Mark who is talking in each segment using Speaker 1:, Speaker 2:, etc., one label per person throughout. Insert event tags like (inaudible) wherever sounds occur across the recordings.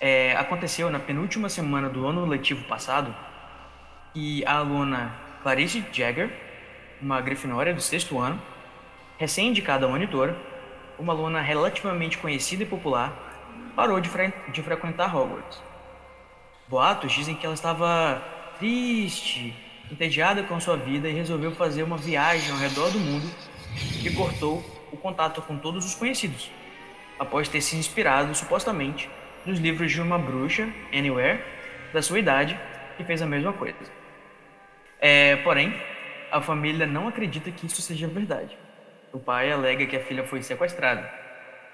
Speaker 1: é, aconteceu na penúltima semana do ano letivo passado e a aluna Clarice Jagger, uma grifinória do sexto ano, recém-indicada à monitora, uma aluna relativamente conhecida e popular, parou de, fre de frequentar Hogwarts. Boatos dizem que ela estava triste, entediada com sua vida e resolveu fazer uma viagem ao redor do mundo que cortou o contato com todos os conhecidos, após ter se inspirado supostamente nos livros de uma bruxa, Anywhere, da sua idade, que fez a mesma coisa. É, porém, a família não acredita que isso seja verdade. O pai alega que a filha foi sequestrada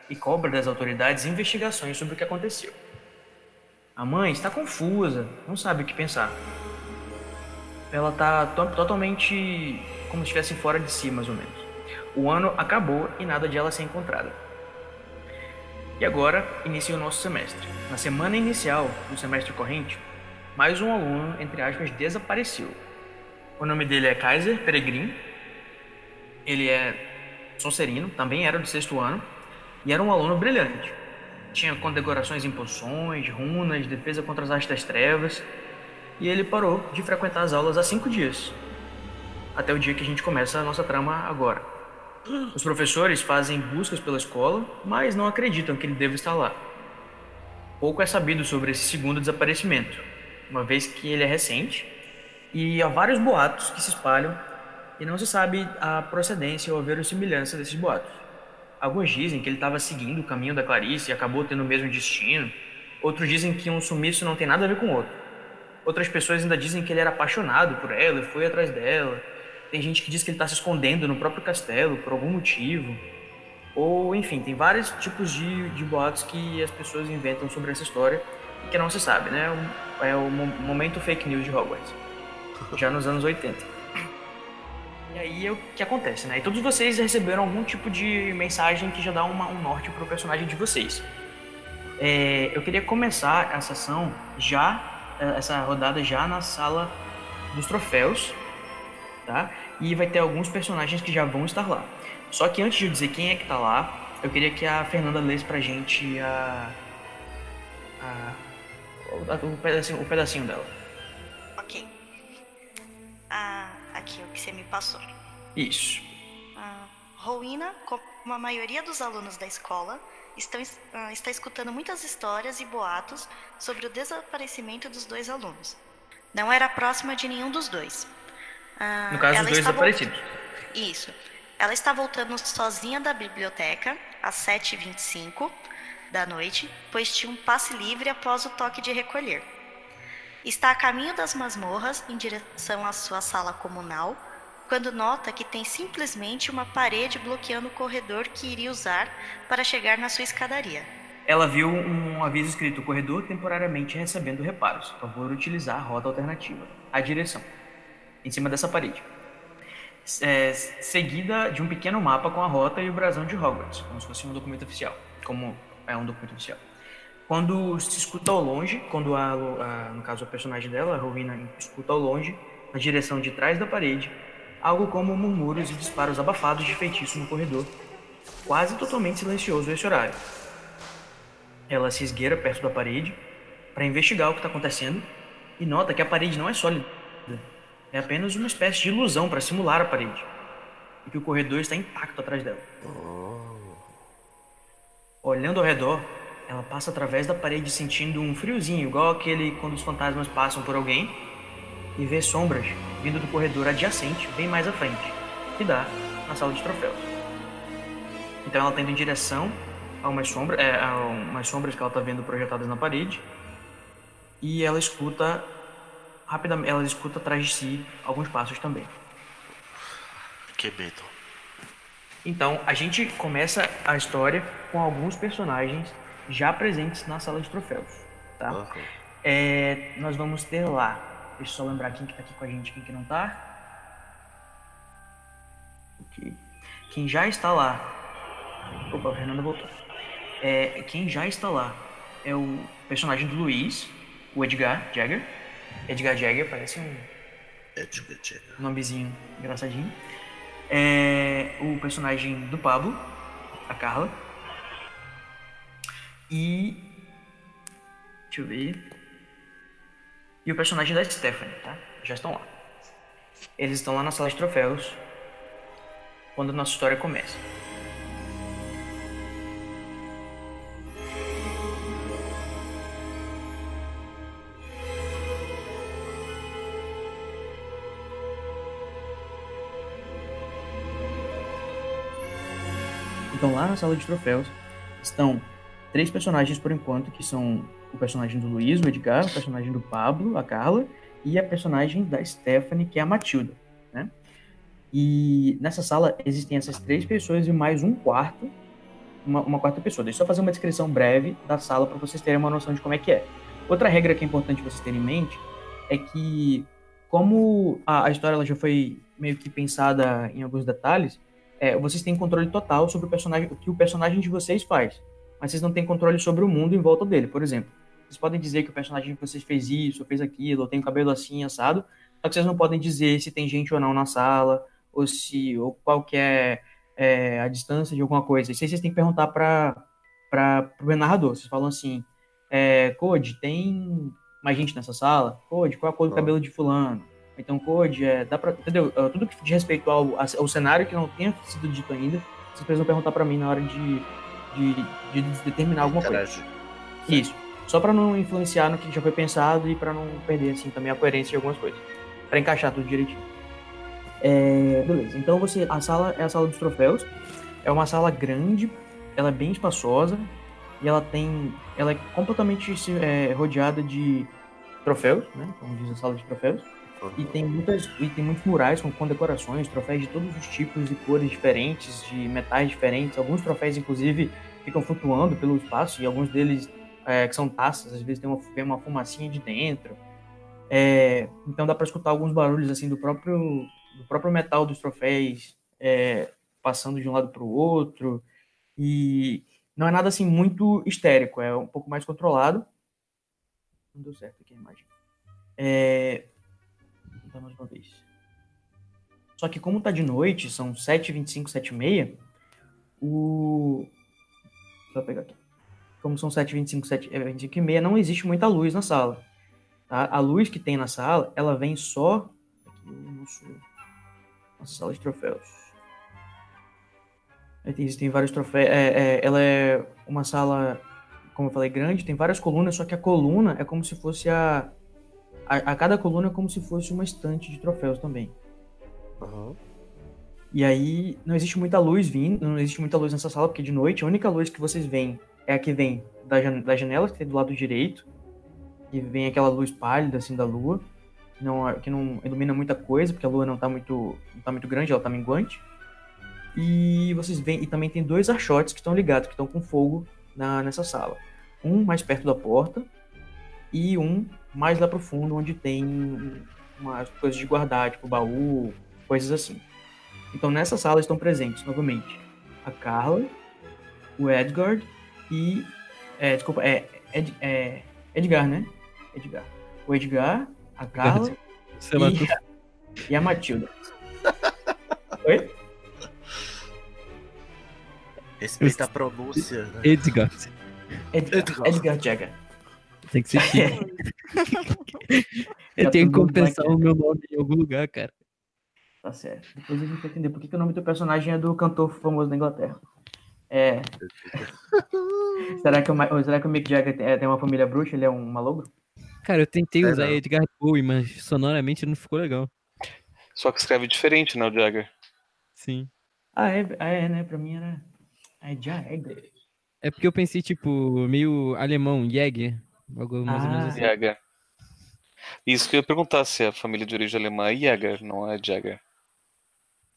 Speaker 1: e cobra das autoridades investigações sobre o que aconteceu. A mãe está confusa, não sabe o que pensar. Ela está to totalmente como se estivesse fora de si, mais ou menos. O ano acabou e nada de ela ser encontrada. E agora inicia o nosso semestre. Na semana inicial do semestre corrente, mais um aluno, entre aspas, desapareceu. O nome dele é Kaiser Peregrin. Ele é sonserino, também era do sexto ano, e era um aluno brilhante. Tinha condecorações em poções, runas, defesa contra as artes das trevas, e ele parou de frequentar as aulas há cinco dias, até o dia que a gente começa a nossa trama agora. Os professores fazem buscas pela escola, mas não acreditam que ele deva estar lá. Pouco é sabido sobre esse segundo desaparecimento, uma vez que ele é recente e há vários boatos que se espalham e não se sabe a procedência ou a verossimilhança desses boatos. Alguns dizem que ele estava seguindo o caminho da Clarice e acabou tendo o mesmo destino. Outros dizem que um sumiço não tem nada a ver com o outro. Outras pessoas ainda dizem que ele era apaixonado por ela e foi atrás dela. Tem gente que diz que ele está se escondendo no próprio castelo por algum motivo. Ou, enfim, tem vários tipos de, de boatos que as pessoas inventam sobre essa história e que não se sabe, né? Um- É o mo- momento fake news de Hogwarts. Já nos anos 80. E aí é o que acontece, né? E todos vocês receberam algum tipo de mensagem que já dá uma- um norte pro personagem de vocês. É, eu queria começar essa ação já, eh, essa rodada já na sala dos troféus, tá? E vai ter alguns personagens que já vão estar lá. Só que antes de eu dizer quem é que tá lá, eu queria que a Fernanda lesse pra gente a, a- o, o pedacinho, o pedacinho dela.
Speaker 2: Ok. Ah, aqui é o que você me passou.
Speaker 1: Isso.
Speaker 2: Ah, Rowena, como a maioria dos alunos da escola, estão es- ah, está escutando muitas histórias e boatos sobre o desaparecimento dos dois alunos. Não era próxima de nenhum dos dois. Ah,
Speaker 1: No caso,
Speaker 2: ela
Speaker 1: os dois
Speaker 2: está vol-
Speaker 1: desaparecidos.
Speaker 2: Isso. Ela está voltando sozinha da biblioteca às 7h25 da noite, pois tinha um passe livre após o toque de recolher. Está a caminho das masmorras em direção à sua sala comunal, quando nota que tem simplesmente uma parede bloqueando o corredor que iria usar para chegar na sua escadaria.
Speaker 1: Ela viu um aviso escrito: corredor temporariamente recebendo reparos. Favor utilizar a rota alternativa. A direção. Em cima dessa parede. S- é, seguida de um pequeno mapa com a rota e o brasão de Hogwarts, como se fosse um documento oficial. Como é um documento oficial. Quando se escuta ao longe, quando a, Lu- a- no caso a personagem dela, a Rowena, escuta ao longe, na direção de trás da parede, algo como murmúrios e disparos abafados de feitiço no corredor, quase totalmente silencioso a esse horário. Ela se esgueira perto da parede para investigar o que está acontecendo e nota que a parede não é sólida. É apenas uma espécie de ilusão para simular a parede. E que o corredor está intacto atrás dela. Olhando ao redor, ela passa através da parede sentindo um friozinho, igual aquele quando os fantasmas passam por alguém, e vê sombras vindo do corredor adjacente, bem mais à frente, que dá na sala de troféus. Então ela tá indo em direção a umas, sombra, é, a umas sombras que ela tá vendo projetadas na parede. E ela escuta rapidamente, ela escuta atrás de si alguns passos também.
Speaker 3: Que medo.
Speaker 1: Então a gente começa a história com alguns personagens já presentes na sala de troféus, tá?
Speaker 3: Aham.
Speaker 1: É, nós vamos ter lá. Deixa eu só lembrar quem que tá aqui com a gente, quem que não tá. Ok. Quem já está lá. Opa, o Fernando voltou. É, quem já está lá é o personagem do Luiz, o Edgar Jagger. Edgar Jagger parece um
Speaker 3: É de mentira.
Speaker 1: nomezinho engraçadinho. É, o personagem do Pablo, a Carla. E Deixa eu ver. E o personagem da Stephanie, tá? Já estão lá. Eles estão lá na sala de troféus quando a nossa história começa. Então lá na sala de troféus estão três personagens por enquanto, que são o personagem do Luiz, o Edgar, o personagem do Pablo, a Carla, e a personagem da Stephanie, que é a Matilda, né? E nessa sala existem essas três pessoas e mais um quarto, uma, uma quarta pessoa. Deixa eu só fazer uma descrição breve da sala para vocês terem uma noção de como é que é. Outra regra que é importante vocês terem em mente é que, como a, a história ela já foi meio que pensada em alguns detalhes, é, vocês têm controle total sobre o personagem, o que o personagem de vocês faz mas vocês não têm controle sobre o mundo em volta dele. Por exemplo, vocês podem dizer que o personagem de vocês fez isso, ou fez aquilo, ou tem o cabelo assim, assado, só que vocês não podem dizer se tem gente ou não na sala, ou se ou qual que é, é a distância de alguma coisa. Isso aí vocês têm que perguntar para o narrador. Vocês falam assim, é, Code, tem mais gente nessa sala? Code, qual é a cor do cabelo de fulano? Então, Code, é, dá pra, entendeu? É, Tudo que diz respeito ao, ao cenário que não tenha sido dito ainda, vocês precisam perguntar para mim na hora de, de, de determinar alguma
Speaker 3: Interage.
Speaker 1: coisa. Isso. Só para não influenciar no que já foi pensado e para não perder assim também a coerência de algumas coisas. Para encaixar tudo direitinho. É, beleza. Então você a sala é a sala dos troféus. É uma sala grande, ela é bem espaçosa e ela tem ela é completamente é, rodeada de troféus, né? Como diz a sala de troféus. E tem, muitas, e tem muitos murais com condecorações, troféus de todos os tipos e cores diferentes, de metais diferentes. Alguns troféus, inclusive, ficam flutuando pelo espaço e alguns deles é, que são taças, às vezes tem uma, vem uma fumacinha de dentro. É, então dá para escutar alguns barulhos assim do próprio, do próprio metal dos troféus é, passando de um lado para o outro. E não é nada assim muito histérico, é um pouco mais controlado. Não deu certo aqui a imagem. É, tentar mais uma vez. Só que como tá de noite, são 7h25, 7h30, o... Deixa eu pegar aqui. Como são 7h25, 7h30, não existe muita luz na sala. tá? A luz que tem na sala, ela vem só... Aqui no nosso... Nossa sala de troféus. Aí tem- Existem vários troféus. É, é, ela é uma sala, como eu falei, grande, tem várias colunas, só que a coluna é como se fosse a a, a cada coluna é como se fosse uma estante de troféus também.
Speaker 3: Aham.
Speaker 1: E aí não existe muita luz vindo, não existe muita luz nessa sala, porque de noite a única luz que vocês veem é a que vem da, jan- da janela que tem do lado direito, e vem aquela luz pálida assim da lua, que não, que não ilumina muita coisa, porque a lua não tá muito, não tá muito grande, ela tá minguante. E vocês veem, e também tem dois archotes que estão ligados, que estão com fogo na, nessa sala. Um mais perto da porta e um mais lá pro fundo, onde tem umas coisas de guardar, tipo baú, coisas assim. Então nessa sala estão presentes novamente a Carla, o Edgard e é, desculpa, é, Ed- é, Edgar, né? Edgar. O Edgar, a Carla
Speaker 4: Sei lá,
Speaker 1: Ih.
Speaker 4: tu-
Speaker 1: e a Matilda. Oi?
Speaker 3: Respeita a pronúncia, né?
Speaker 4: Edgar.
Speaker 1: Edgar,
Speaker 3: Edgar.
Speaker 1: Edgar Jagger.
Speaker 4: Tem que ser chique. Eu
Speaker 1: Tá
Speaker 4: tenho que
Speaker 1: todo mundo
Speaker 4: compensar
Speaker 1: bacana.
Speaker 4: o meu nome em algum lugar, cara.
Speaker 1: Tá certo. Depois a gente vai entender por que, que o nome do personagem é do cantor famoso da Inglaterra. É. será, que o, Ma- ou será que o Mick Jagger tem, é, tem uma família bruxa? Ele é um maluco?
Speaker 4: Cara, eu tentei
Speaker 3: Sei
Speaker 4: usar
Speaker 3: não.
Speaker 4: Edgar Bowie, mas sonoramente não ficou legal.
Speaker 5: Só que escreve diferente, né, o Jagger?
Speaker 4: Sim.
Speaker 1: Ah, é, ah, é né? Pra mim era. Ah, é Jagger.
Speaker 4: É porque eu pensei, tipo, meio alemão, Jäger. Algo mais ou menos
Speaker 1: Ah.
Speaker 4: assim.
Speaker 5: Jagger. Isso que eu ia perguntar se a família de origem alemã é Jagger, não é Jagger.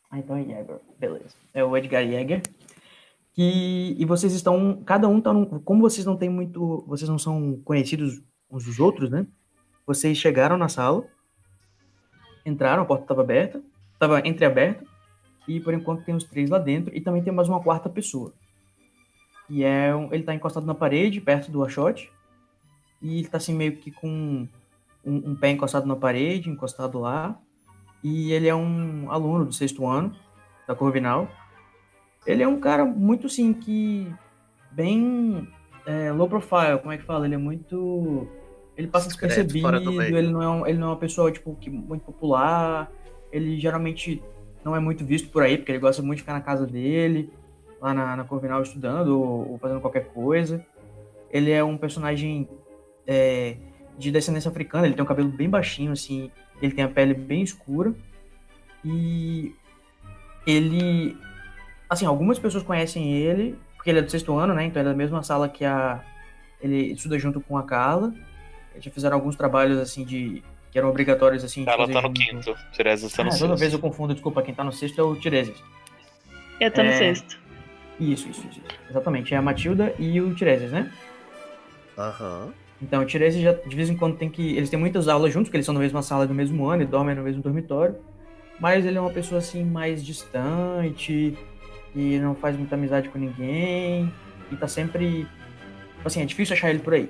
Speaker 1: Ah, então é Jagger. Beleza. É o Edgar Jagger. Que, e vocês estão. Cada um tá num. Como vocês não têm muito. Vocês não são conhecidos uns dos outros, né? Vocês chegaram na sala, entraram, a porta estava aberta, estava entreaberta, e por enquanto tem os três lá dentro, e também tem mais uma quarta pessoa. E é um, ele tá encostado na parede, perto do achote, e ele tá assim meio que com um, um pé encostado na parede, encostado lá, e ele é um aluno do sexto ano, da Corvinal. Ele é um cara muito, assim, que bem é, low profile, como é que fala? Ele é muito. Ele passa
Speaker 3: Discreto, fora
Speaker 1: despercebido,
Speaker 3: do meio.
Speaker 1: ele não, é um- ele não é uma pessoa tipo, que, muito popular, ele geralmente não é muito visto por aí, porque ele gosta muito de ficar na casa dele, lá na, na Corvinal estudando ou, ou fazendo qualquer coisa. Ele é um personagem é, de descendência africana, ele tem um cabelo bem baixinho, assim, ele tem a pele bem escura. E ele. Assim, algumas pessoas conhecem ele, porque ele é do sexto ano, né? Então ele é da mesma sala que a. Ele estuda junto com a Carla. Eles já fizeram alguns trabalhos, assim, de. que eram obrigatórios, assim. de
Speaker 5: Ela
Speaker 1: fazer
Speaker 5: tá no
Speaker 1: junto.
Speaker 5: quinto, Teresa tá
Speaker 1: Ah,
Speaker 5: no
Speaker 1: toda
Speaker 5: sexto.
Speaker 1: vez eu confundo, desculpa, quem tá no sexto é o Tiresias.
Speaker 6: Eu tô no
Speaker 1: É.
Speaker 6: sexto.
Speaker 1: Isso, isso, isso. Exatamente, é a Matilda e o Tiresias, né?
Speaker 3: Aham.
Speaker 1: Então, o Tiresias já de vez em quando tem que. Eles têm muitas aulas juntos, porque eles são da mesma sala do mesmo ano e dormem no mesmo dormitório. Mas ele é uma pessoa assim mais distante e não faz muita amizade com ninguém. E tá sempre. Assim, é difícil achar ele por aí.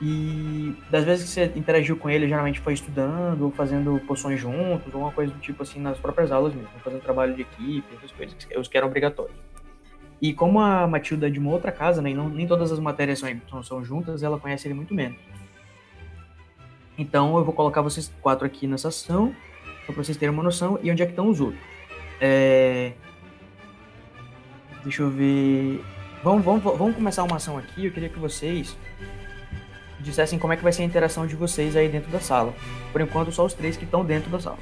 Speaker 1: E das vezes que você interagiu com ele, geralmente foi estudando ou fazendo poções juntos, ou alguma coisa do tipo assim, nas próprias aulas mesmo, fazendo trabalho de equipe, essas coisas, que- os que eram obrigatórios. E como a Matilda é de uma outra casa, né, e não, nem todas as matérias são, são, são juntas, ela conhece ele muito menos. Então eu vou colocar vocês quatro aqui nessa ação, só pra vocês terem uma noção, e onde é que estão os outros. É... Deixa eu ver... Vamos, vamos, vamos começar uma ação aqui, eu queria que vocês dissessem como é que vai ser a interação de vocês aí dentro da sala. Por enquanto, só os três que estão dentro da sala.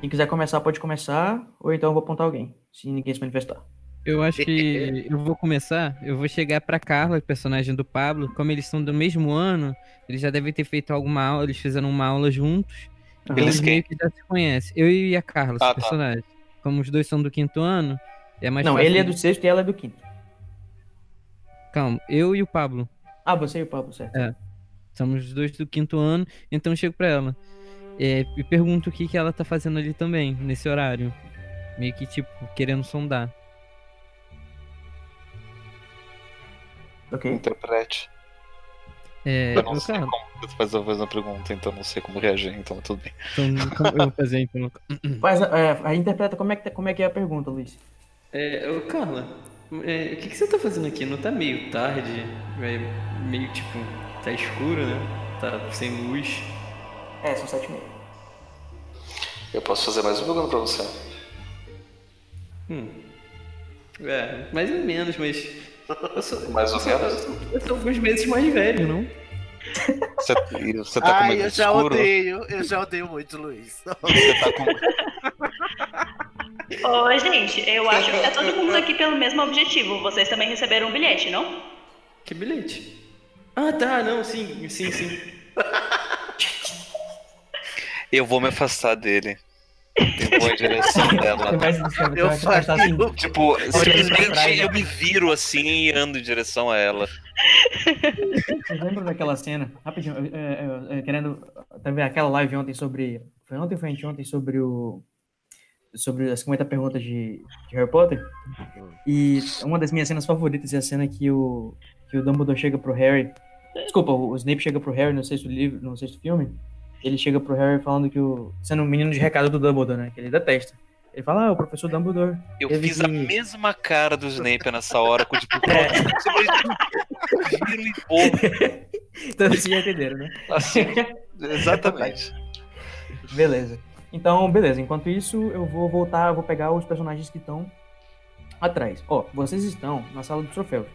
Speaker 1: Quem quiser começar, pode começar, ou então eu vou apontar alguém, se ninguém se manifestar.
Speaker 4: Eu acho
Speaker 1: (laughs)
Speaker 4: que eu vou começar. Eu vou chegar pra Carla, personagem do Pablo. Como eles são do mesmo ano, eles já devem ter feito alguma aula. Eles fizeram uma aula juntos. Então
Speaker 5: Eles
Speaker 4: eles
Speaker 5: quem?
Speaker 4: meio que já se conhecem. Eu e a Carla,
Speaker 5: Ah,
Speaker 4: esse
Speaker 5: tá.
Speaker 4: personagem. Como os dois são do quinto ano, é mais
Speaker 1: Não,
Speaker 4: fácil
Speaker 1: ele é
Speaker 4: de-
Speaker 1: do sexto e ela é do quinto.
Speaker 4: Calma, eu e o Pablo.
Speaker 1: Ah, você e o Pablo, certo.
Speaker 4: Somos os dois do quinto ano, então eu chego pra ela. É, e pergunto o que, que ela tá fazendo ali também, nesse horário. Meio que, tipo, querendo sondar.
Speaker 1: Ok.
Speaker 5: Interprete.
Speaker 4: É,
Speaker 5: eu não
Speaker 4: eu,
Speaker 5: sei
Speaker 4: cara,
Speaker 5: como você faz talvez uma pergunta, então não sei como reagir, então tudo bem.
Speaker 4: então, como eu vou fazer, então.
Speaker 1: Faz, a- é, aí interpreta como é, que, como é que é a pergunta, Luiz.
Speaker 7: É, ô Carla, é, o que, que você tá fazendo aqui? Não tá meio tarde? É, meio tipo, tá escuro, né? Tá sem luz.
Speaker 1: É, são sete e meia.
Speaker 5: Eu posso fazer mais uma pergunta pra você.
Speaker 7: Hum. É, mais ou menos, mas. Eu sou,
Speaker 5: Mais um ou
Speaker 7: eu sou- eu
Speaker 5: menos?
Speaker 7: sou- eu sou alguns meses mais velho, não?
Speaker 5: Você, e você tá com
Speaker 3: Ai,
Speaker 5: medo
Speaker 3: eu
Speaker 5: do
Speaker 3: já
Speaker 5: escuro?
Speaker 3: odeio, eu já odeio muito, Luiz.
Speaker 5: Você tá com
Speaker 6: Ô, gente, eu acho que tá todo mundo aqui pelo mesmo objetivo. Vocês também receberam um bilhete, não?
Speaker 7: Que bilhete? Ah, tá, não, sim, sim, sim.
Speaker 5: Eu vou me afastar dele. Eu vou em direção
Speaker 1: Você (laughs)
Speaker 5: dela.
Speaker 1: vai, você vai,
Speaker 3: Eu
Speaker 1: você vai
Speaker 3: faço
Speaker 1: começar assim.
Speaker 5: Tipo,
Speaker 1: trás,
Speaker 5: simplesmente
Speaker 1: né?
Speaker 5: eu me viro assim e ando em direção a ela.
Speaker 1: Vocês lembram daquela cena? Rapidinho, eu- eu- eu- eu querendo. Também aquela live ontem sobre. Foi ontem ou foi anteontem sobre o. Sobre as 50 perguntas de, de Harry Potter. E uma das minhas cenas favoritas é a cena que o, que o Dumbledore chega pro Harry. Desculpa, o o Snape chega pro Harry no sexto livro, no sexto filme. Ele chega pro Harry falando que o. Sendo um menino de recado do Dumbledore, né? Que ele detesta. Ele fala, ah, o professor Dumbledore. (laughs)
Speaker 5: Eu
Speaker 1: Teve
Speaker 5: fiz a
Speaker 1: que-
Speaker 5: mesma cara do Snape nessa hora, com
Speaker 4: (laughs)
Speaker 5: tipo,
Speaker 4: É.
Speaker 5: viro e vou.
Speaker 1: Então vocês já entenderam, né?
Speaker 5: Assim, exatamente.
Speaker 1: Beleza. Então, beleza. Enquanto isso, eu vou voltar, eu vou pegar os personagens que estão atrás. Ó, vocês estão na sala dos troféus.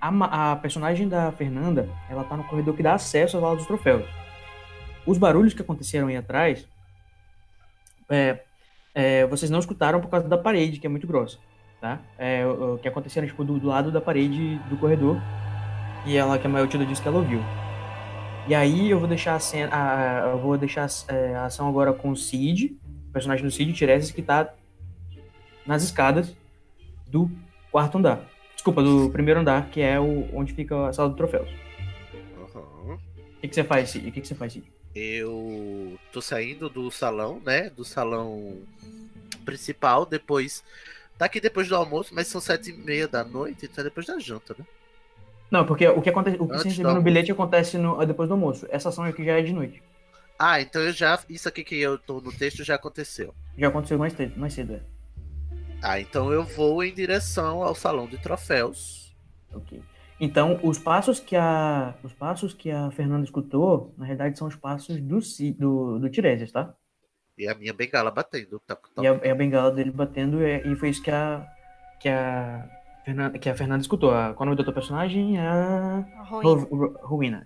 Speaker 1: A, ma- a personagem da Fernanda, ela tá no corredor que dá acesso à sala dos troféus. Os barulhos que aconteceram aí atrás, é, é, vocês não escutaram por causa da parede, que é muito grossa, tá? É, o, o que aconteceram, tipo, do, do lado da parede do corredor. E ela, que é a Matilda disse que ela ouviu. E aí eu vou deixar a cena. a- eu vou deixar a- é, a ação agora com o Cid, o personagem do Cid Tireses, que tá nas escadas do quarto andar. Desculpa, do primeiro andar, que é o, onde fica a sala dos troféus.
Speaker 3: Aham.
Speaker 1: O que, que você faz, Cid? O que, que você faz, Cid?
Speaker 3: Eu tô saindo do salão, né? Do salão principal, depois. Tá aqui depois do almoço, mas são sete e meia da noite, então é depois da janta, né?
Speaker 1: Não, porque o que acontece. O que
Speaker 3: Antes
Speaker 1: você
Speaker 3: do
Speaker 1: recebeu no ah,
Speaker 3: almoço.
Speaker 1: bilhete acontece no- depois do almoço. Essa ação aqui já é de noite.
Speaker 3: Ah, então eu já. Isso aqui que eu tô no texto já aconteceu.
Speaker 1: Já aconteceu mais, te- mais cedo, é.
Speaker 3: Ah, então eu vou em direção ao salão de troféus.
Speaker 1: Ok. Então, os passos que a, os passos que a Fernanda escutou, na realidade, são os passos do, Ci- do, do Tiresias, tá?
Speaker 3: E a minha bengala batendo. tá, um Toc, toc.
Speaker 1: E a, e a bengala dele batendo, e, e foi isso que a. Que a. Fernanda, que a Fernanda escutou. A, qual é o nome do teu personagem? A.
Speaker 2: Tá Ruim.
Speaker 1: Ru- Ru- Ruína.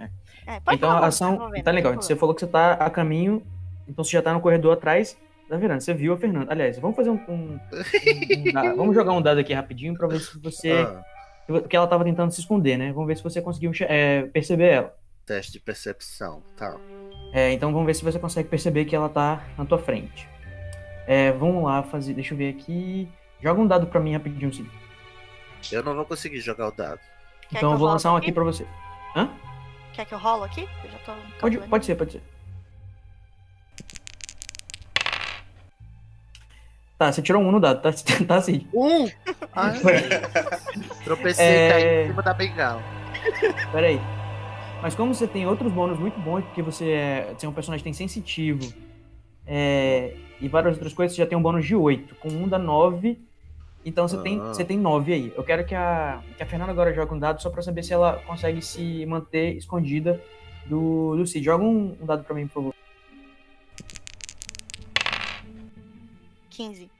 Speaker 1: é.
Speaker 2: É, pode
Speaker 1: então
Speaker 2: falar,
Speaker 1: a
Speaker 2: Roberto, eu
Speaker 1: ação.
Speaker 2: vou vendo,
Speaker 1: Tá legal.
Speaker 2: por
Speaker 1: Você
Speaker 2: favor.
Speaker 1: falou que você tá a caminho. Então você já tá no corredor atrás da Fernanda. Você viu a Fernanda. Aliás, vamos fazer um. um- um
Speaker 2: (laughs)
Speaker 1: dado- vamos jogar um dado aqui rapidinho pra ver se você.
Speaker 3: Ah,
Speaker 1: Porque ela tava tentando se esconder, né? Vamos ver se você conseguiu enxer- é, perceber ela.
Speaker 3: teste de percepção. Tá.
Speaker 1: É, então vamos ver se você consegue perceber que ela tá na tua frente. É, vamos lá fazer. Deixa eu ver aqui. Joga um dado pra mim rapidinho, Cid.
Speaker 3: Eu não vou conseguir jogar o dado.
Speaker 2: Quer que
Speaker 1: então eu vou
Speaker 2: rolo
Speaker 1: lançar um aqui pra você. Hã?
Speaker 2: Quer que eu rolo aqui? Eu já tô
Speaker 1: Pode,
Speaker 2: calculando.
Speaker 1: pode ser, pode ser. Tá, você tirou um no dado, tá, (laughs) tá assim.
Speaker 3: Um! Ai, tropecei e
Speaker 1: É.
Speaker 3: caí em cima da bengala.
Speaker 1: Pera aí. Mas como você tem outros bônus muito bons, porque você é, você é um personagem que tem sensitivo é, e várias outras coisas, você já tem um bônus de 8. Com um dá 9. Então você, tem,
Speaker 3: Ah.
Speaker 1: você tem 9 aí. Eu quero que a, que a Fernanda agora jogue um dado só pra saber se ela consegue se manter escondida do, do Cid. Joga um, um dado pra mim, por favor.
Speaker 2: 15.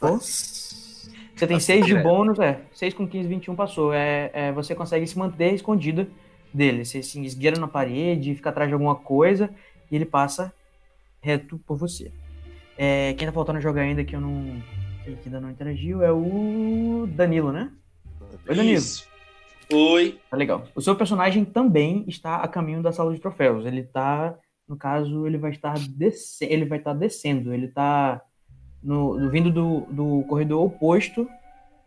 Speaker 1: Você tem 6 de bônus, é. 6 com 15, 21 passou. É, é, você consegue se manter escondida dele. Você se esgueira na parede, fica atrás de alguma coisa e ele passa reto por você. É, quem tá faltando jogar ainda que eu não. que que ainda não interagiu é o Danilo, né? Oi, Danilo.
Speaker 8: Isso. Oi.
Speaker 1: Tá legal. O seu personagem também está a caminho da sala de troféus. Ele tá, no caso, ele vai estar descendo, ele vai estar descendo. Ele tá no, no- vindo do, do corredor oposto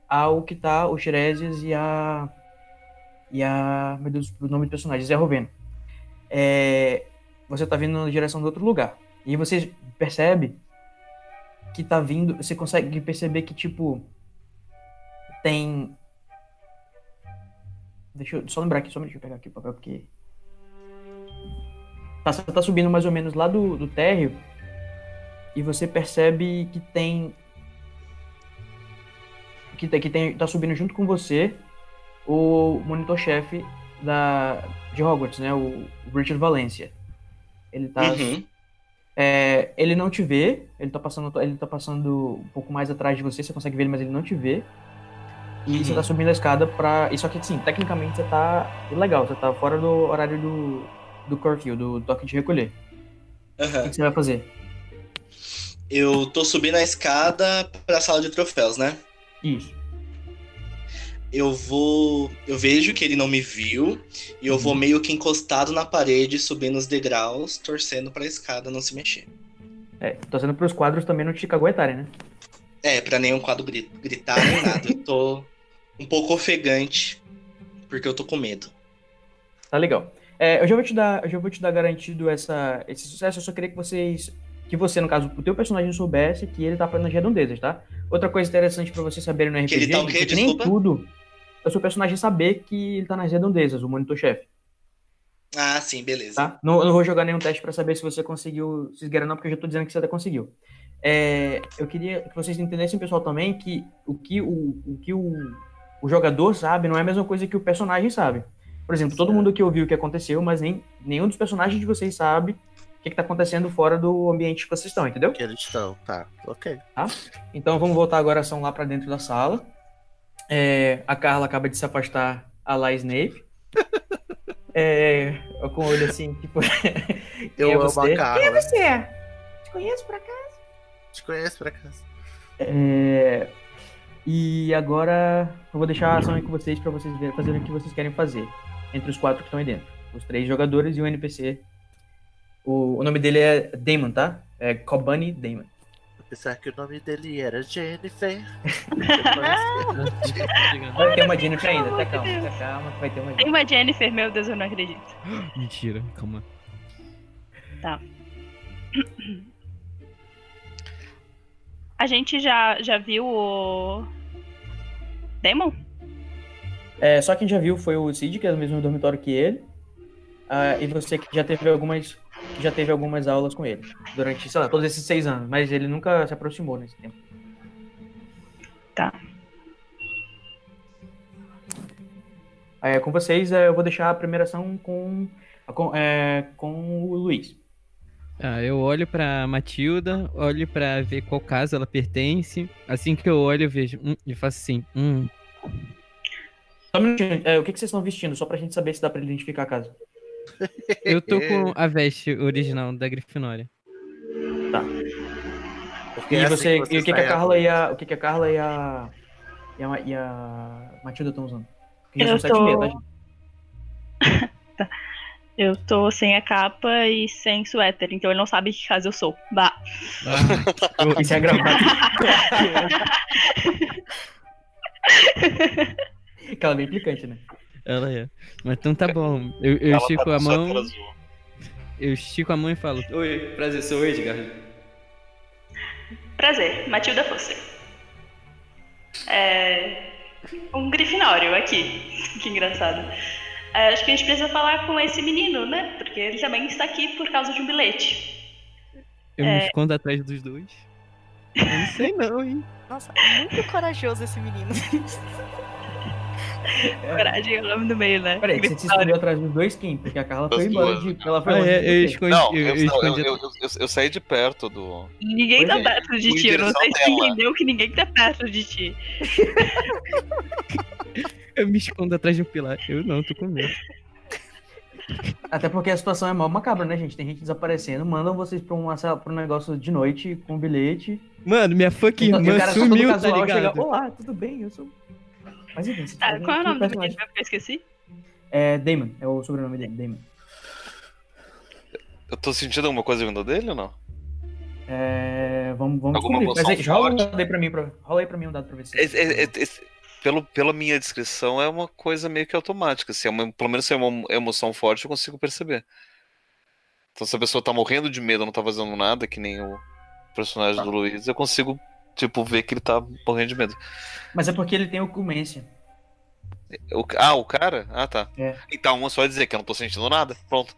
Speaker 1: ao que tá o Tiresias e a e a, meu Deus, o nome do personagem, Zé Roveno. É, você tá vindo na direção de outro lugar. E você percebe que tá vindo, você consegue perceber que tipo tem Deixa eu só lembrar aqui, só um minutinho, deixa eu pegar aqui o papel, porque. Tá, você tá subindo mais ou menos lá do, do térreo e você percebe que tem. Que, tem- que tem, tá subindo junto com você o monitor-chefe da, de Hogwarts, né? O, o Richard Valencia. Ele tá.
Speaker 8: Uhum.
Speaker 1: É, ele não te vê, ele tá, passando, ele tá passando um pouco mais atrás de você, você consegue ver ele, mas ele não te vê. E você tá subindo a escada pra. E só que assim, tecnicamente você tá ilegal, você tá fora do horário do, do curfew, do toque de recolher. O que
Speaker 8: Aham.
Speaker 1: que você vai fazer?
Speaker 8: Eu tô subindo a escada pra sala de troféus, né?
Speaker 1: Isso.
Speaker 8: Eu vou. Eu vejo que ele não me viu. E eu
Speaker 1: Uhum.
Speaker 8: vou meio que encostado na parede, subindo os degraus, torcendo pra escada não se mexer.
Speaker 1: É, tô sendo pros quadros também não te caguetarem, né?
Speaker 8: É, pra nenhum quadro gri- gritar nem nada. Eu tô um pouco ofegante, porque eu tô com medo.
Speaker 1: Tá legal. É, eu já vou te dar, eu já vou te dar garantido essa, esse sucesso. Eu só queria que vocês, que você no caso, o teu personagem soubesse que ele tá pra nas redondezas, tá? Outra coisa interessante pra você saber no RPG,
Speaker 8: Que ele tá o quê?
Speaker 1: gente, é que nem
Speaker 8: Desculpa?
Speaker 1: tudo, é o seu personagem saber que ele tá nas redondezas, o monitor chefe,
Speaker 8: Ah, sim, beleza.
Speaker 1: tá? Não, eu não vou jogar nenhum teste pra saber se você conseguiu se esgueirar ou não, porque eu já tô dizendo que você até conseguiu. É, eu queria que vocês entendessem, pessoal, também que o que o, o que o, o jogador sabe não é a mesma coisa que o personagem sabe. Por exemplo, todo mundo aqui ouviu o que aconteceu, mas nem, nenhum dos personagens de vocês sabe o que, que tá acontecendo fora do ambiente que vocês estão, entendeu?
Speaker 3: Que eles estão, tá. Ok.
Speaker 1: Então vamos voltar agora a ação lá pra dentro da sala. É, a Carla acaba de se afastar a lá
Speaker 3: (laughs)
Speaker 1: Snape. É, com o olho assim, tipo. (laughs) quem
Speaker 3: Eu
Speaker 1: é
Speaker 3: amo
Speaker 1: você?
Speaker 3: a Carla.
Speaker 1: Você é? Te conheço pra cá.
Speaker 3: Te conheço por acaso.
Speaker 1: E agora eu vou deixar a ação aí com vocês pra vocês verem, fazerem o que vocês querem fazer. Entre os quatro que estão aí dentro. Os três jogadores e o NPC. O, o nome dele é Damon, tá? É Kobani Damon.
Speaker 3: Apesar que o nome dele era
Speaker 1: (laughs)
Speaker 3: Jennifer.
Speaker 1: Vai ter uma Jennifer ainda, tá
Speaker 6: amor de
Speaker 1: calma,
Speaker 6: Deus.
Speaker 1: tá calma, que vai ter uma
Speaker 6: Tem
Speaker 1: Jennifer.
Speaker 6: uma Jennifer, meu Deus, eu não acredito.
Speaker 4: (laughs) Mentira, calma.
Speaker 6: A gente já, já viu o. Demon?
Speaker 1: É, só quem já viu foi o Cid, que é do mesmo dormitório que ele. Ah, e você que já teve algumas. já teve algumas aulas com ele durante, sei lá, todos esses seis anos, mas ele nunca se aproximou nesse tempo.
Speaker 6: Tá.
Speaker 1: É, com vocês, é, eu vou deixar a primeira ação com, com, é, com o Luiz.
Speaker 4: Ah, eu olho pra Matilda, olho pra ver qual casa ela pertence. Assim que eu olho, eu vejo. Hum, e faço assim. Hum.
Speaker 1: Só um minutinho, é, o que, que vocês estão vestindo? Só pra gente saber se dá pra identificar a casa.
Speaker 4: Eu tô
Speaker 5: É.
Speaker 4: com a veste original da Grifinória.
Speaker 3: Porque
Speaker 1: E,
Speaker 3: é assim
Speaker 1: você,
Speaker 3: que você
Speaker 1: e o que, que a
Speaker 3: sai
Speaker 1: Carla e a. O que, que a Carla e a. E a, e a Matilda estão usando? Porque já são
Speaker 6: Eu
Speaker 1: sete e meia,
Speaker 6: tô-
Speaker 1: tá, gente?
Speaker 6: Eu tô sem a capa e sem suéter, então ele não sabe que casa eu sou. Bah.
Speaker 1: E sem a gravata. (laughs) que ela é bem implicante, né?
Speaker 4: Ela é. Mas então tá bom. Eu, eu
Speaker 5: Ela
Speaker 4: estico
Speaker 5: tá
Speaker 4: a
Speaker 5: com sua
Speaker 4: mão.
Speaker 5: tela azul.
Speaker 4: Eu estico a mão e falo.
Speaker 7: Oi, prazer, sou o Edgar.
Speaker 6: Prazer, Matilda Foster. É... Um grifinório aqui. (laughs) que engraçado. É, acho que a gente precisa falar com esse menino, né? Porque ele também está aqui por causa de um bilhete.
Speaker 4: Eu me escondo atrás dos dois. Eu não sei
Speaker 1: (laughs)
Speaker 4: não, hein?
Speaker 2: Nossa, muito corajoso esse menino.
Speaker 6: Coragem é o nome do meio, né?
Speaker 1: Peraí, você se escondeu atrás dos dois quem? Porque a Carla foi
Speaker 5: Das
Speaker 1: embora
Speaker 5: duas,
Speaker 1: de.
Speaker 5: né?
Speaker 1: Ela foi
Speaker 4: Ah,
Speaker 1: longe
Speaker 4: é,
Speaker 1: de
Speaker 4: eu
Speaker 1: você.
Speaker 4: escondi.
Speaker 5: Não,
Speaker 4: eu,
Speaker 5: eu,
Speaker 4: eu
Speaker 5: não, eu,
Speaker 4: escondi
Speaker 5: eu, eu- eu saí de perto do.
Speaker 6: Ninguém
Speaker 1: Pois
Speaker 6: tá
Speaker 1: é,
Speaker 6: perto de
Speaker 5: fui em
Speaker 6: ti, eu não sei se
Speaker 5: direção
Speaker 6: você
Speaker 5: dela.
Speaker 6: entendeu que ninguém tá perto de ti.
Speaker 4: eu me escondo atrás de um pilar. Eu não, tô com medo.
Speaker 1: Até porque a situação é mal macabra, né, gente? Tem gente desaparecendo, mandam vocês pra, uma, sala- pra um negócio de noite com bilhete.
Speaker 4: Mano, minha fucking
Speaker 1: E o
Speaker 4: irmã
Speaker 1: cara só todo
Speaker 4: sumiu, tá
Speaker 1: casual chega,
Speaker 4: ligado?
Speaker 1: Olá, tudo bem? Eu sou. Mas enfim, você
Speaker 6: Tá,
Speaker 1: tá
Speaker 6: qual é o
Speaker 1: aqui,
Speaker 6: nome do menino
Speaker 1: personagem.
Speaker 6: mesmo que eu esqueci? (laughs)
Speaker 1: É Damon, é o sobrenome dele, Damon.
Speaker 5: Eu tô sentindo alguma coisa vindo dele ou não?
Speaker 1: É, vamos, vamos
Speaker 5: Alguma
Speaker 1: descobrir. Mas aí,
Speaker 5: emoção
Speaker 1: rola um
Speaker 5: forte?
Speaker 1: dado aí pra mim, pra, rola aí pra mim um dado pra ver se.
Speaker 5: É- é- é- é- pelo, pela minha descrição, é uma coisa meio que automática. Assim, é uma- pelo menos se é uma emoção forte, eu consigo perceber. Então, se a pessoa tá morrendo de medo, não tá fazendo nada, que nem o personagem do Luiz, eu consigo, tipo, ver que ele tá morrendo de medo.
Speaker 1: Mas é porque ele tem ocumência.
Speaker 5: O ca- ah, o cara? Ah, tá.
Speaker 1: É.
Speaker 5: Então, uma só vai dizer que eu não tô sentindo nada. Pronto.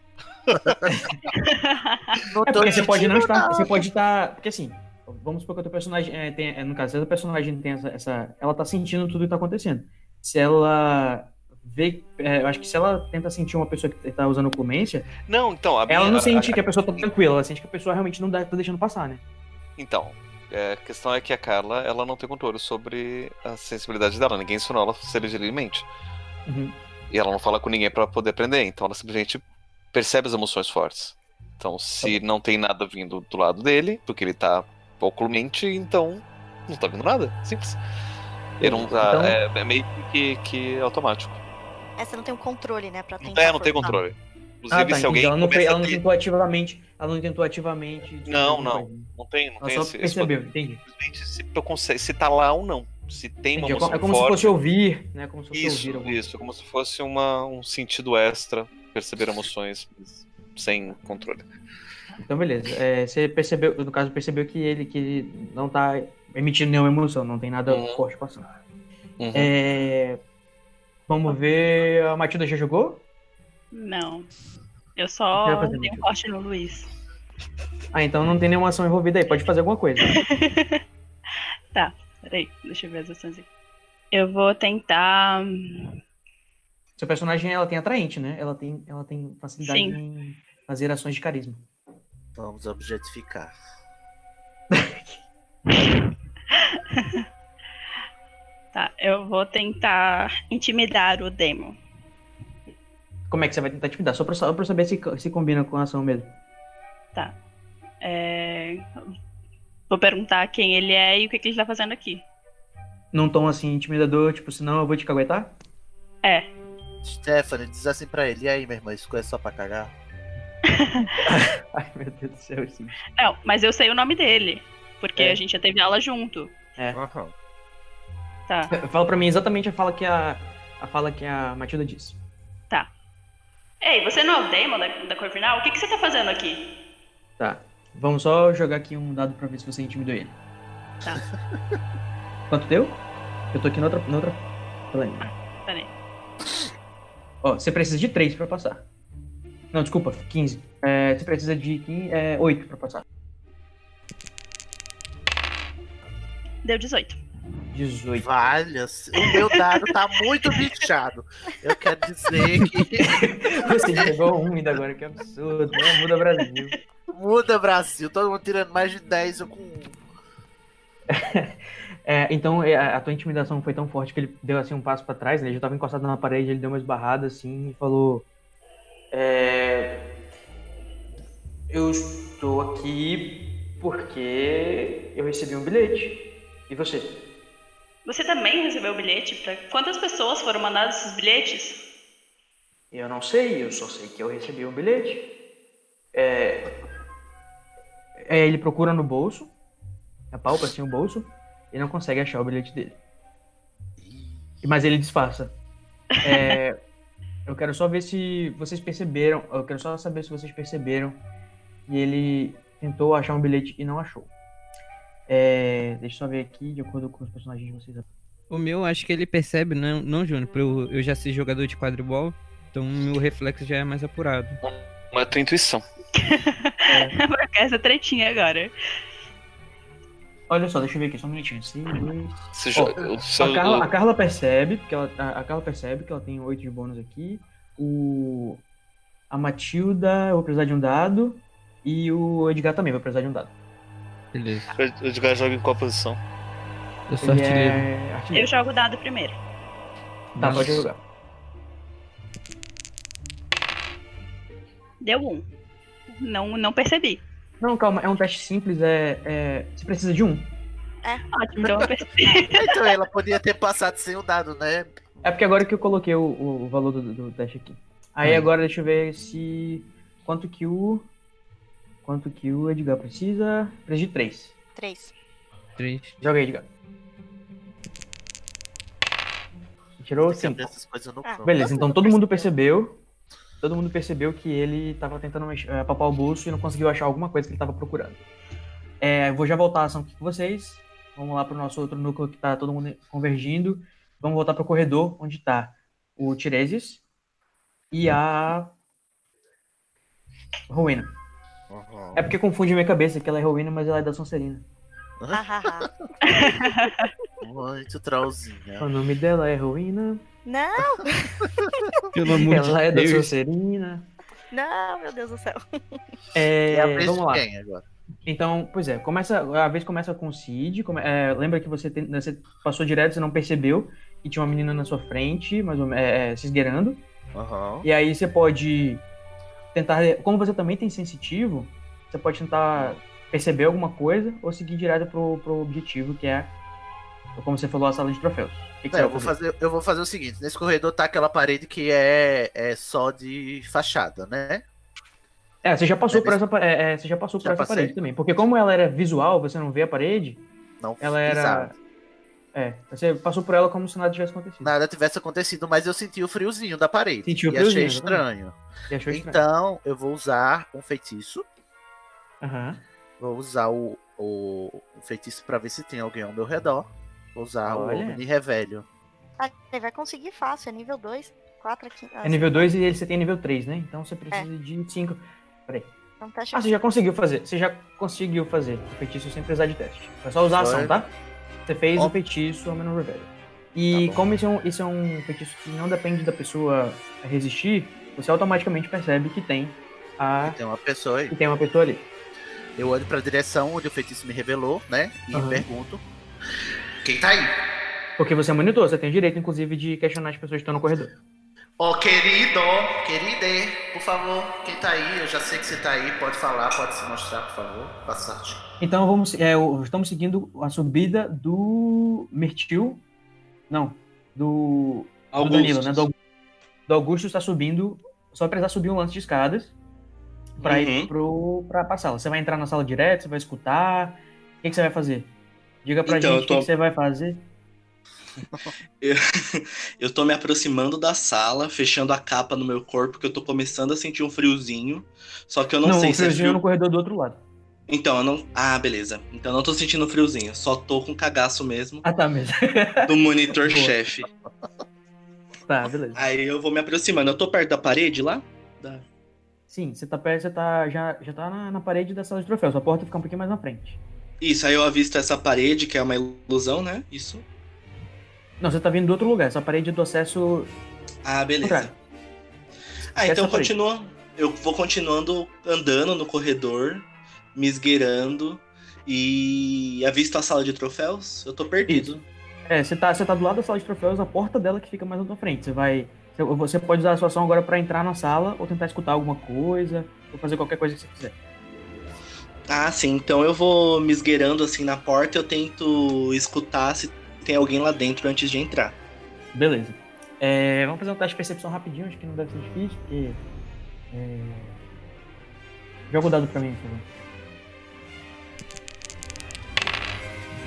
Speaker 3: Não
Speaker 1: É
Speaker 3: tô
Speaker 1: porque você pode não
Speaker 3: sentindo
Speaker 1: estar.
Speaker 3: nada.
Speaker 1: Você pode estar. Porque assim, vamos supor que o teu personagem. é, tem- é, no caso, se o personagem tem essa, essa- Ela tá sentindo tudo que tá acontecendo. Se ela vê. é, eu acho que se ela tenta sentir uma pessoa que tá usando ocumência,
Speaker 5: Não, então, a
Speaker 1: ela
Speaker 5: minha-
Speaker 1: não
Speaker 5: a-
Speaker 1: sente que a pessoa tá tranquila, ela sente que a pessoa realmente não dá, tá deixando passar, né?
Speaker 5: Então, é, a questão é que a Carla, ela não tem controle sobre a sensibilidade dela. Ninguém ensinou ela seriamente.
Speaker 1: Uhum.
Speaker 5: E ela não fala com ninguém pra poder aprender. Então, ela simplesmente percebe as emoções fortes. Então, se
Speaker 1: Tá
Speaker 5: não tem nada vindo do lado dele, porque ele tá oculmente, então não tá vindo nada. Simples. Ele não tá,
Speaker 1: Então-
Speaker 5: é, é meio que, que automático.
Speaker 2: É, você não tem um controle, né? Pra
Speaker 5: Não
Speaker 2: tentar.
Speaker 5: tem, não tem
Speaker 2: forçar.
Speaker 5: controle. Inclusive,
Speaker 1: Ah, tá,
Speaker 5: se alguém
Speaker 1: entendi. Ela não, fez-
Speaker 5: começa
Speaker 1: ela
Speaker 5: a
Speaker 1: não
Speaker 5: ter-
Speaker 1: tentou ativamente. Ela não tentou ativamente.
Speaker 5: Não, não.
Speaker 1: né?
Speaker 5: Não tem, não
Speaker 1: Ela
Speaker 5: tem
Speaker 1: só
Speaker 5: esse, esse
Speaker 1: percebeu, entendi.
Speaker 5: simplesmente se, eu conse- se tá lá ou não. Se tem uma
Speaker 1: Entendi, É
Speaker 5: emoção
Speaker 1: como, é como se
Speaker 5: forte.
Speaker 1: fosse ouvir, né? Como se fosse
Speaker 5: isso,
Speaker 1: ouvir alguma
Speaker 5: isso. Como se fosse uma, um sentido extra, perceber emoções sem controle.
Speaker 1: Então, beleza. É, você percebeu, no caso, percebeu que ele, que ele não tá emitindo nenhuma emoção, não tem nada
Speaker 5: Uhum.
Speaker 1: forte passando.
Speaker 5: Uhum.
Speaker 1: É, vamos ver. A Matilda já jogou?
Speaker 6: Não. Eu
Speaker 1: O que
Speaker 6: só
Speaker 1: vai fazer,
Speaker 6: tenho
Speaker 1: Matilda?
Speaker 6: corte no Luiz.
Speaker 1: Ah, então não tem nenhuma ação envolvida aí. Pode fazer alguma coisa.
Speaker 6: Peraí, deixa eu ver as ações aqui. Eu vou tentar. hum,
Speaker 1: Seu personagem ela tem atraente, né? Ela tem, ela tem facilidade
Speaker 6: Sim.
Speaker 1: em fazer ações de carisma.
Speaker 3: Vamos objetificar.
Speaker 6: Tá, eu vou tentar intimidar o Demon.
Speaker 1: Como é que você vai tentar intimidar? Só pra, só pra saber se, co- se combina com a ação mesmo.
Speaker 6: Tá. É, Vou perguntar quem ele é e o que, que ele tá fazendo aqui.
Speaker 1: Num tom assim intimidador, tipo, senão eu vou te caguetar? (laughs)
Speaker 3: Stephanie, diz assim pra ele, e aí, minha irmã, isso é só pra cagar?
Speaker 1: Ai, meu Deus do céu, sim.
Speaker 6: Não, mas eu sei o nome dele. Porque
Speaker 1: É.
Speaker 6: a gente já teve aula junto.
Speaker 3: Aham.
Speaker 6: Tá.
Speaker 1: Fala pra mim exatamente a fala que a, a, fala que a Matilda disse.
Speaker 6: Ei, você não é o Demon da, da Corvinal? O que, que você tá fazendo aqui?
Speaker 1: Tá. Vamos só jogar aqui um dado pra ver se você intimidou ele.
Speaker 6: Tá.
Speaker 1: (laughs) Quanto deu? Eu tô aqui na outra. Na outra... Peraí.
Speaker 6: Ah, Peraí.
Speaker 1: Ó, você precisa de três pra passar. Não, desculpa, 15. É, você precisa de 15, é, 8 pra passar.
Speaker 6: Deu 18. (laughs)
Speaker 1: 18.
Speaker 3: Valha, o meu dado tá muito bichado. Eu quero dizer que
Speaker 1: Você pegou um ainda agora, que absurdo. Né? Muda Brasil.
Speaker 3: muda Brasil, todo mundo tirando mais de 10 eu com um.
Speaker 1: É, então é, a, a tua intimidação foi tão forte que ele deu assim um passo pra trás, né? ele já tava encostado na parede, ele deu uma esbarrada assim e falou: é, Eu estou aqui porque eu recebi um bilhete. E você?
Speaker 6: Você também recebeu o bilhete? Pra... Quantas pessoas foram mandados esses bilhetes?
Speaker 1: Eu não sei, eu só sei que eu recebi um bilhete. É, é, ele procura no bolso, apalpa assim o bolso, e não consegue achar o bilhete dele. Mas ele disfarça. É, eu quero só ver se vocês perceberam, eu quero só saber se vocês perceberam que ele tentou achar um bilhete e não achou. É, deixa eu só ver aqui, de acordo com os personagens de vocês.
Speaker 4: O meu, acho que ele percebe, não, não Júnior, porque eu, eu já sei jogador de quadribol, então meu reflexo já é mais apurado.
Speaker 5: Mas é tua intuição.
Speaker 6: Vai ficar essa tretinha agora.
Speaker 1: Olha só, deixa eu ver aqui, só um minutinho. Sim, dois,
Speaker 5: Você
Speaker 1: Ó,
Speaker 5: joga- o
Speaker 1: A
Speaker 5: seu-
Speaker 1: Carla, a Carla percebe, porque ela, a, a Carla percebe que ela tem oito de bônus aqui. O a Matilda, eu vou precisar de um dado e o Edgar também vai precisar de um dado.
Speaker 4: Beleza.
Speaker 5: o Edgar joga em qual posição?
Speaker 4: Eu sou
Speaker 1: Ele
Speaker 4: artilheiro.
Speaker 1: é
Speaker 6: Eu
Speaker 1: artilheiro.
Speaker 6: jogo o dado primeiro.
Speaker 1: Tá, pode jogar.
Speaker 6: Deu um. Não, não percebi.
Speaker 1: Não, calma, é um teste simples, é, é- você precisa de um. (laughs)
Speaker 6: Ótimo, então eu percebi.
Speaker 3: Então ela podia ter passado sem o dado, né?
Speaker 1: É porque agora que eu coloquei o, o valor do, do teste aqui. Aí
Speaker 4: Hum.
Speaker 1: agora deixa eu ver se quanto que o quanto que o Edgar precisa? Precisa de três.
Speaker 9: Três.
Speaker 4: Três.
Speaker 1: Joga aí, Edgar. Tirou
Speaker 3: Sempre
Speaker 1: cinco.
Speaker 3: essas coisas eu não
Speaker 9: Ah.
Speaker 3: conto.
Speaker 1: Beleza, então todo mundo percebeu. Todo mundo percebeu que ele tava tentando mexer, eh, papar o bolso e não conseguiu achar alguma coisa que ele tava procurando. É, vou já voltar a ação aqui com vocês. Vamos lá pro nosso outro núcleo que tá todo mundo convergindo. Vamos voltar pro corredor onde tá o Tiresias e a Rowena.
Speaker 3: Uhum.
Speaker 1: É porque confunde minha cabeça que ela é Rowena, mas ela é da Sonserina.
Speaker 9: Ah, ah, ah.
Speaker 3: Muito trollzinha.
Speaker 1: O nome dela é Rowena.
Speaker 9: Não,
Speaker 4: Pelo amor
Speaker 1: Ela é
Speaker 4: de
Speaker 1: da
Speaker 4: Deus.
Speaker 1: Sonserina.
Speaker 9: não, meu Deus do céu.
Speaker 1: É,
Speaker 3: É a vez
Speaker 1: vamos
Speaker 3: de
Speaker 1: lá.
Speaker 3: quem agora?
Speaker 1: Então, pois é, começa, a vez começa com o Cid. come- é, lembra que você, tem- você passou direto, você não percebeu que tinha uma menina na sua frente, mais ou menos, é, é, se esgueirando.
Speaker 3: Aham.
Speaker 1: E aí você pode tentar. é, Como você também tem sensitivo, você pode tentar perceber alguma coisa ou seguir direto pro, pro objetivo, que é, como você falou, a sala de troféus. O que que
Speaker 3: É,
Speaker 1: você
Speaker 3: eu,
Speaker 1: vai
Speaker 3: vou
Speaker 1: fazer?
Speaker 3: fazer, eu vou fazer o seguinte: nesse corredor tá aquela parede que é, é só de fachada, né?
Speaker 1: É, você já passou
Speaker 3: É,
Speaker 1: por essa, pa- é, é, você já passou
Speaker 3: Já
Speaker 1: por essa
Speaker 3: passei.
Speaker 1: parede também. Porque como ela era visual, você não vê a parede,
Speaker 3: Não
Speaker 1: ela era.
Speaker 3: pisava.
Speaker 1: É, você passou por ela como se nada tivesse acontecido.
Speaker 3: Nada tivesse acontecido, mas eu senti o friozinho da parede.
Speaker 1: Sentiu o
Speaker 3: e
Speaker 1: friozinho, né?
Speaker 3: achei estranho.
Speaker 1: E achou estranho.
Speaker 3: Então, eu vou usar um feitiço. então,
Speaker 1: Aham.
Speaker 3: Vou usar o, o, o feitiço pra ver se tem alguém ao meu redor. Vou usar
Speaker 1: Olha.
Speaker 3: o mini revelho.
Speaker 9: Ah, Ele vai conseguir fácil, é nível 2. 4 aqui.
Speaker 1: É nível 2 e ele- você tem nível 3, né? Então você precisa de 5.
Speaker 9: Não tá
Speaker 1: Ah, você já conseguiu fazer. Você já conseguiu fazer o feitiço sem precisar de teste. Foi só usar a ação,
Speaker 3: Foi.
Speaker 1: tá? Você fez
Speaker 3: Ó.
Speaker 1: o feitiço ao menos revelho. E
Speaker 3: Tá bom.
Speaker 1: como isso é, um, isso é um feitiço que não depende da pessoa resistir, você automaticamente percebe que tem a.
Speaker 3: Tem uma pessoa aí.
Speaker 1: que tem uma pessoa ali.
Speaker 3: Eu olho pra direção onde o feitiço me revelou, né? E
Speaker 1: Aham.
Speaker 3: pergunto: Quem tá aí?
Speaker 1: Porque você é monitor, você tem o direito, inclusive, de questionar as pessoas que estão no corredor.
Speaker 3: Ó, querido, querida, por favor, quem tá aí? Eu já sei que você tá aí, pode falar, pode se mostrar, por favor. Passar.
Speaker 1: Então vamos, é, o- estamos seguindo a subida do Mirtil. Não, do
Speaker 8: Augusto.
Speaker 1: do Danilo, né? Do Augusto. Do Augusto está subindo. Só vai precisar subir um lance de escadas para ir
Speaker 8: Uhum.
Speaker 1: pro, pra, pra sala. Você vai entrar na sala direto, você vai escutar. O que, que você vai fazer? Diga pra
Speaker 8: Então,
Speaker 1: gente
Speaker 8: eu
Speaker 1: o
Speaker 8: tô-
Speaker 1: que, que você vai fazer.
Speaker 8: Eu, (laughs) eu tô me aproximando da sala, fechando a capa no meu corpo, que eu tô começando a sentir um friozinho. Só que eu não, sei
Speaker 1: o
Speaker 8: se é
Speaker 1: friozinho é
Speaker 8: frio.
Speaker 1: no corredor do outro lado.
Speaker 8: Então, eu não. Ah, beleza. Então eu não tô sentindo friozinho, só tô com cagaço mesmo
Speaker 1: Ah, tá mesmo. (laughs)
Speaker 8: do
Speaker 1: Boa.
Speaker 8: monitor-chefe.
Speaker 1: tá, beleza.
Speaker 8: Aí eu vou me aproximando. Eu tô perto da parede lá? Da-
Speaker 1: Sim, você tá perto, você tá, já, já tá na, na parede da sala de troféus. A porta fica um pouquinho mais na frente.
Speaker 8: Isso, aí eu avisto essa parede, que é uma ilusão, né? Isso.
Speaker 1: Não, você tá vindo do outro lugar. Essa parede é do acesso
Speaker 8: Ah, beleza.
Speaker 1: contrário.
Speaker 8: Ah,
Speaker 1: Esquece
Speaker 8: então
Speaker 1: a parede.
Speaker 8: continua. Eu vou continuando andando no corredor, me esgueirando e avisto a sala de troféus. Eu tô perdido.
Speaker 1: É, você tá, você tá do lado da sala de troféus, a porta dela que fica mais na tua frente. Você vai. você- Você pode usar a sua ação agora pra entrar na sala, ou tentar escutar alguma coisa, ou fazer qualquer coisa que você quiser.
Speaker 8: Ah, sim. Então eu vou me esgueirando assim na porta. Eu tento escutar se tem alguém lá dentro antes de entrar.
Speaker 1: Beleza. É, vamos fazer um teste de percepção rapidinho, acho que não deve ser difícil, porque. É... Joga o dado pra mim, por favor.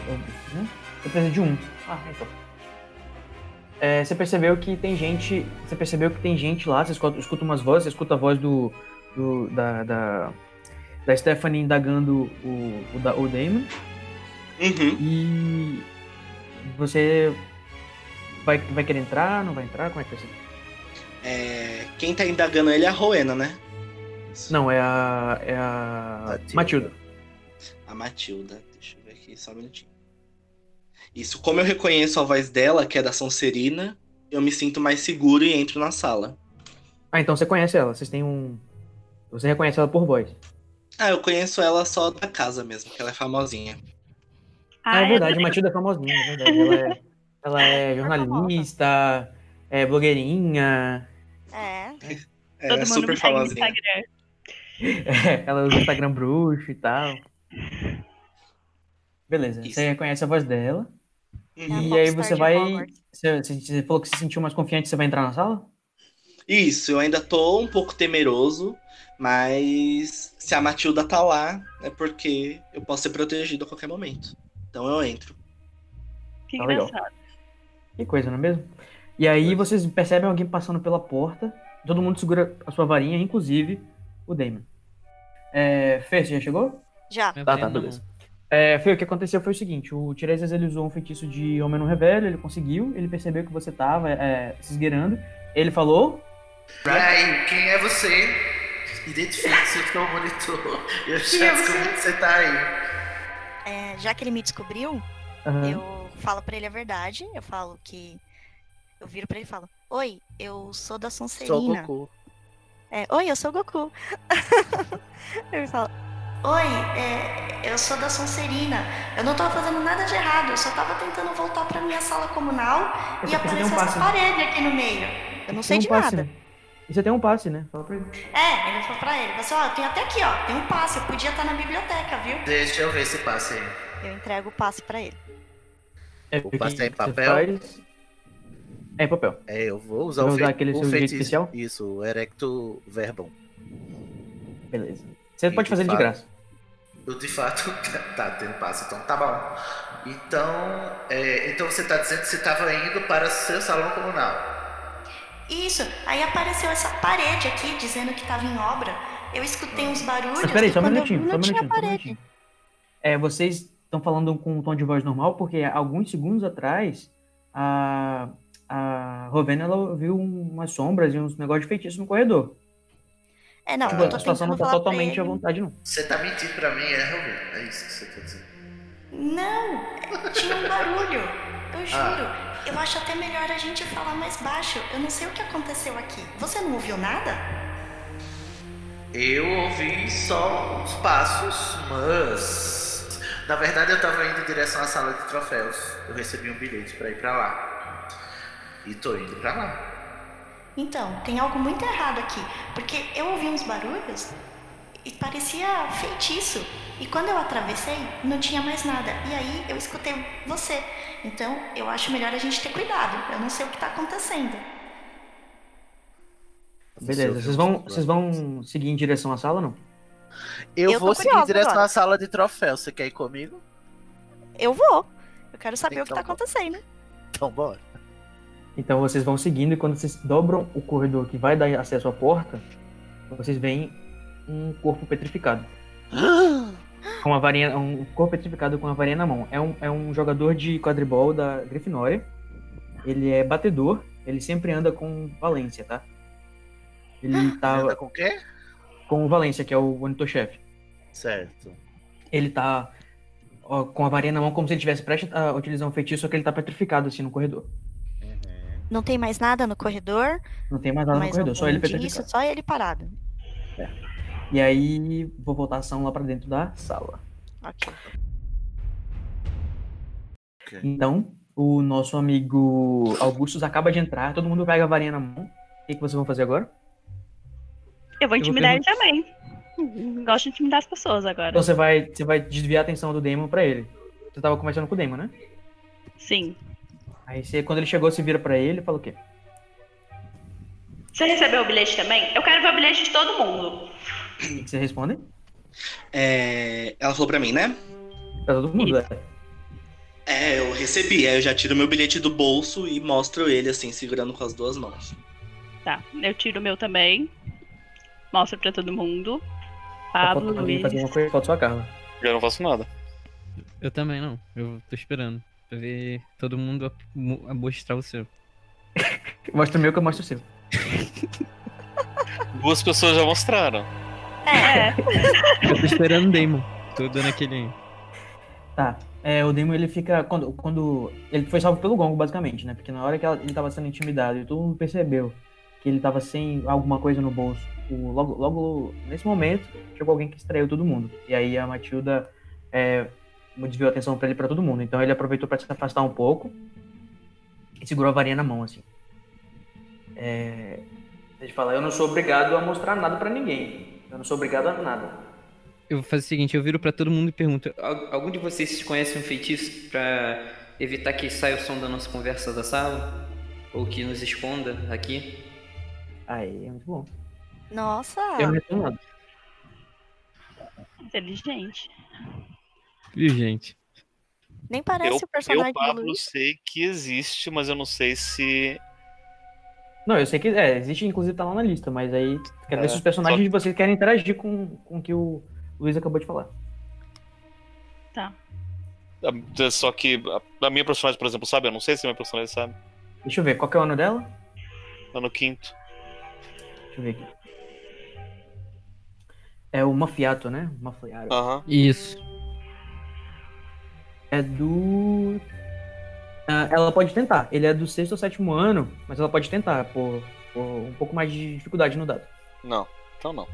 Speaker 1: Eu- né? Eu preciso de um. Ah, então. É, você percebeu que tem gente. Você percebeu que tem gente lá, você escuta, escuta umas vozes, você escuta a voz do. do- da, da. Da Stephanie indagando o, o, da- o Damon.
Speaker 8: Uhum.
Speaker 1: E você vai, vai querer entrar, não vai entrar? Como é que vai ser?
Speaker 8: É, Quem tá indagando ele é a Rowena, né? Isso.
Speaker 1: Não, é a. É a.
Speaker 3: Matilda.
Speaker 1: Matilda.
Speaker 8: A Matilda. Deixa eu ver aqui só um minutinho. Isso, como eu reconheço a voz dela, que é da Sonserina, eu me sinto mais seguro e entro na sala.
Speaker 1: Ah, então você conhece ela. Vocês têm um. Você reconhece ela por voz.
Speaker 8: Ah, eu conheço ela só da casa mesmo, que ela é famosinha.
Speaker 1: Ah, é
Speaker 6: eu
Speaker 1: verdade,
Speaker 6: também-
Speaker 1: Matilda é famosinha, é verdade. Ela é, ela é jornalista, é blogueirinha, (laughs)
Speaker 9: É.
Speaker 8: Ela
Speaker 6: Todo
Speaker 8: é
Speaker 6: mundo
Speaker 8: super
Speaker 6: me segue no
Speaker 8: famosinha.
Speaker 6: Instagram.
Speaker 1: ela usa Instagram bruxo e tal. Beleza,
Speaker 8: Isso.
Speaker 1: você reconhece a voz dela.
Speaker 9: É a
Speaker 1: E
Speaker 8: Uhum.
Speaker 1: aí
Speaker 9: popstar
Speaker 1: você
Speaker 9: de
Speaker 1: vai.
Speaker 9: Hogwarts.
Speaker 1: Você, você falou que se sentiu mais confiante, você vai entrar na sala?
Speaker 8: Isso, eu ainda tô um pouco temeroso, mas se a Matilda tá lá, é porque eu posso ser protegido a qualquer momento. Então eu entro.
Speaker 6: Que
Speaker 1: Tá legal.
Speaker 6: engraçado.
Speaker 1: Que coisa, não é mesmo? E aí vocês percebem alguém passando pela porta, todo mundo segura a sua varinha, inclusive o Damon. É, Fê, você já chegou?
Speaker 9: Já.
Speaker 4: Eu
Speaker 1: Tá,
Speaker 4: falei,
Speaker 1: tá,
Speaker 4: não.
Speaker 1: beleza. É, Fê, o que aconteceu foi o seguinte, o Tiresias ele usou um feitiço de Homem no Revelho, ele conseguiu, ele percebeu que você tava é, se esgueirando, ele falou,
Speaker 3: Brian, quem é você? Identifique-se com o monitor. (laughs) Eu
Speaker 1: é
Speaker 3: já descobri que você tá aí.
Speaker 9: É, já que ele me descobriu,
Speaker 1: aham,
Speaker 9: eu falo pra ele a verdade. Eu falo que. Eu viro pra ele e falo: Oi, eu né? sou da
Speaker 3: Sou o
Speaker 9: Sonserina.
Speaker 3: Goku.
Speaker 9: É, Oi, eu sou o Goku. (laughs) ele fala: Oi, é, eu sou da Sonserina. Eu não tava fazendo nada de errado. Eu só tava tentando voltar pra minha sala comunal
Speaker 1: eu
Speaker 9: e
Speaker 1: só- você tem um
Speaker 9: apareceu essa
Speaker 1: passe, né?
Speaker 9: parede aqui no meio. Eu não
Speaker 1: Tem
Speaker 9: sei
Speaker 1: um
Speaker 9: de
Speaker 1: passe,
Speaker 9: nada.
Speaker 1: né? E você tem um passe, né? Fala pra ele.
Speaker 9: É, ele falou pra ele, falou assim, ó, tem até aqui, ó, tem um passe, eu podia estar na biblioteca, viu?
Speaker 3: Deixa eu ver esse passe aí.
Speaker 9: Eu entrego o passe pra ele.
Speaker 1: É,
Speaker 3: O passe
Speaker 1: que
Speaker 3: é em
Speaker 1: você
Speaker 3: papel?
Speaker 1: faz- É em papel.
Speaker 3: É, eu vou usar
Speaker 1: Vai
Speaker 3: o
Speaker 1: usar
Speaker 3: fei-
Speaker 1: aquele
Speaker 3: o
Speaker 1: seu jeito especial?
Speaker 3: Isso, o Erecto Verbum.
Speaker 1: Beleza. Você
Speaker 3: Tem
Speaker 1: pode
Speaker 3: que
Speaker 1: fazer ele de
Speaker 3: falar.
Speaker 1: graça.
Speaker 3: Eu de fato. (laughs) Tá, tem um passo, então tá bom. Então. é, então você tá dizendo que você tava indo para seu salão comunal.
Speaker 9: Isso, aí apareceu essa parede aqui, dizendo que tava em obra, eu escutei uns barulhos...
Speaker 1: Mas peraí,
Speaker 9: e
Speaker 1: só um
Speaker 9: quando eu
Speaker 1: minutinho,
Speaker 9: vi,
Speaker 1: só um
Speaker 9: não tinha
Speaker 1: minutinho, só um
Speaker 9: parede.
Speaker 1: minutinho. É, vocês estão falando com um tom de voz normal, porque há alguns segundos atrás a, a Rovena ela ouviu um- umas sombras e uns negócios de feitiço no corredor.
Speaker 9: É, não,
Speaker 3: Ah,
Speaker 9: eu tô
Speaker 1: a situação não
Speaker 9: tentando
Speaker 1: tá
Speaker 9: falar pra
Speaker 1: totalmente
Speaker 9: ele.
Speaker 1: à vontade, não.
Speaker 3: Você tá mentindo pra mim, é realmente. É isso que você tá dizendo.
Speaker 9: Não, tinha um barulho, eu juro.
Speaker 3: Ah.
Speaker 9: Eu acho até melhor a gente falar mais baixo, eu não sei o que aconteceu aqui. Você não ouviu nada?
Speaker 3: Eu ouvi só uns passos, mas. Na verdade eu tava indo em direção à sala de troféus. Eu recebi um bilhete pra ir pra lá. E tô indo pra lá.
Speaker 9: Então, tem algo muito errado aqui, porque eu ouvi uns barulhos e parecia feitiço. E quando eu atravessei, não tinha mais nada. E aí eu escutei você. Então, eu acho melhor a gente ter cuidado. Eu não sei o que tá acontecendo.
Speaker 1: Beleza, vocês vão, vocês vão seguir em direção à sala, não?
Speaker 3: Eu,
Speaker 9: Eu tô
Speaker 3: vou seguir em
Speaker 9: curiosa
Speaker 3: direção
Speaker 9: agora.
Speaker 3: à sala de troféus. Você quer ir comigo?
Speaker 9: Eu vou. Eu quero saber
Speaker 3: Então
Speaker 9: o que tá
Speaker 3: vamos.
Speaker 9: acontecendo.
Speaker 10: (gasps)
Speaker 3: Então bora.
Speaker 1: Então vocês vão seguindo e quando vocês dobram o corredor que vai dar acesso à porta, vocês veem um corpo petrificado. com uma varinha, um corpo petrificado com uma varinha na mão. É um, é um jogador de quadribol da Grifinória. Ele é batedor, ele sempre anda com valência, tá? Ele
Speaker 3: Anda
Speaker 1: tava
Speaker 3: com o quê?
Speaker 1: com o Valência, que é o monitor-chefe.
Speaker 3: Certo.
Speaker 1: Ele tá ó, com a varinha na mão, como se ele tivesse prestes a utilizar um feitiço, só que ele tá petrificado assim no corredor.
Speaker 9: Não tem mais nada no corredor,
Speaker 1: Não tem mais nada no
Speaker 9: mas
Speaker 1: corredor, só ele petrificado.
Speaker 9: isso, só ele parado.
Speaker 1: E aí, vou voltar a ação lá pra dentro da sala.
Speaker 9: Ok.
Speaker 1: Então, o nosso amigo Augustus acaba de entrar, todo mundo pega a varinha na mão. O que, que vocês vão fazer agora?
Speaker 6: Eu vou
Speaker 1: Eu vou
Speaker 6: intimidar ele também. Gosto de intimidar as pessoas agora.
Speaker 1: Então você vai, você vai desviar a atenção do Damon pra ele. Você tava conversando com o Damon, né?
Speaker 6: Sim.
Speaker 1: Aí você, quando ele chegou, você vira pra ele e fala o quê?
Speaker 6: Você recebeu o bilhete também? Eu quero ver o bilhete de todo mundo.
Speaker 1: O que você responde?
Speaker 8: É, Ela falou pra mim, né?
Speaker 1: Pra todo mundo, né?
Speaker 8: É, eu recebi. Aí eu já tiro meu bilhete do bolso e mostro ele, assim, segurando com as duas mãos.
Speaker 6: Tá, eu tiro o meu também. Mostro pra todo mundo.
Speaker 1: Só
Speaker 6: Pablo,
Speaker 1: falta Tá alguém
Speaker 6: Luiz.
Speaker 1: fazer uma coisa, falta só a Carla.
Speaker 5: Eu não faço nada.
Speaker 4: Eu também não. Eu tô esperando. Pra ver todo mundo a- mo- a mostrar o seu.
Speaker 1: Mostra o meu que eu mostro o seu.
Speaker 5: Duas pessoas já mostraram.
Speaker 6: É,
Speaker 4: Eu tô esperando o Damon. Tô dando aquele.
Speaker 1: Tá. É, o Demon ele fica. Quando, quando. Ele foi salvo pelo Gongo, basicamente, né? Porque na hora que ela- ele tava sendo intimidado e todo mundo percebeu que ele tava sem alguma coisa no bolso. o- logo, logo nesse momento, chegou alguém que distraiu todo mundo. E aí a Matilda é, desviou a atenção pra ele e pra todo mundo. Então ele aproveitou pra se afastar um pouco e segurou a varinha na mão, assim. É, ele fala, eu não sou obrigado a mostrar nada pra ninguém. Eu não sou obrigado a nada.
Speaker 4: Eu vou fazer o seguinte, eu viro pra todo mundo e pergunto.
Speaker 7: Al- Algum de vocês conhece um feitiço pra evitar que saia o som da nossa conversa da sala? Ou que nos esconda aqui?
Speaker 1: Aí, é muito bom.
Speaker 9: Nossa,
Speaker 1: Eu não respondo nada.
Speaker 6: É, inteligente.
Speaker 4: Viu, gente?
Speaker 9: nem parece o
Speaker 5: eu,
Speaker 9: personagem
Speaker 5: eu,
Speaker 9: do
Speaker 5: Pablo,
Speaker 9: Luiz.
Speaker 5: sei que existe, mas eu não sei se.
Speaker 1: Não, eu sei que é, existe, inclusive tá lá na lista, mas aí quero ver se os personagens
Speaker 5: só-
Speaker 1: de vocês querem interagir com, com o que o Luiz acabou de falar.
Speaker 5: a- é Só que a, a minha personagem, por exemplo, sabe? Eu não sei se a minha personagem sabe.
Speaker 1: Deixa eu ver, qual que é o ano dela?
Speaker 5: Ano quinto.
Speaker 1: Deixa eu ver aqui. É o Mafiato, né? Mafiato.
Speaker 5: Aham.
Speaker 4: Isso.
Speaker 1: É do. Ah, ela pode tentar. Ele é do sexto ou sétimo ano, mas ela pode tentar, por, por um pouco mais de dificuldade no dado.
Speaker 5: Não, então não.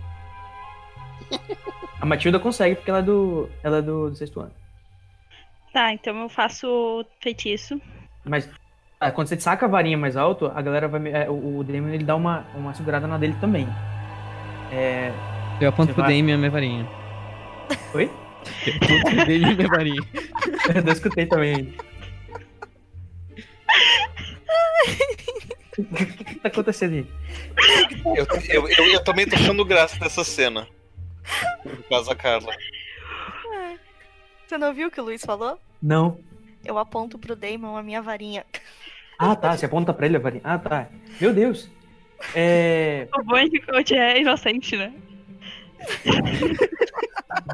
Speaker 1: A Matilda consegue, porque ela é do. Ela é do, do sexto ano.
Speaker 6: Tá, então eu faço feitiço.
Speaker 1: Mas ah, quando você saca a varinha mais alto, a galera vai. me- é, o, o Demon ele dá uma, uma segurada na dele também. É.
Speaker 4: Eu aponto
Speaker 1: Você
Speaker 4: pro
Speaker 1: vai-
Speaker 4: Damon a minha varinha.
Speaker 1: Oi?
Speaker 4: Eu aponto pro Damon a minha varinha.
Speaker 1: (laughs) Eu não escutei também. O que, que tá acontecendo aí?
Speaker 5: Eu, eu, eu, eu também tô achando graça dessa cena. No caso da Carla.
Speaker 9: Você não viu o que o Luiz falou?
Speaker 1: Não.
Speaker 9: Eu aponto pro Damon a minha varinha.
Speaker 1: Ah, tá. Você aponta pra ele, a varinha. Ah, tá. Meu Deus. É.
Speaker 6: O bom é que o coach é inocente, né?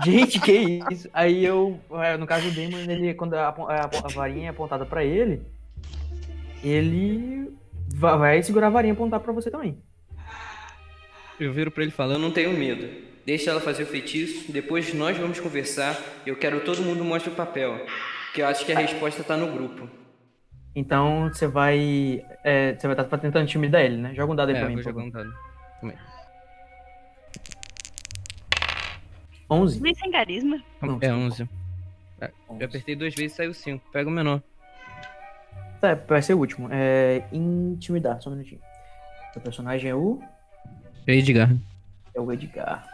Speaker 1: Gente, que isso? Aí eu. é, No caso do Damon, ele, quando a, a- a varinha é apontada pra ele, ele va- vai segurar a varinha e apontar pra você também.
Speaker 4: Eu viro pra ele
Speaker 7: Eu
Speaker 4: falando.
Speaker 7: não tenho medo. Deixa ela fazer o feitiço, depois nós vamos conversar. Eu quero todo mundo mostre o papel. Que eu acho que a resposta tá no grupo.
Speaker 1: Então você vai. é, você vai estar tentando intimidar ele, né? Joga um dado aí
Speaker 4: É,
Speaker 1: pra
Speaker 4: eu
Speaker 1: mim.
Speaker 4: vou
Speaker 1: Por
Speaker 4: jogar
Speaker 1: favor.
Speaker 4: um dado.
Speaker 1: 11?
Speaker 6: Luiz sem carisma.
Speaker 1: Não,
Speaker 4: É
Speaker 1: cinco.
Speaker 4: 11. Eu apertei duas vezes e saiu 5. Pega o menor.
Speaker 1: Tá, vai ser o último. É. Intimidar, só um minutinho. Seu personagem é o.
Speaker 4: Edgar.
Speaker 1: É o Edgar.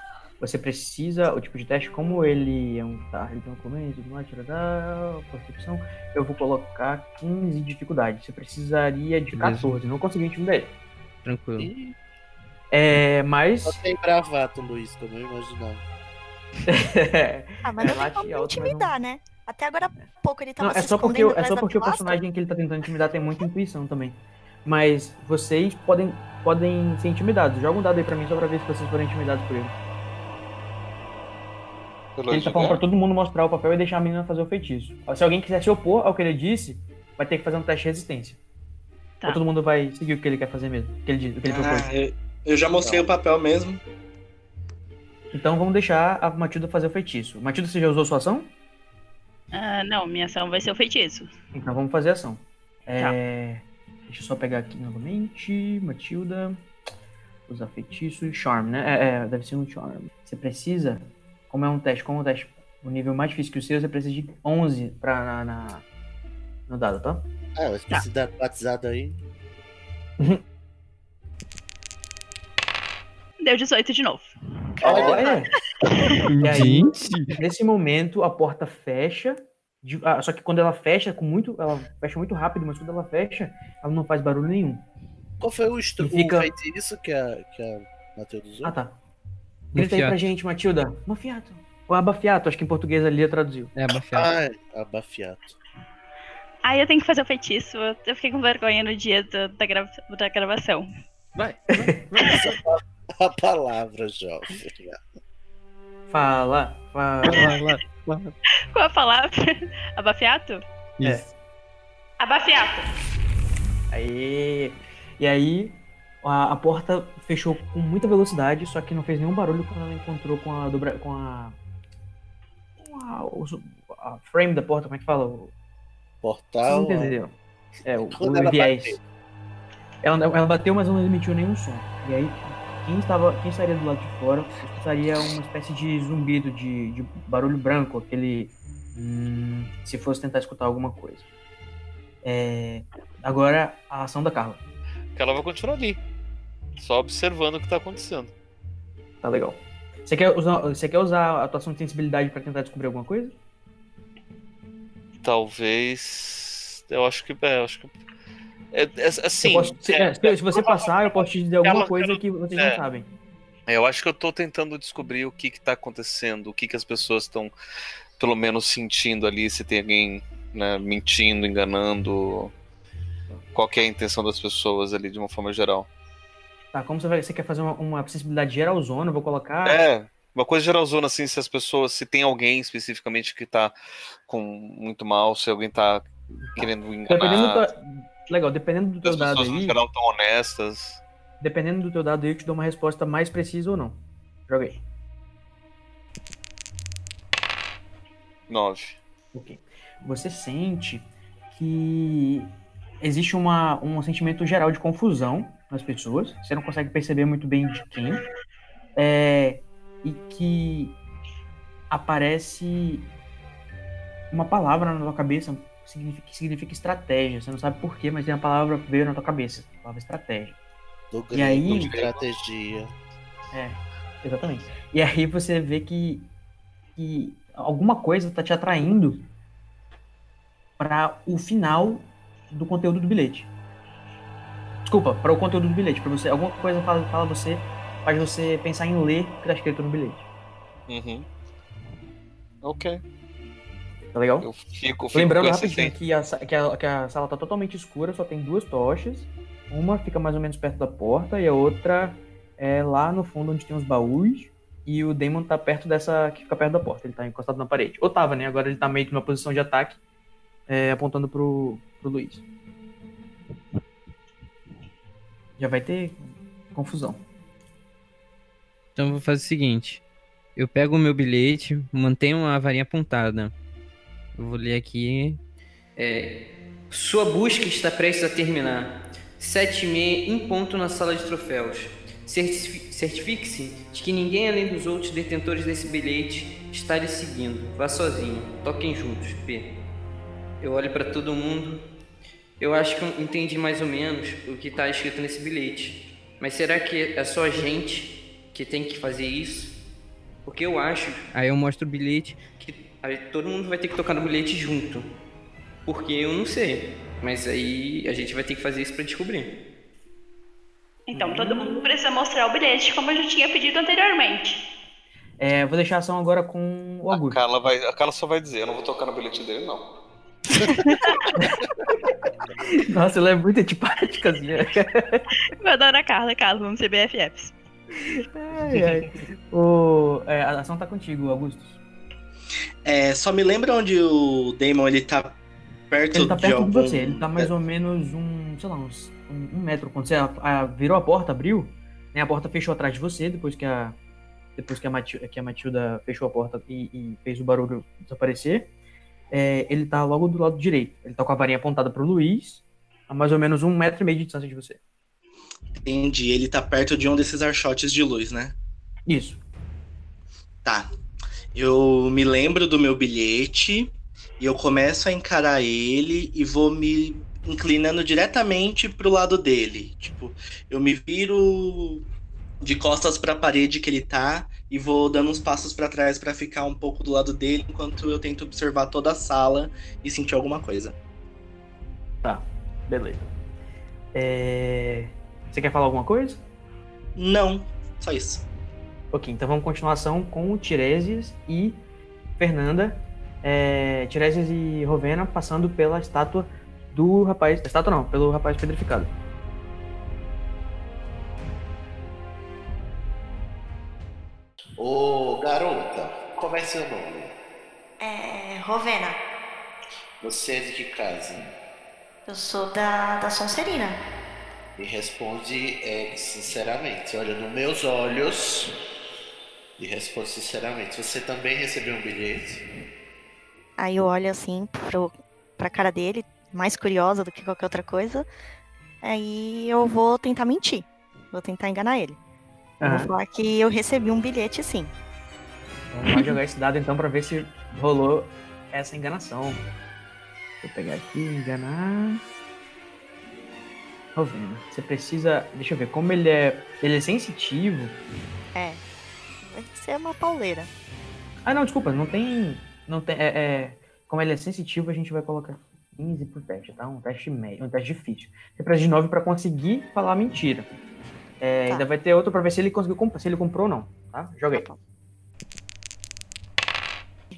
Speaker 1: Você precisa. O tipo de teste, como ele é um. Tá, ele tem um comando, tudo mais, tarará, percepção. Eu vou colocar 15 de dificuldade. Você precisaria de
Speaker 4: Beleza.
Speaker 1: 14. Não conseguiu intimidar ele.
Speaker 4: Tranquilo.
Speaker 1: É. Mas. (laughs)
Speaker 3: Só tem bravata, Luiz, como eu imaginava.
Speaker 9: Ah, mas
Speaker 1: É,
Speaker 9: não tem
Speaker 1: late
Speaker 9: como
Speaker 1: alto, mas
Speaker 9: intimidar, né? Até agora há pouco ele tava
Speaker 1: Não, é
Speaker 9: se
Speaker 1: só porque,
Speaker 9: escondendo
Speaker 1: é
Speaker 9: atrás
Speaker 1: só
Speaker 9: da
Speaker 1: porque o
Speaker 9: pilastra.
Speaker 1: personagem que ele tá tentando intimidar tem muita intuição também. Mas vocês podem, podem ser intimidados. Joga um dado aí pra mim só pra ver se vocês forem intimidados por ele.
Speaker 5: Pelo
Speaker 1: Ele tá falando pra todo mundo mostrar o papel e deixar a menina fazer o feitiço. Se alguém quiser se opor ao que ele disse, vai ter que fazer um teste de resistência.
Speaker 6: Tá.
Speaker 1: Ou todo mundo vai Ah, seguir o que ele quer fazer mesmo, o que ele, diz- o que ele propôs.
Speaker 8: Ah, eu, eu já mostrei o papel mesmo.
Speaker 1: Então vamos deixar a Matilda fazer o feitiço. Matilda, você já usou sua ação?
Speaker 6: Ah, não, minha ação vai ser o feitiço.
Speaker 1: Então vamos fazer a ação. É, Deixa eu só pegar aqui novamente. Matilda. Usar feitiço. Charm, né? É, é, deve ser um charm. Você precisa. Como é um teste, como é um teste, o nível mais difícil que o seu, você precisa de 11 pra, na, na- no dado, tá?
Speaker 10: Ah, mas precisa dar batizado aí.
Speaker 6: Deu 18 de novo.
Speaker 1: Olha! E aí,
Speaker 4: Gente!
Speaker 1: nesse momento, a porta fecha. de- ah, só que quando ela fecha com muito. Ela fecha muito rápido, mas quando ela fecha, ela não faz barulho nenhum.
Speaker 10: Qual foi o, estru...
Speaker 1: E fica-
Speaker 10: o feitiço que a, que a Matheus usou?
Speaker 1: Ah, tá. Grita aí pra
Speaker 4: Mafiato.
Speaker 1: gente, Matilda. Mafiato. Ou abafiato, acho que em português ali traduziu.
Speaker 4: É, abafado.
Speaker 10: Ah, abafiado.
Speaker 6: Aí eu tenho que fazer o feitiço. Eu eu fiquei com vergonha no dia do- da, grava- da gravação.
Speaker 7: Vai.
Speaker 10: (laughs) A palavra, jovem.
Speaker 1: Fala, fala.
Speaker 4: Lá, lá, lá.
Speaker 6: Qual a palavra? (laughs) Abafiato?
Speaker 1: É.
Speaker 4: Isso.
Speaker 6: Abafiato.
Speaker 1: Aê! E aí, a, a porta fechou com muita velocidade, só que não fez nenhum barulho quando ela encontrou com a dobra, com a com a, o su- a frame da porta, como é que fala? O- Vocês
Speaker 10: Portal.
Speaker 1: entenderam? Então, É, o,
Speaker 10: Quando
Speaker 1: o
Speaker 10: ela
Speaker 1: viés.
Speaker 10: bateu.
Speaker 1: Ela, ela bateu, mas não emitiu nenhum som. E aí, quem, estava, quem estaria do lado de fora escutaria uma espécie de zumbido, de, de barulho branco, aquele. hum, se fosse tentar escutar alguma coisa. É, agora, a ação da Carla.
Speaker 5: Porque ela vai continuar ali. Só observando o que tá acontecendo.
Speaker 1: Tá legal. Você quer usar, você quer usar a atuação de sensibilidade pra tentar descobrir alguma coisa?
Speaker 5: Talvez. Eu acho que. É, eu acho que. É, é,
Speaker 1: eu
Speaker 5: assim.
Speaker 1: posso, se,
Speaker 5: é,
Speaker 1: é, se- se você passar, eu posso te dizer alguma
Speaker 5: Ela-
Speaker 1: coisa
Speaker 5: ela-
Speaker 1: que vocês
Speaker 5: é.
Speaker 1: não sabem.
Speaker 5: É, Eu acho que eu tô tentando descobrir o que que tá acontecendo, o que que as pessoas estão, pelo menos, sentindo ali, se tem alguém né, mentindo, enganando, qual que é a intenção das pessoas ali, de uma forma geral.
Speaker 1: Tá, como você, vai, você quer fazer uma, uma sensibilidade geralzona, eu vou colocar.
Speaker 5: É, uma coisa geralzona, assim, se as pessoas, se tem alguém especificamente que tá com muito mal, se alguém tá querendo
Speaker 1: Dependendo do
Speaker 5: enganar,
Speaker 1: teu- Legal, dependendo do
Speaker 5: se as
Speaker 1: teu dado
Speaker 5: pessoas no
Speaker 1: aí,
Speaker 5: geral estão honestas.
Speaker 1: dependendo do teu dado aí, eu te dou uma resposta mais precisa ou não. Joga aí.
Speaker 5: Nove.
Speaker 1: Ok. Você sente que existe uma, um sentimento geral de confusão nas pessoas. Você não consegue perceber muito bem de quem. É, e que aparece uma palavra na tua cabeça significa- que significa estratégia. Você não sabe por quê, mas tem uma palavra que veio na tua cabeça. A palavra estratégia.
Speaker 10: Do
Speaker 1: E aí-
Speaker 10: grego, estratégia.
Speaker 1: Exatamente. E aí você vê que, que alguma coisa tá te atraindo para o final do conteúdo do bilhete. Desculpa, para o conteúdo do bilhete, para você alguma coisa fala, fala você, faz você pensar em ler o que tá escrito no bilhete.
Speaker 5: Uhum. Ok.
Speaker 1: Tá legal?
Speaker 5: Eu fico, fico
Speaker 1: Lembrando
Speaker 5: com esse
Speaker 1: rapidinho
Speaker 5: senso.
Speaker 1: que a, sa- que, a, que a sala tá totalmente escura, só tem duas tochas. Uma fica mais ou menos perto da porta e a outra é lá no fundo onde tem os baús. E o Damon tá perto dessa. que fica perto da porta, ele tá encostado na parede. Ou tava, né? Agora ele tá meio que numa posição de ataque, é, apontando pro, pro Luiz. Já vai ter confusão.
Speaker 4: Então eu vou fazer o seguinte. Eu pego o meu bilhete, mantenho a varinha apontada. Eu vou ler aqui.
Speaker 7: É, sua busca está prestes a terminar. Sete e meia em ponto na sala de troféus. Certifi- Certifique-se de que ninguém além dos outros detentores desse bilhete está lhe seguindo. Vá sozinho. Toquem juntos, P. Eu olho para todo mundo. Eu acho que eu entendi mais ou menos o que está escrito nesse bilhete. Mas será que é só a gente que tem que fazer isso? Porque eu acho
Speaker 4: Aí eu mostro o bilhete.
Speaker 7: que aí todo mundo vai ter que tocar no bilhete junto. Porque eu não sei. Mas aí a gente vai ter que fazer isso pra descobrir.
Speaker 6: Então todo mundo precisa mostrar o bilhete, como eu já tinha pedido anteriormente.
Speaker 1: É, vou deixar a ação agora com o
Speaker 5: A
Speaker 1: Augusto.
Speaker 5: Carla, vai, a Carla só vai dizer, eu não vou tocar no bilhete dele, não.
Speaker 1: Nossa, ela é muito antipática, assim. né?
Speaker 6: Eu adoro a é Carla, Carla, vamos ser BFFs.
Speaker 1: Ai, ai. O, é, a ação tá contigo, Augusto.
Speaker 8: É, só me lembra onde o Damon ele tá perto
Speaker 1: Ele tá
Speaker 8: de
Speaker 1: perto de,
Speaker 8: algum.
Speaker 1: você, ele tá mais ou menos um, sei lá, uns, um, um metro. Quando você a- a- virou a porta, abriu, né? A porta fechou atrás de você, depois que a, depois que a, Mati- que a Matilda fechou a porta e, e fez o barulho desaparecer, é, ele tá logo do lado direito. Ele tá com a varinha apontada pro Luiz, a mais ou menos um metro e meio de distância de você.
Speaker 8: Entendi. Ele tá perto de um desses archotes de luz, né?
Speaker 1: Isso.
Speaker 8: Tá. Eu me lembro do meu bilhete e eu começo a encarar ele e vou me inclinando diretamente pro lado dele. Tipo, eu me viro de costas pra parede que ele tá e vou dando uns passos pra trás pra ficar um pouco do lado dele enquanto eu tento observar toda a sala e sentir alguma coisa.
Speaker 1: Beleza. É, Você quer falar alguma coisa?
Speaker 8: Não, só isso.
Speaker 1: Ok, então vamos continuação com o Tiresias e Fernanda. É, Tiresias e Rovena passando pela estátua do rapaz. Estátua não, pelo rapaz pedrificado.
Speaker 3: Ô, garota, como é seu nome?
Speaker 9: É, Rovena,
Speaker 3: Você é de que casa?
Speaker 9: eu sou da, da Sonserina.
Speaker 3: Me responde é, sinceramente. Olha nos meus olhos e responde sinceramente. Você também recebeu um bilhete?
Speaker 9: Aí eu olho assim pro, pra cara dele, mais curiosa do que qualquer outra coisa. Aí eu vou tentar mentir. Vou tentar enganar ele. Eu Vou falar que eu recebi um bilhete sim.
Speaker 1: Vamos jogar esse dado então pra ver se rolou essa enganação. Vou pegar aqui, enganar. Rovena, você precisa. Deixa eu ver, como ele é. Ele é sensitivo.
Speaker 9: É. Vai ser é uma pauleira.
Speaker 1: Ah, não, desculpa, não tem. Não tem é, é, como ele é sensitivo, a gente vai colocar 15 pro teste, tá? Um teste médio, um teste difícil. Você precisa de 9 pra conseguir falar mentira. É,
Speaker 9: Tá.
Speaker 1: Ainda vai ter outro pra ver se ele conseguiu comprar, se ele comprou ou não, tá? Joga
Speaker 3: (laughs)
Speaker 1: aí.
Speaker 9: Tá bom. (laughs)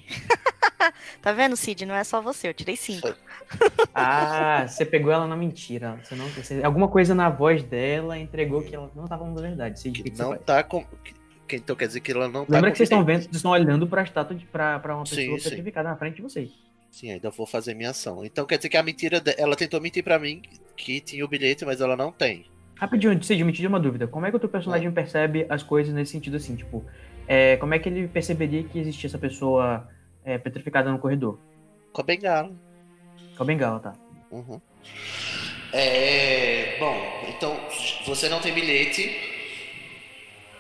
Speaker 9: Tá vendo, Cid? Não é só você, eu tirei cinco.
Speaker 1: Ah, você pegou ela na mentira. Você não, você- alguma coisa na voz dela entregou que ela não tá falando a verdade. Cid, o que
Speaker 3: Que
Speaker 1: que você
Speaker 3: não
Speaker 1: faz?
Speaker 3: tá com. que- que- Então quer dizer que ela não tá
Speaker 1: Lembra que vocês estão
Speaker 3: competente.
Speaker 1: vendo, vocês estão olhando pra estátua, de, pra, pra uma
Speaker 3: Sim,
Speaker 1: pessoa
Speaker 3: sim.
Speaker 1: petrificada na frente de vocês.
Speaker 3: Sim, ainda vou fazer minha ação. Então quer dizer que a mentira dela. Ela tentou mentir pra mim que tinha o bilhete, mas ela não tem.
Speaker 1: Rapidinho, Cid, me tira uma dúvida. Como é que o teu personagem percebe as coisas nesse sentido assim? Tipo, é, como é que ele perceberia que existia essa pessoa é, petrificada no corredor?
Speaker 3: Com a bengala.
Speaker 1: Com a bengala, tá?
Speaker 3: Uhum. É. Bom, então você não tem bilhete.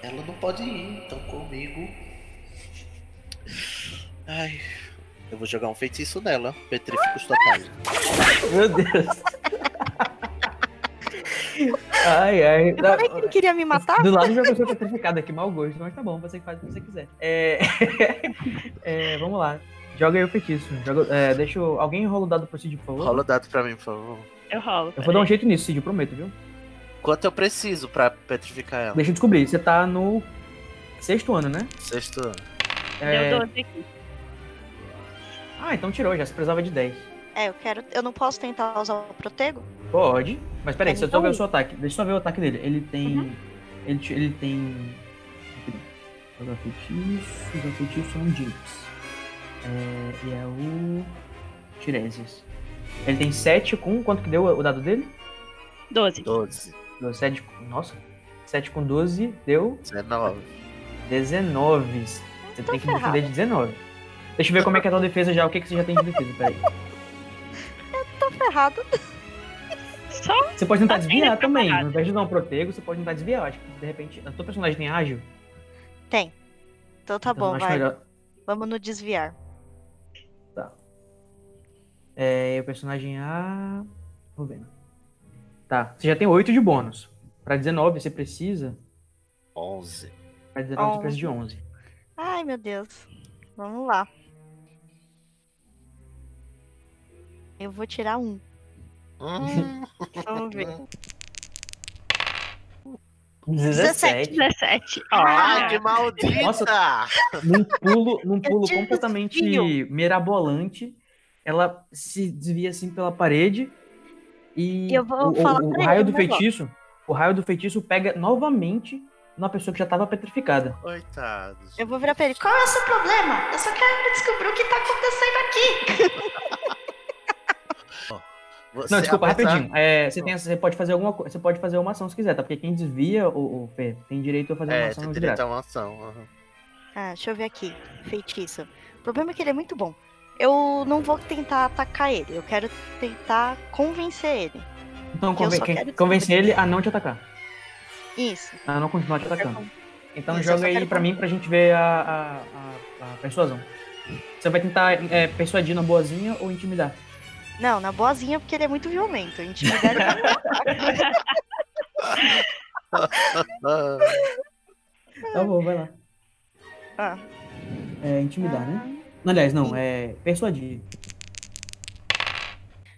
Speaker 3: Ela não pode ir, então comigo. Ai. Eu vou jogar um feitiço nela. Petrificos totais.
Speaker 1: Meu
Speaker 9: (laughs)
Speaker 1: Deus. ai, ai.
Speaker 9: Como é que ele queria me matar?
Speaker 1: Do lado já aconteceu petrificada, que mau gosto, mas tá bom, você que faz o que você quiser. É... (laughs) é, vamos lá. Joga aí o feitiço. Joga, é, deixa eu... Alguém rola o dado pro Cid, por favor.
Speaker 3: Rola o dado pra mim, por favor.
Speaker 6: Eu rolo.
Speaker 1: Eu vou dar um jeito nisso, Cid, eu prometo, viu?
Speaker 3: Quanto eu preciso pra petrificar ela?
Speaker 1: Deixa eu descobrir. Você tá no sexto ano, né?
Speaker 3: Sexto ano.
Speaker 1: É,
Speaker 6: Deu 12 aqui.
Speaker 1: Ah, então tirou já. Você precisava de 10.
Speaker 9: É, eu quero. Eu não posso tentar usar o protego?
Speaker 1: Pode. Mas peraí,
Speaker 9: É
Speaker 1: deixa eu só
Speaker 9: nível
Speaker 1: ver o
Speaker 9: um.
Speaker 1: seu ataque. Deixa eu só ver o ataque dele. Ele tem. Ele, te- ele tem. Jogar feitiço. Jogar feitiço é um Jinx. É, e é o. Tiresias. Ele tem 7 com. Quanto que deu o dado dele?
Speaker 6: 12.
Speaker 3: 12,
Speaker 1: 7 com. Nossa. 7 com 12 deu
Speaker 3: 19.
Speaker 1: 19. Você
Speaker 9: Tô
Speaker 1: tem que
Speaker 9: ferrada.
Speaker 1: defender de 19. Deixa eu ver como é que é a tua defesa já. O que, que você já tem de defesa? Peraí.
Speaker 9: Tô Tá ferrado.
Speaker 6: Só
Speaker 1: Você pode tentar
Speaker 6: Tá bem,
Speaker 1: desviar
Speaker 6: tá
Speaker 1: também.
Speaker 6: errado.
Speaker 1: Ao invés de dar um protego, você pode tentar desviar. Eu acho que de repente. A tua personagem tem ágil?
Speaker 9: Tem. Então tá
Speaker 1: Então eu
Speaker 9: bom,
Speaker 1: acho
Speaker 9: vai.
Speaker 1: melhor-
Speaker 9: Vamos no desviar.
Speaker 1: É, o personagem A. Vou vendo. Tá. Você já tem 8 de bônus. Pra 19 você precisa.
Speaker 3: 11.
Speaker 1: Pra 19 você precisa de 11.
Speaker 9: Ai, meu Deus. Vamos lá. Eu vou tirar um.
Speaker 1: (laughs)
Speaker 3: Hum,
Speaker 9: Vamos ver.
Speaker 1: 17.
Speaker 6: 17. Ó.
Speaker 1: Ah!
Speaker 3: ai, Ah, que maldita!
Speaker 1: num pulo,
Speaker 9: (laughs)
Speaker 1: num pulo
Speaker 9: tive um
Speaker 1: completamente
Speaker 9: desvio.
Speaker 1: mirabolante. Ela se desvia assim pela parede. E
Speaker 9: E eu vou
Speaker 1: o, o-
Speaker 9: falar
Speaker 1: o
Speaker 9: pra
Speaker 1: raio
Speaker 9: ele
Speaker 1: do
Speaker 9: um negócio.
Speaker 1: feitiço. O raio do feitiço pega novamente na pessoa que já tava petrificada.
Speaker 3: Coitados.
Speaker 9: Eu vou virar pra ele. Qual é o seu problema? Eu só quero descobrir o que tá acontecendo aqui.
Speaker 3: Você,
Speaker 1: Não, desculpa,
Speaker 3: apesar-
Speaker 1: rapidinho. É, você, tem essa- você pode fazer alguma coisa. Você pode fazer uma ação se quiser, tá? Porque quem desvia o, o Fê tem direito a fazer uma
Speaker 3: É,
Speaker 1: ação
Speaker 3: tem
Speaker 1: direta.
Speaker 3: direito a uma ação. aham.
Speaker 9: Ah, deixa eu ver aqui. Feitiço. O problema é que ele é muito bom. Eu não vou tentar atacar ele. Eu quero tentar convencer ele.
Speaker 1: Então
Speaker 9: Eu só
Speaker 1: conven quem-
Speaker 9: quero-
Speaker 1: convencer ele a não te atacar.
Speaker 9: Isso.
Speaker 1: A não continuar te
Speaker 9: Eu quero
Speaker 1: atacando. Então
Speaker 9: Isso, eu
Speaker 1: joga
Speaker 9: só
Speaker 1: aí
Speaker 9: quero
Speaker 1: pra mim pra gente ver a, a, a- a persuasão. Você vai tentar é, persuadir na boazinha ou intimidar?
Speaker 9: Não, na boazinha, porque ele é muito
Speaker 1: (laughs)
Speaker 9: violento. Intimidar ele.
Speaker 3: Ah.
Speaker 1: Tá bom, vai lá.
Speaker 3: Tá.
Speaker 9: Ah,
Speaker 1: É intimidar, né? Aliás, não, é persuadir.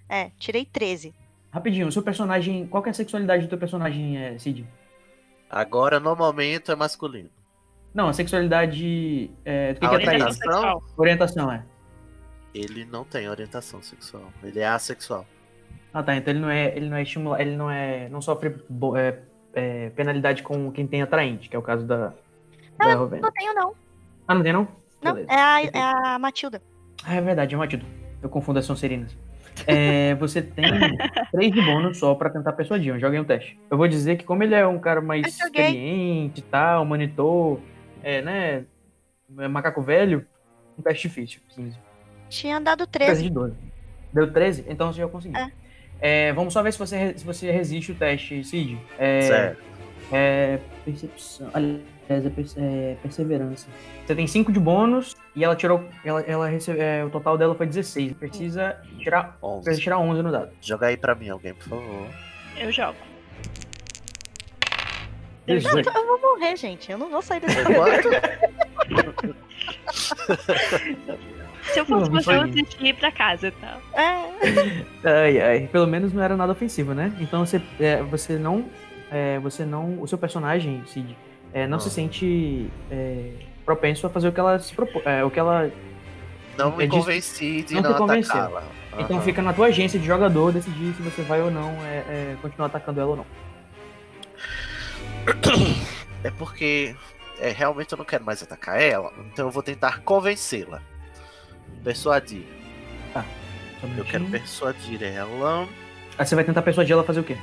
Speaker 9: é, tirei 13.
Speaker 1: Rapidinho, o seu personagem. Qual que é a sexualidade do teu personagem, é, Cid?
Speaker 3: Agora, no momento, é masculino.
Speaker 1: Não, a sexualidade. É, do que,
Speaker 3: A
Speaker 1: que atrai ele?
Speaker 3: orientação?
Speaker 1: Orientação, é.
Speaker 3: Ele não tem orientação sexual. Ele é assexual.
Speaker 1: Ah tá, então ele não é. Ele não é estimulado. Ele não é. não sofre bo- é, é, penalidade com quem tem atraente, que é o caso da. da Rovena.
Speaker 9: Não tenho, não.
Speaker 1: Ah, não tem não?
Speaker 9: Não,
Speaker 1: Beleza.
Speaker 9: é a, é a Matilda.
Speaker 1: Ah, é verdade, é Matilda. Eu confundo as Sonserinas. É, você
Speaker 9: (laughs)
Speaker 1: tem três de bônus só pra tentar persuadir, mas joguei um teste. Eu vou dizer que como ele é um cara mais
Speaker 9: Eu joguei.
Speaker 1: experiente e tal, monitor, é, né, é macaco velho, um teste difícil, 15.
Speaker 9: Tinha dado
Speaker 1: Teste
Speaker 9: 13.
Speaker 1: de 12. Deu 13? Então você já conseguiu.
Speaker 9: É.
Speaker 1: É, vamos só ver se você, re- se você resiste o teste, Cid. É,
Speaker 3: Certo.
Speaker 1: é, percepção. Aliás, é, perce- é perseverança. Você tem 5 de bônus e ela tirou. Ela, ela recebe, é, o total dela foi 16. Precisa tirar, precisa
Speaker 3: 11.
Speaker 1: tirar 11 no dado.
Speaker 3: Joga aí pra mim, alguém, por favor.
Speaker 6: Eu jogo.
Speaker 9: Não, eu vou morrer, gente. Eu não vou sair desse
Speaker 3: Quanto?
Speaker 6: Se eu fosse
Speaker 1: Não,
Speaker 6: você, eu
Speaker 1: foi.
Speaker 6: assistiria pra casa, tá?
Speaker 9: É,
Speaker 1: Ai, ai. Pelo menos não era nada ofensivo, né? Então você, é, você não. é, você não. O seu personagem, Cid, é, não
Speaker 3: Ah.
Speaker 1: se sente é, propenso a fazer o que ela se propõe. é, o que ela.
Speaker 3: Não me
Speaker 1: É disso-
Speaker 3: convenci de
Speaker 1: não te
Speaker 3: não,
Speaker 1: convenceu.
Speaker 3: atacá-la.
Speaker 1: Então
Speaker 3: Aham.
Speaker 1: fica na tua agência de jogador decidir se você vai ou não é, é, continuar atacando ela ou não.
Speaker 3: É porque é, realmente eu não quero mais atacar ela, então eu vou tentar convencê-la. Persuadir.
Speaker 1: Só um
Speaker 3: Eu quero
Speaker 1: minutinho.
Speaker 3: persuadir ela.
Speaker 1: Aí Ah, você vai tentar persuadir ela a fazer o quê?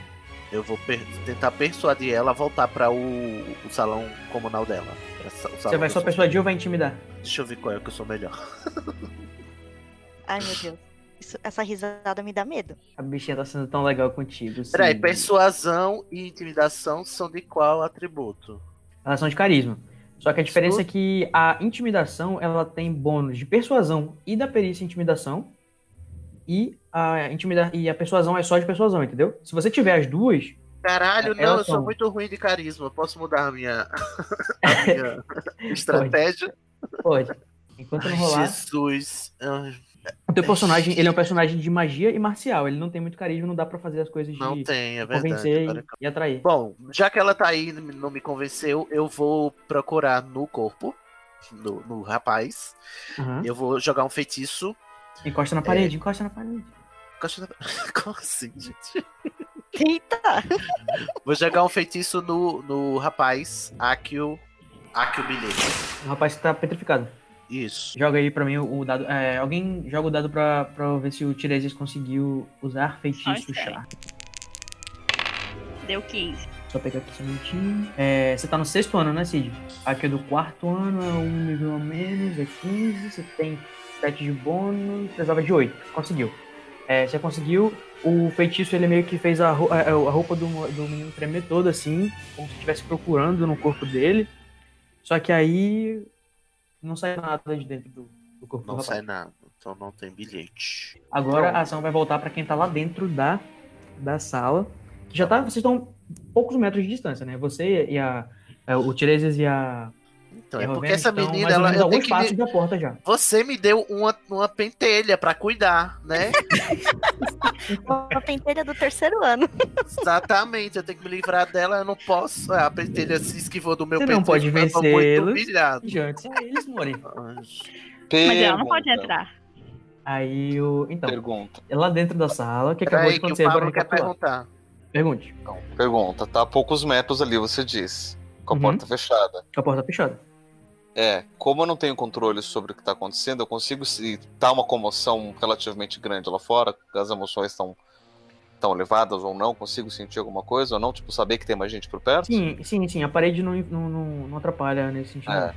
Speaker 3: Eu vou per- tentar persuadir ela a voltar para o, o salão comunal dela. Pra sa- o
Speaker 1: Você
Speaker 3: salão
Speaker 1: vai
Speaker 3: que
Speaker 1: só
Speaker 3: Tá, eu sou- assim.
Speaker 1: persuadir ou vai intimidar?
Speaker 3: Deixa eu ver qual é que eu sou melhor.
Speaker 9: Ai, meu Deus. Isso- essa risada me dá medo.
Speaker 1: A bichinha tá sendo tão legal contigo. assim.
Speaker 3: Peraí, persuasão e intimidação são de qual atributo?
Speaker 1: Elas são de carisma. Só que a diferença é que a intimidação, ela tem bônus de persuasão e da perícia em intimidação. E a, intimida... e a persuasão é só de persuasão, entendeu? Se você tiver as duas,
Speaker 3: Caralho, não,
Speaker 1: Elas
Speaker 3: eu sou
Speaker 1: são.
Speaker 3: muito ruim de carisma. Posso mudar a minha, (laughs) a minha estratégia?
Speaker 1: pode. Enquanto não
Speaker 3: Ai,
Speaker 1: rolar.
Speaker 3: Jesus. Ai,
Speaker 1: O teu personagem, ele é um personagem de magia e marcial. Ele não tem muito carisma, não dá pra fazer as coisas de
Speaker 3: Não tem, é
Speaker 1: convencer
Speaker 3: verdade. Agora-
Speaker 1: e, e atrair.
Speaker 3: Bom, já que ela tá aí e não me convenceu, eu vou procurar no corpo, no, no rapaz.
Speaker 1: Aham.
Speaker 3: Eu vou jogar um feitiço.
Speaker 1: Encosta na
Speaker 3: é
Speaker 1: parede, encosta na parede.
Speaker 3: Caixa da- (laughs) Como assim, gente?
Speaker 9: Eita!
Speaker 3: Vou jogar um feitiço no, no rapaz, Akio. Akio Bilhete.
Speaker 1: O rapaz tá petrificado.
Speaker 3: Isso.
Speaker 1: Joga aí pra mim o o dado. é, alguém joga o dado pra, pra eu ver se o Tiresias conseguiu usar feitiço
Speaker 6: Ok.
Speaker 1: chá.
Speaker 6: Deu 15.
Speaker 1: Só pegar aqui só um minutinho. É, você tá no sexto ano, né, Cid? Aqui é do quarto ano, é um nível a menos, é 15. Você tem 7 de bônus, precisava de 8. Conseguiu. É, você conseguiu. O feitiço, ele meio que fez a, ro- a- a roupa do, mo- do menino tremer toda, assim, como se estivesse procurando no corpo dele. Só que aí. Não sai nada de dentro do, do corpo
Speaker 3: Não
Speaker 1: do rapaz.
Speaker 3: sai nada. Então não tem bilhete.
Speaker 1: Agora a ação vai voltar pra quem tá lá dentro da, da sala. Que já tá, vocês estão poucos metros de distância, né? Você e a, é, o Tiresias e a.
Speaker 3: Então,
Speaker 1: e
Speaker 3: é
Speaker 1: a
Speaker 3: porque
Speaker 1: Rovena
Speaker 3: essa
Speaker 1: estão
Speaker 3: menina,
Speaker 1: mais ou
Speaker 3: ela,
Speaker 1: menos
Speaker 3: eu tenho
Speaker 1: alguns
Speaker 3: que
Speaker 1: passos
Speaker 3: me-
Speaker 1: da porta já.
Speaker 3: Você me deu uma, uma pentelha pra cuidar,
Speaker 1: (laughs)
Speaker 3: né?
Speaker 9: Uma pentelha do terceiro ano.
Speaker 3: Exatamente, eu tenho que me livrar dela, eu não posso. Ah, A pentelha se esquivou do meu
Speaker 1: Você não
Speaker 3: peito,
Speaker 1: pode
Speaker 3: eu tava muito
Speaker 1: vencê-los.
Speaker 3: humilhado.
Speaker 1: Diante. É isso, Mori.
Speaker 6: Mas
Speaker 5: É,
Speaker 6: ela não pode
Speaker 5: então.
Speaker 6: entrar.
Speaker 1: Aí o. Então,
Speaker 5: Pergunta.
Speaker 1: é lá dentro da sala, o que acabou
Speaker 3: Peraí,
Speaker 1: de
Speaker 3: que o
Speaker 1: acontecer? Vamos
Speaker 3: Pablo quer
Speaker 1: recapitular.
Speaker 3: perguntar.
Speaker 1: Pergunte.
Speaker 5: Pergunta. Tá a poucos metros ali, você diz. Com a
Speaker 1: Uhum.
Speaker 5: porta fechada.
Speaker 1: Com a porta tá fechada.
Speaker 5: É, como eu não tenho controle sobre o que tá acontecendo, eu consigo se tá uma comoção relativamente grande lá fora, as emoções estão tão elevadas ou não, consigo sentir alguma coisa ou não, tipo, saber que tem mais gente por perto?
Speaker 1: Sim, sim, sim. A parede não, não, não, não atrapalha nesse sentido.
Speaker 5: É.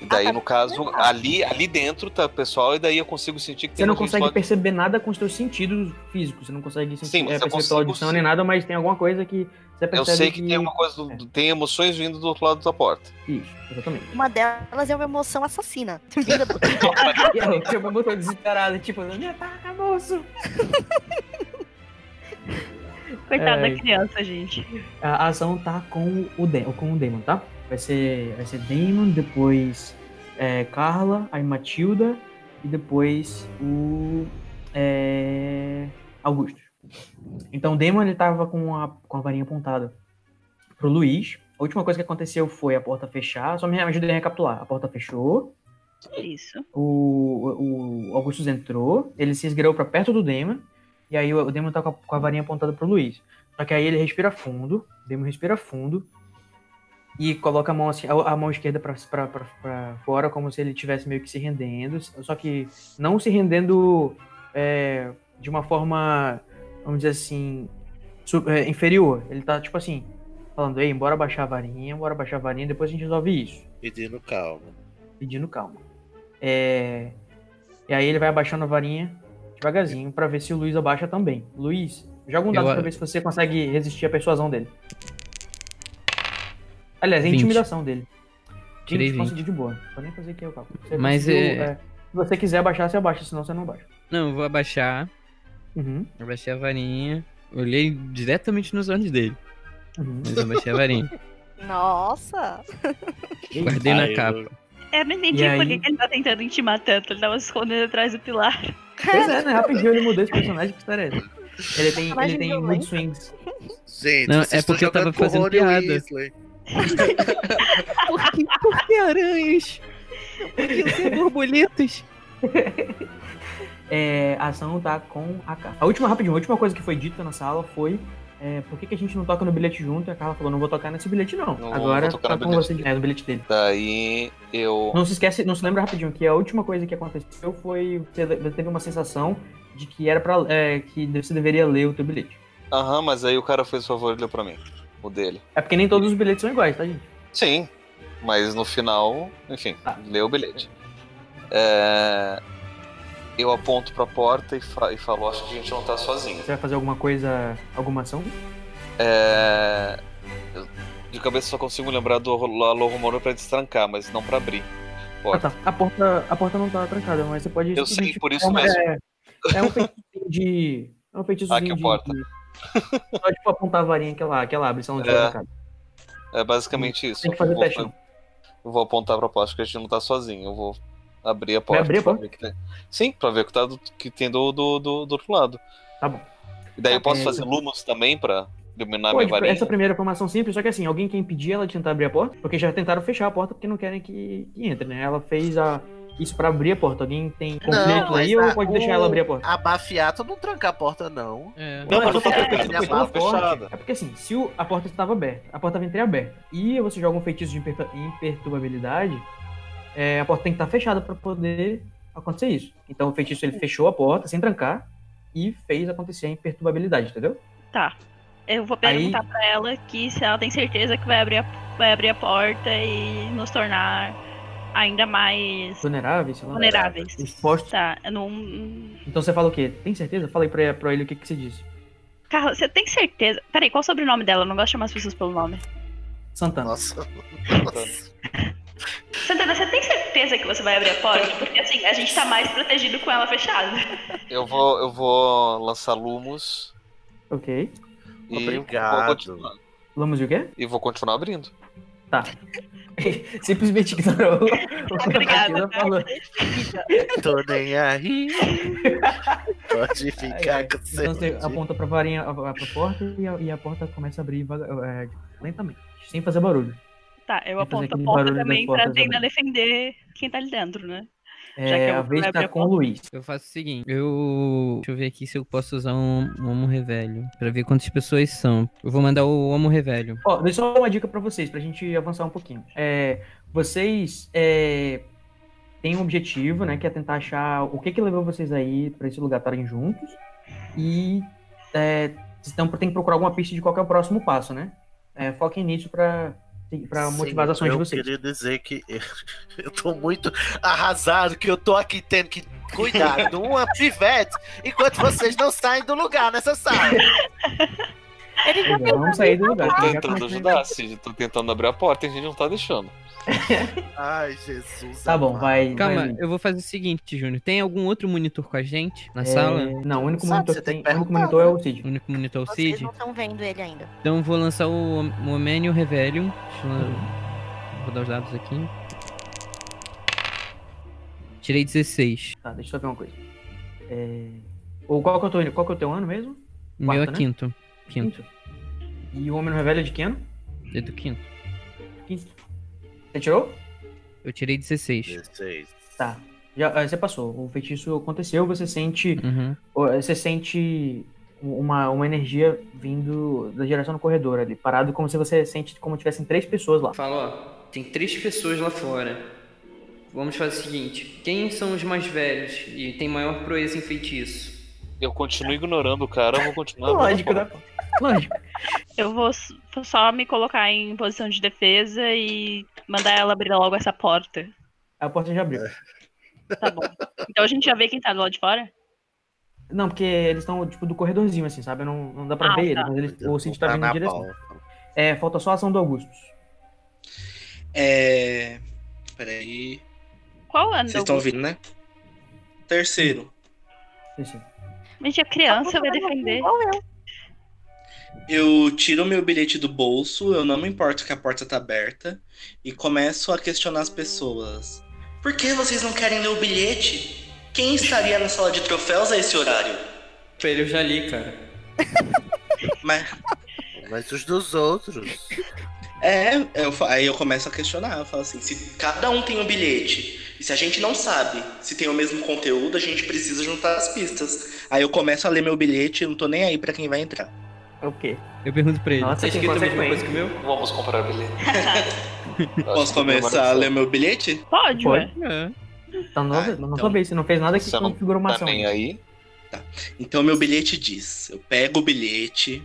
Speaker 5: E daí,
Speaker 1: Ah, tá.
Speaker 5: no caso, ali, ali dentro tá pessoal, e daí eu consigo sentir que
Speaker 1: Você
Speaker 5: tem
Speaker 1: não
Speaker 5: mais gente
Speaker 1: consegue
Speaker 5: lá
Speaker 1: perceber nada com os seus sentidos físicos. Você não consegue sentir,
Speaker 5: Sim, mas
Speaker 1: é,
Speaker 5: eu
Speaker 1: perceber
Speaker 5: consigo
Speaker 1: pela audição
Speaker 5: sim.
Speaker 1: nem nada, mas tem alguma coisa que você
Speaker 5: Eu
Speaker 1: percebe É.
Speaker 5: sei que, tem uma coisa, do- do- tem emoções vindo do outro lado da porta.
Speaker 1: Isso, exatamente.
Speaker 2: Uma delas é uma emoção assassina. Vinda do-
Speaker 1: (laughs) E ela tem uma emoção desesperada, tipo, me ataca, moço!
Speaker 6: Coitada
Speaker 1: É.
Speaker 6: da criança, gente.
Speaker 1: A a ação tá com o, de com o Damon, tá? Vai ser, vai ser Damon, depois é, Carla, aí Matilda e depois o é, Augusto. Então o Damon ele tava com a, com a varinha apontada pro Luiz. A última coisa que aconteceu foi a porta fechar. Só me ajudei a recapitular. A porta fechou.
Speaker 6: Isso.
Speaker 1: O, o Augustus entrou, ele se esgueirou pra perto do Demon, e aí o, o Demon tá com a, com a varinha apontada pro Luiz. Só que aí ele respira fundo, o Demon respira fundo, e coloca a mão, assim, a, a mão esquerda pra, pra, pra, pra fora, como se ele estivesse meio que se rendendo, só que não se rendendo é, de uma forma, vamos dizer assim, su- é, inferior. Ele tá, tipo assim, falando, ei, bora baixar a varinha, bora baixar a varinha, depois a gente resolve isso
Speaker 10: Pedindo calma.
Speaker 1: pedindo calma. É... E aí ele vai abaixando a varinha devagarzinho pra ver se o Luiz abaixa também. Luiz, joga um dado
Speaker 4: Eu-
Speaker 1: pra ver se você consegue resistir à persuasão dele. Aliás, a
Speaker 4: 20.
Speaker 1: intimidação dele. 20,
Speaker 4: Tirei 20.
Speaker 1: conseguiu de boa. Não vou nem fazer aqui o cálculo. Você
Speaker 4: Mas
Speaker 1: conseguiu,
Speaker 4: é-
Speaker 1: Se você quiser abaixar, você abaixa, senão você não abaixa.
Speaker 4: Não, eu vou abaixar.
Speaker 1: Uhum,
Speaker 4: Abaixei a varinha. Olhei diretamente nos olhos dele.
Speaker 1: uhum.
Speaker 4: Mas eu abaixei a varinha.
Speaker 2: Nossa!
Speaker 4: Guardei na
Speaker 10: Aí eu-
Speaker 4: capa.
Speaker 6: Eu não
Speaker 1: E
Speaker 6: entendi
Speaker 1: aí?
Speaker 6: por que que ele tá tentando intimar tanto. Ele tava se escondendo atrás do pilar.
Speaker 1: Pois é, né? Rapidinho ele mudou esse personagem, que história é essa? Ele tem, ele
Speaker 2: Personagem
Speaker 1: tem
Speaker 2: violento.
Speaker 1: mood swings.
Speaker 10: Gente,
Speaker 4: Não,
Speaker 10: vocês
Speaker 4: é
Speaker 10: estão
Speaker 4: porque eu tava
Speaker 10: jogando com o
Speaker 4: fazendo
Speaker 10: Rony
Speaker 4: piada.
Speaker 10: Weasley.
Speaker 4: Por que, por que aranhas? Por que eu tenho borboletas?
Speaker 1: É, a ação tá com a Carla. A última, rapidinho, a última coisa que foi dita na sala foi é, por que, que a gente não toca no bilhete junto? E a Carla falou, não vou tocar nesse bilhete, não.
Speaker 5: Não,
Speaker 1: Agora
Speaker 5: não vou
Speaker 1: tá
Speaker 5: tocar no
Speaker 1: com
Speaker 5: bilhete
Speaker 1: você. de- É, no bilhete dele.
Speaker 5: Daí eu.
Speaker 1: Não se esquece, não se lembra rapidinho, que a última coisa que aconteceu foi. Você teve uma sensação de que era para que você deveria ler o teu bilhete.
Speaker 5: Aham, mas aí o cara fez o favor e deu pra mim. O dele.
Speaker 1: É porque nem todos os bilhetes são iguais, tá, gente?
Speaker 5: Sim, mas no final, enfim,
Speaker 1: Ah.
Speaker 5: leu o bilhete. É, Eu aponto pra porta e, fa- e falo: Acho que a gente não tá sozinho.
Speaker 1: Você vai fazer alguma coisa, alguma ação?
Speaker 5: É, eu- De cabeça só consigo lembrar do Alô Romano pra destrancar, mas não pra abrir.
Speaker 1: Ah,
Speaker 5: Porta.
Speaker 1: tá. A porta, a porta não tá trancada, mas você pode.
Speaker 5: Eu sei,
Speaker 1: simplesmente-
Speaker 5: por isso
Speaker 1: é, uma-
Speaker 5: mesmo.
Speaker 1: É, é um feitiço de.
Speaker 5: (laughs)
Speaker 1: É um feitiço
Speaker 5: Ah, que porta.
Speaker 1: de. Só tipo apontar a varinha que ela, que ela abre, um se ela não
Speaker 5: É.
Speaker 1: tiver trancada.
Speaker 5: É basicamente isso.
Speaker 1: Tem que fazer
Speaker 5: eu, vou,
Speaker 1: teste, né? não.
Speaker 5: eu vou apontar pra porta, acho que a gente não tá sozinho. Eu vou abrir a porta.
Speaker 1: abrir a
Speaker 5: pra
Speaker 1: porta?
Speaker 5: ver o que tem. Sim, pra ver o que, tá do- que tem do, do, do, do outro lado.
Speaker 1: Tá bom.
Speaker 5: E daí eu
Speaker 1: Tá,
Speaker 5: posso
Speaker 1: é.
Speaker 5: fazer lumos também pra iluminar
Speaker 1: Pô,
Speaker 5: minha
Speaker 1: tipo,
Speaker 5: varinha.
Speaker 1: essa primeira formação simples, só que assim, alguém quer impedir ela de tentar abrir a porta, porque já tentaram fechar a porta porque não querem que, que entre, né? Ela fez a, isso pra abrir a porta. Alguém tem conflito
Speaker 10: mas
Speaker 1: aí ou
Speaker 10: a-
Speaker 1: pode
Speaker 10: o-
Speaker 1: deixar ela abrir a porta?
Speaker 10: Abafiato não tranca a porta, não.
Speaker 4: É.
Speaker 5: Não, mas
Speaker 1: eu
Speaker 5: não
Speaker 1: tô
Speaker 5: tá
Speaker 1: tentando,
Speaker 5: trancada,
Speaker 10: Ele
Speaker 5: tá
Speaker 10: abafou
Speaker 1: forte.
Speaker 5: fechada.
Speaker 1: É porque assim, se o- a porta estava aberta, a porta estava entreaberta, e você joga um feitiço de impertu- imperturbabilidade, é, a porta tem que estar fechada para poder acontecer isso. Então o feitiço ele fechou a porta sem trancar e fez acontecer a imperturbabilidade, entendeu?
Speaker 6: Tá. Eu vou
Speaker 1: Aí-
Speaker 6: perguntar pra ela que se ela tem certeza que vai abrir a, vai abrir a porta e nos tornar ainda mais
Speaker 1: Vulnerável, sei lá.
Speaker 6: vulneráveis.
Speaker 1: Exposto.
Speaker 6: Tá, eu não.
Speaker 1: Então você fala o quê? Tem certeza? Fala aí pra, pra ele o que, que você disse.
Speaker 6: Carla, você tem certeza? Peraí, qual é o sobrenome dela? Eu não gosto de chamar as pessoas pelo nome.
Speaker 1: Santana.
Speaker 10: Nossa.
Speaker 1: (laughs)
Speaker 6: Santana, você tem certeza que você vai abrir a porta? Porque assim, a gente tá mais protegido com ela fechada.
Speaker 5: Eu vou, eu vou lançar lumos
Speaker 1: Ok.
Speaker 5: e
Speaker 10: Obrigado.
Speaker 5: vou continuar.
Speaker 1: Vamos e o quê? (laughs)
Speaker 5: E vou continuar abrindo.
Speaker 1: Simplesmente ignorou.
Speaker 6: (laughs) Obrigada,
Speaker 1: Ela
Speaker 6: tá?
Speaker 1: falou.
Speaker 10: Tô nem aí.
Speaker 1: (laughs)
Speaker 10: Pode ficar com seu.
Speaker 1: Então você aponta pra varinha, a, a- pra porta e a, e a porta começa a abrir devagar- é, lentamente, sem fazer barulho.
Speaker 6: Tá,
Speaker 1: Tem que fazer
Speaker 6: eu aponto a
Speaker 1: aquele
Speaker 6: porta
Speaker 1: barulho das
Speaker 6: também pra
Speaker 1: portas
Speaker 6: tentar
Speaker 1: abrindo.
Speaker 6: defender quem tá ali dentro, né? Já que
Speaker 1: É,
Speaker 6: eu
Speaker 1: a
Speaker 6: vou
Speaker 1: vez
Speaker 6: abrir
Speaker 1: tá
Speaker 6: a
Speaker 1: com o Luiz.
Speaker 4: Eu faço o seguinte, eu. Deixa eu ver aqui se eu posso usar um, um homo revelho. Pra ver quantas pessoas são. Eu vou mandar o homo revelho.
Speaker 1: Ó, deixa eu só uma dica pra vocês, pra gente avançar um pouquinho. É, vocês é, têm um objetivo, né, que é tentar achar o que que levou vocês aí pra esse lugar estarem juntos e é, vocês tão- tem que procurar alguma pista de qual que é o próximo passo, né? É, foquem nisso pra pra motivar as ações
Speaker 3: eu
Speaker 1: de vocês.
Speaker 3: queria dizer que eu (laughs) tô muito arrasado que eu tô aqui tendo que cuidar
Speaker 1: (laughs)
Speaker 3: de uma pivete enquanto vocês não saem do lugar nessa sala.
Speaker 1: Pois é, Vamos sair do lugar.
Speaker 5: Eu tô
Speaker 1: tá ligado?
Speaker 5: tentando ajudar, Cid. Tô tentando abrir a porta e a gente não tá deixando.
Speaker 3: Ai, Jesus.
Speaker 1: Tá bom,
Speaker 3: amado.
Speaker 1: vai. vai,
Speaker 4: Calma,
Speaker 1: Lin.
Speaker 4: eu vou fazer o seguinte, Júnior. Tem algum outro monitor com a gente na sala?
Speaker 1: É, Não, o único
Speaker 3: Sabe,
Speaker 1: monitor
Speaker 3: você
Speaker 1: que tem.
Speaker 3: tem que
Speaker 1: O único
Speaker 3: perguntar,
Speaker 1: monitor é
Speaker 3: né?
Speaker 1: o Cid.
Speaker 4: O único monitor é o
Speaker 9: Vocês
Speaker 4: Cid?
Speaker 9: não estão vendo ele ainda.
Speaker 4: Então eu vou lançar o Om- o Omênio Revelium. Deixa eu...
Speaker 1: Uhum.
Speaker 4: Vou dar os dados aqui. Tirei 16.
Speaker 1: Tá, deixa eu só ver uma coisa. É... Ou qual que eu tô indo? Qual que é o teu ano mesmo?
Speaker 4: O meu é
Speaker 1: Quarto, né?
Speaker 4: quinto. Quinto.
Speaker 1: E o Homem no Revelha de Keno?
Speaker 4: É do quinto.
Speaker 1: Você tirou?
Speaker 4: Eu tirei 16.
Speaker 3: 16.
Speaker 1: Tá. Já, ah, você passou. O feitiço aconteceu, você sente.
Speaker 4: Uhum.
Speaker 1: Você sente uma, uma energia vindo da geração no corredor ali, parado como se você sente como tivessem três pessoas lá.
Speaker 7: Fala, ó, tem três pessoas lá fora. Vamos fazer o seguinte: quem são os mais velhos e tem maior proeza em feitiço?
Speaker 5: Eu continuo ignorando o cara, eu vou continuar. abrindo a
Speaker 1: É. Lógico, né?
Speaker 5: porta.
Speaker 1: Lógico.
Speaker 6: Eu vou s- só me colocar em posição de defesa e mandar ela abrir logo essa porta.
Speaker 1: A porta já abriu.
Speaker 5: É.
Speaker 6: Tá bom. Então a gente já vê quem tá do lado de fora?
Speaker 1: Não, porque eles estão, tipo, do corredorzinho, assim, sabe? Não, não dá pra
Speaker 6: Ah,
Speaker 1: ver
Speaker 6: tá.
Speaker 1: eles, mas eles, o Cid tá vindo na direção.
Speaker 3: porta.
Speaker 1: É, falta só a ação do Augustus.
Speaker 8: É. Peraí.
Speaker 6: Qual ano?
Speaker 8: Vocês estão ouvindo, né? Terceiro.
Speaker 1: Esse.
Speaker 6: Gente, a criança vai defender.
Speaker 9: Igual eu.
Speaker 8: Eu tiro meu bilhete do bolso, eu não me importo que a porta tá aberta, e começo a questionar as pessoas. Por que vocês não querem ler o bilhete? Quem estaria na sala de troféus a esse horário?
Speaker 7: Espelho, eu já li, cara.
Speaker 8: Mas,
Speaker 3: Mas os dos outros.
Speaker 8: é, eu fa- aí eu começo a questionar, eu falo assim, se cada um tem um bilhete, e se a gente não sabe se tem o mesmo conteúdo, a gente precisa juntar as pistas. Aí eu começo a ler meu bilhete, eu não tô nem aí pra quem vai entrar.
Speaker 1: É o quê?
Speaker 4: Eu pergunto pra ele.
Speaker 1: Nossa,
Speaker 7: Tá
Speaker 1: que
Speaker 7: escrito a mesma coisa
Speaker 1: inconsequente.
Speaker 7: que o meu?
Speaker 5: Vamos comprar o bilhete. Eu acho
Speaker 8: Posso
Speaker 5: que o meu
Speaker 8: começar a
Speaker 5: agora
Speaker 8: ler meu bilhete?
Speaker 6: (laughs) Pode,
Speaker 1: Pode.
Speaker 6: ué.
Speaker 4: É.
Speaker 1: Tá na
Speaker 8: Ah,
Speaker 1: sua- na sua
Speaker 8: então.
Speaker 1: vez, você não fez nada que
Speaker 5: Você não
Speaker 1: configurou uma
Speaker 5: Tá
Speaker 1: ação.
Speaker 5: nem aí.
Speaker 8: Então meu bilhete diz: eu pego o bilhete,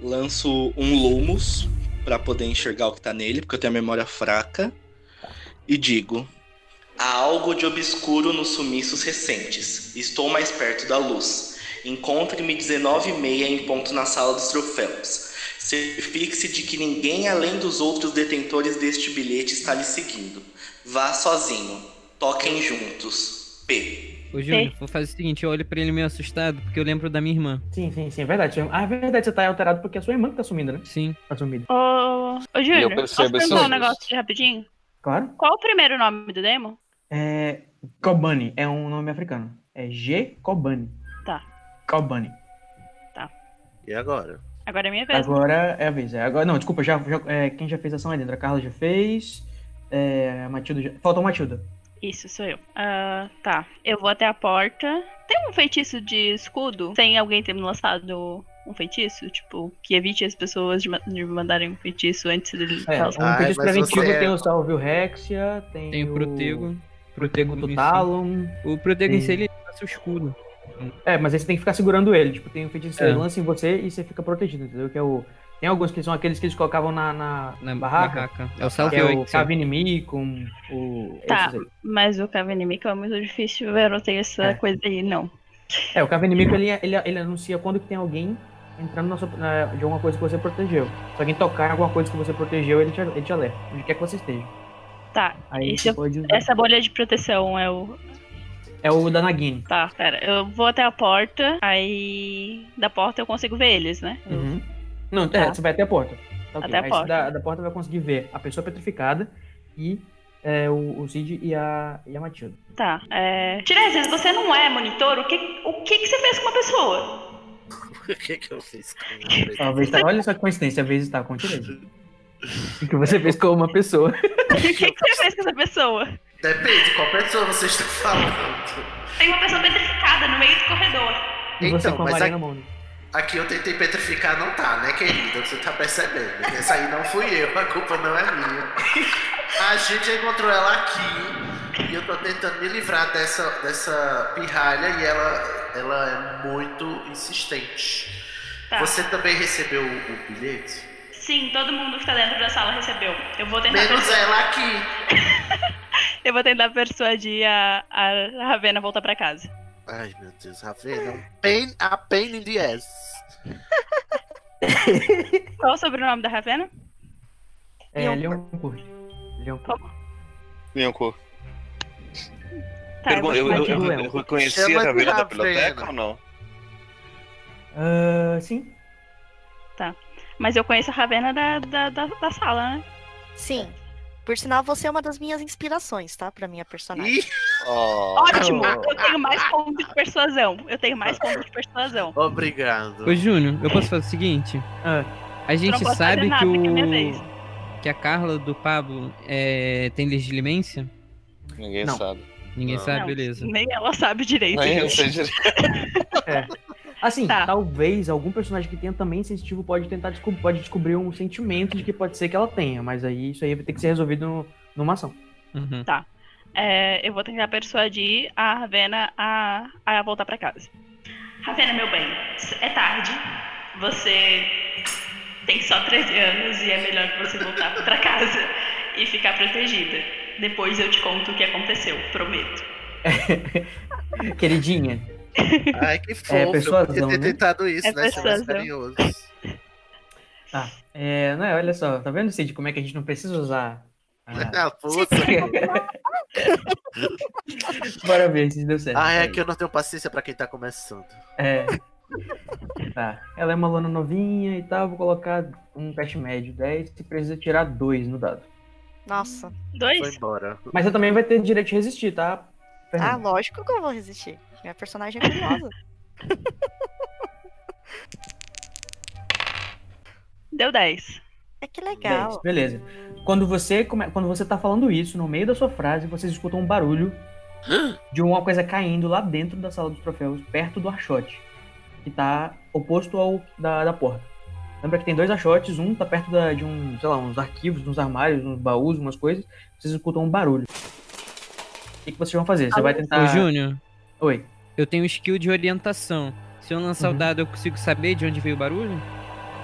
Speaker 8: lanço um Lumos pra poder enxergar o que tá nele, porque eu tenho a memória fraca, e digo: há algo de obscuro nos sumiços recentes. Estou mais perto da luz. Encontre-me 19h30 em ponto na sala dos troféus. Certifique-se de que ninguém além dos outros detentores deste bilhete está lhe seguindo. Vá sozinho. Toquem juntos. P.
Speaker 4: Ô, Júnior, vou fazer o seguinte. Eu olho pra ele meio assustado, porque eu lembro da minha irmã.
Speaker 1: Sim, sim, sim, é verdade. Ah, é verdade, você tá alterado porque a sua irmã que tá sumida, né?
Speaker 4: Sim.
Speaker 1: Tá sumida.
Speaker 6: Ô, ô
Speaker 5: E eu
Speaker 6: Júnior, posso
Speaker 5: percebo
Speaker 6: perguntar
Speaker 5: esses
Speaker 6: um negócio de rapidinho?
Speaker 1: Claro.
Speaker 6: Qual o primeiro nome do demo?
Speaker 1: É. Kobani é um nome africano. É G. Kobani.
Speaker 6: Tá.
Speaker 1: Kobani.
Speaker 3: E agora? (laughs)
Speaker 6: Agora é minha vez.
Speaker 1: Agora é a vez. É agora, não, desculpa, já, já- é, quem já fez ação aí dentro? A Carla já fez. É, a Matilda já. Falta a Matilda.
Speaker 6: Isso, sou eu. Ah, tá. Eu vou até a porta. Tem um feitiço de escudo? Tem alguém ter me lançado um feitiço? Tipo, que evite as pessoas de, ma- de mandarem um feitiço antes dele.
Speaker 1: É, um
Speaker 3: Ai,
Speaker 1: feitiço
Speaker 3: mas
Speaker 1: preventivo
Speaker 3: você é-
Speaker 1: tem o Salve o Rexia, tem,
Speaker 4: Tem o Protego.
Speaker 1: Protego
Speaker 4: em si.
Speaker 1: do Talon.
Speaker 4: O Protego em si,
Speaker 1: Sim.
Speaker 4: ele um lança o escudo.
Speaker 1: É, mas aí você tem que ficar segurando ele. Tipo, tem um feitiço que
Speaker 4: É.
Speaker 1: ele lança em você e você fica protegido, entendeu? Que é o. Tem alguns que são aqueles que eles colocavam na, na,
Speaker 4: Na
Speaker 1: barraca.
Speaker 4: barraca. É o
Speaker 1: Que
Speaker 4: Salve
Speaker 1: é
Speaker 4: Oix,
Speaker 1: o
Speaker 4: é.
Speaker 1: Cavini Mi com o.
Speaker 6: Tá.
Speaker 1: esses aí.
Speaker 6: Mas o Cavenimico é muito difícil, eu não tenho essa
Speaker 1: É.
Speaker 6: coisa aí, não.
Speaker 1: É, o Cavern Mico ele, ele, ele anuncia quando que tem alguém entrando na sua, na- de alguma coisa que você protegeu. Se alguém tocar em alguma coisa que você protegeu, ele te, ele te alerta, onde quer que você esteja.
Speaker 6: Tá.
Speaker 1: Aí
Speaker 6: Esse
Speaker 1: você
Speaker 6: eu-
Speaker 1: pode usar.
Speaker 6: Essa bolha de proteção é o.
Speaker 1: É o da Nagini.
Speaker 6: Tá, pera. Eu vou até a porta, aí. Da porta eu consigo ver eles, né?
Speaker 1: Uhum. Não, é,
Speaker 6: Tá.
Speaker 1: você vai até a porta. Tá, ok.
Speaker 6: Até a
Speaker 1: Aí
Speaker 6: porta.
Speaker 1: você Da, da porta vai conseguir ver a pessoa petrificada e é, o, o Cid e a, e a Matilda.
Speaker 6: Tá. É... Tiresias, você não é monitor? O que, o que, que você fez com uma pessoa?
Speaker 3: O que que eu fiz com ele?
Speaker 1: Talvez tá, olha só que coincidência, às vezes está com direito. O (laughs) que você fez com uma pessoa.
Speaker 6: O que, que você fez com essa pessoa?
Speaker 3: Depende, qual pessoa você está falando.
Speaker 6: Tem uma pessoa petrificada no meio do corredor.
Speaker 1: E você
Speaker 3: Então,
Speaker 1: com a
Speaker 3: mas
Speaker 1: varinha na
Speaker 3: a-
Speaker 1: mão. né?
Speaker 3: Aqui eu tentei petrificar, não tá, né, querida? Você tá percebendo. Essa aí não fui eu, a culpa não é minha. A gente encontrou ela aqui e eu tô tentando me livrar dessa, dessa pirralha e ela, ela é muito insistente.
Speaker 6: Tá.
Speaker 3: Você também recebeu o, o bilhete?
Speaker 6: Sim, todo mundo que tá dentro da sala recebeu. Eu vou tentar.
Speaker 11: Menos
Speaker 6: persu-
Speaker 11: ela aqui.
Speaker 6: Eu vou tentar persuadir a, a Ravena a voltar pra casa.
Speaker 3: Ai, meu Deus, Ravena. um Pain, a pain in the ass.
Speaker 6: Qual o sobrenome da Ravena?
Speaker 1: É, ele é um curto. Ele é um curto.
Speaker 5: Minhoco.
Speaker 6: Tá, eu vou
Speaker 5: eu,
Speaker 6: chamar
Speaker 5: eu,
Speaker 6: de-
Speaker 5: eu, eu reconheci
Speaker 3: Chama
Speaker 5: a
Speaker 3: de
Speaker 5: Ravena da
Speaker 3: Ravena.
Speaker 5: biblioteca ou não?
Speaker 1: Ah, sim.
Speaker 6: Mas eu conheço a Ravena da, da, da, da sala, né?
Speaker 9: Sim. Por sinal, você é uma das minhas inspirações, tá? Pra minha personagem.
Speaker 3: Ih,
Speaker 5: Oh,
Speaker 6: Ótimo! Eu tenho mais ponto de persuasão. Eu tenho mais ponto de persuasão.
Speaker 3: obrigado.
Speaker 4: Ô, Júnior, eu posso fazer o seguinte?
Speaker 1: Ah.
Speaker 4: A
Speaker 6: não
Speaker 4: gente
Speaker 6: posso fazer
Speaker 4: sabe
Speaker 6: nada,
Speaker 4: que
Speaker 6: que é minha
Speaker 4: o.
Speaker 6: vez.
Speaker 4: que a Carla do Pablo é, tem legilimência?
Speaker 5: ninguém
Speaker 1: Não.
Speaker 5: sabe.
Speaker 4: Ninguém
Speaker 3: Não.
Speaker 4: sabe,
Speaker 6: Não,
Speaker 4: Tá, beleza.
Speaker 6: Nem ela sabe direito.
Speaker 5: Nem eu
Speaker 6: gente.
Speaker 5: sei direito.
Speaker 1: Assim,
Speaker 6: Tá.
Speaker 1: talvez algum personagem que tenha também sensitivo pode tentar descobrir, pode descobrir um sentimento de que pode ser que ela tenha, mas aí isso aí vai ter que ser resolvido no- numa ação.
Speaker 4: Uhum.
Speaker 6: É, eu vou tentar persuadir a Ravena a, a voltar pra casa. Ravena, meu bem, é tarde. Você tem só 13 anos e é melhor que você voltar (laughs) pra casa e ficar protegida. Depois eu te conto o que aconteceu, prometo.
Speaker 1: Queridinha,
Speaker 3: Ai, que fofo. eu
Speaker 1: persuasão,
Speaker 3: podia ter
Speaker 1: né?
Speaker 3: tentado isso,
Speaker 6: É
Speaker 3: né? Ser mais
Speaker 6: persuasão.
Speaker 3: carinhoso.
Speaker 1: é, né, olha só, tá vendo, Cid, como é que a gente não precisa usar. ah,
Speaker 3: (laughs) Ah, puta.
Speaker 1: bora ver se deu certo.
Speaker 3: Ah, é que eu não tenho paciência pra quem tá começando.
Speaker 1: É. Tá. Ela é uma aluna novinha e tal, vou colocar um teste médio 10, se precisa tirar 2 no dado.
Speaker 9: Nossa.
Speaker 3: Foi
Speaker 6: Dois?
Speaker 3: embora.
Speaker 1: Mas você também vai ter direito de resistir, tá?
Speaker 9: Ah,
Speaker 1: Fernanda?
Speaker 9: lógico que eu vou resistir. Minha personagem é curiosa.
Speaker 6: Deu 10.
Speaker 9: É que legal.
Speaker 1: Beleza. Quando você, come- quando você tá falando isso, no meio da sua frase, vocês escutam um barulho de uma coisa caindo lá dentro da sala dos troféus, perto do archote, que tá oposto ao da, da porta. Lembra que tem dois archotes, um tá perto da- de um, sei lá, uns arquivos, uns armários, uns baús, umas coisas. Vocês escutam um barulho. O que, que vocês vão fazer? Você vai tentar.
Speaker 4: Ô, Júnior,
Speaker 1: Oi.
Speaker 4: eu tenho um skill de orientação. Se eu lançar
Speaker 1: Uhum.
Speaker 4: o dado, eu consigo saber de onde veio o barulho?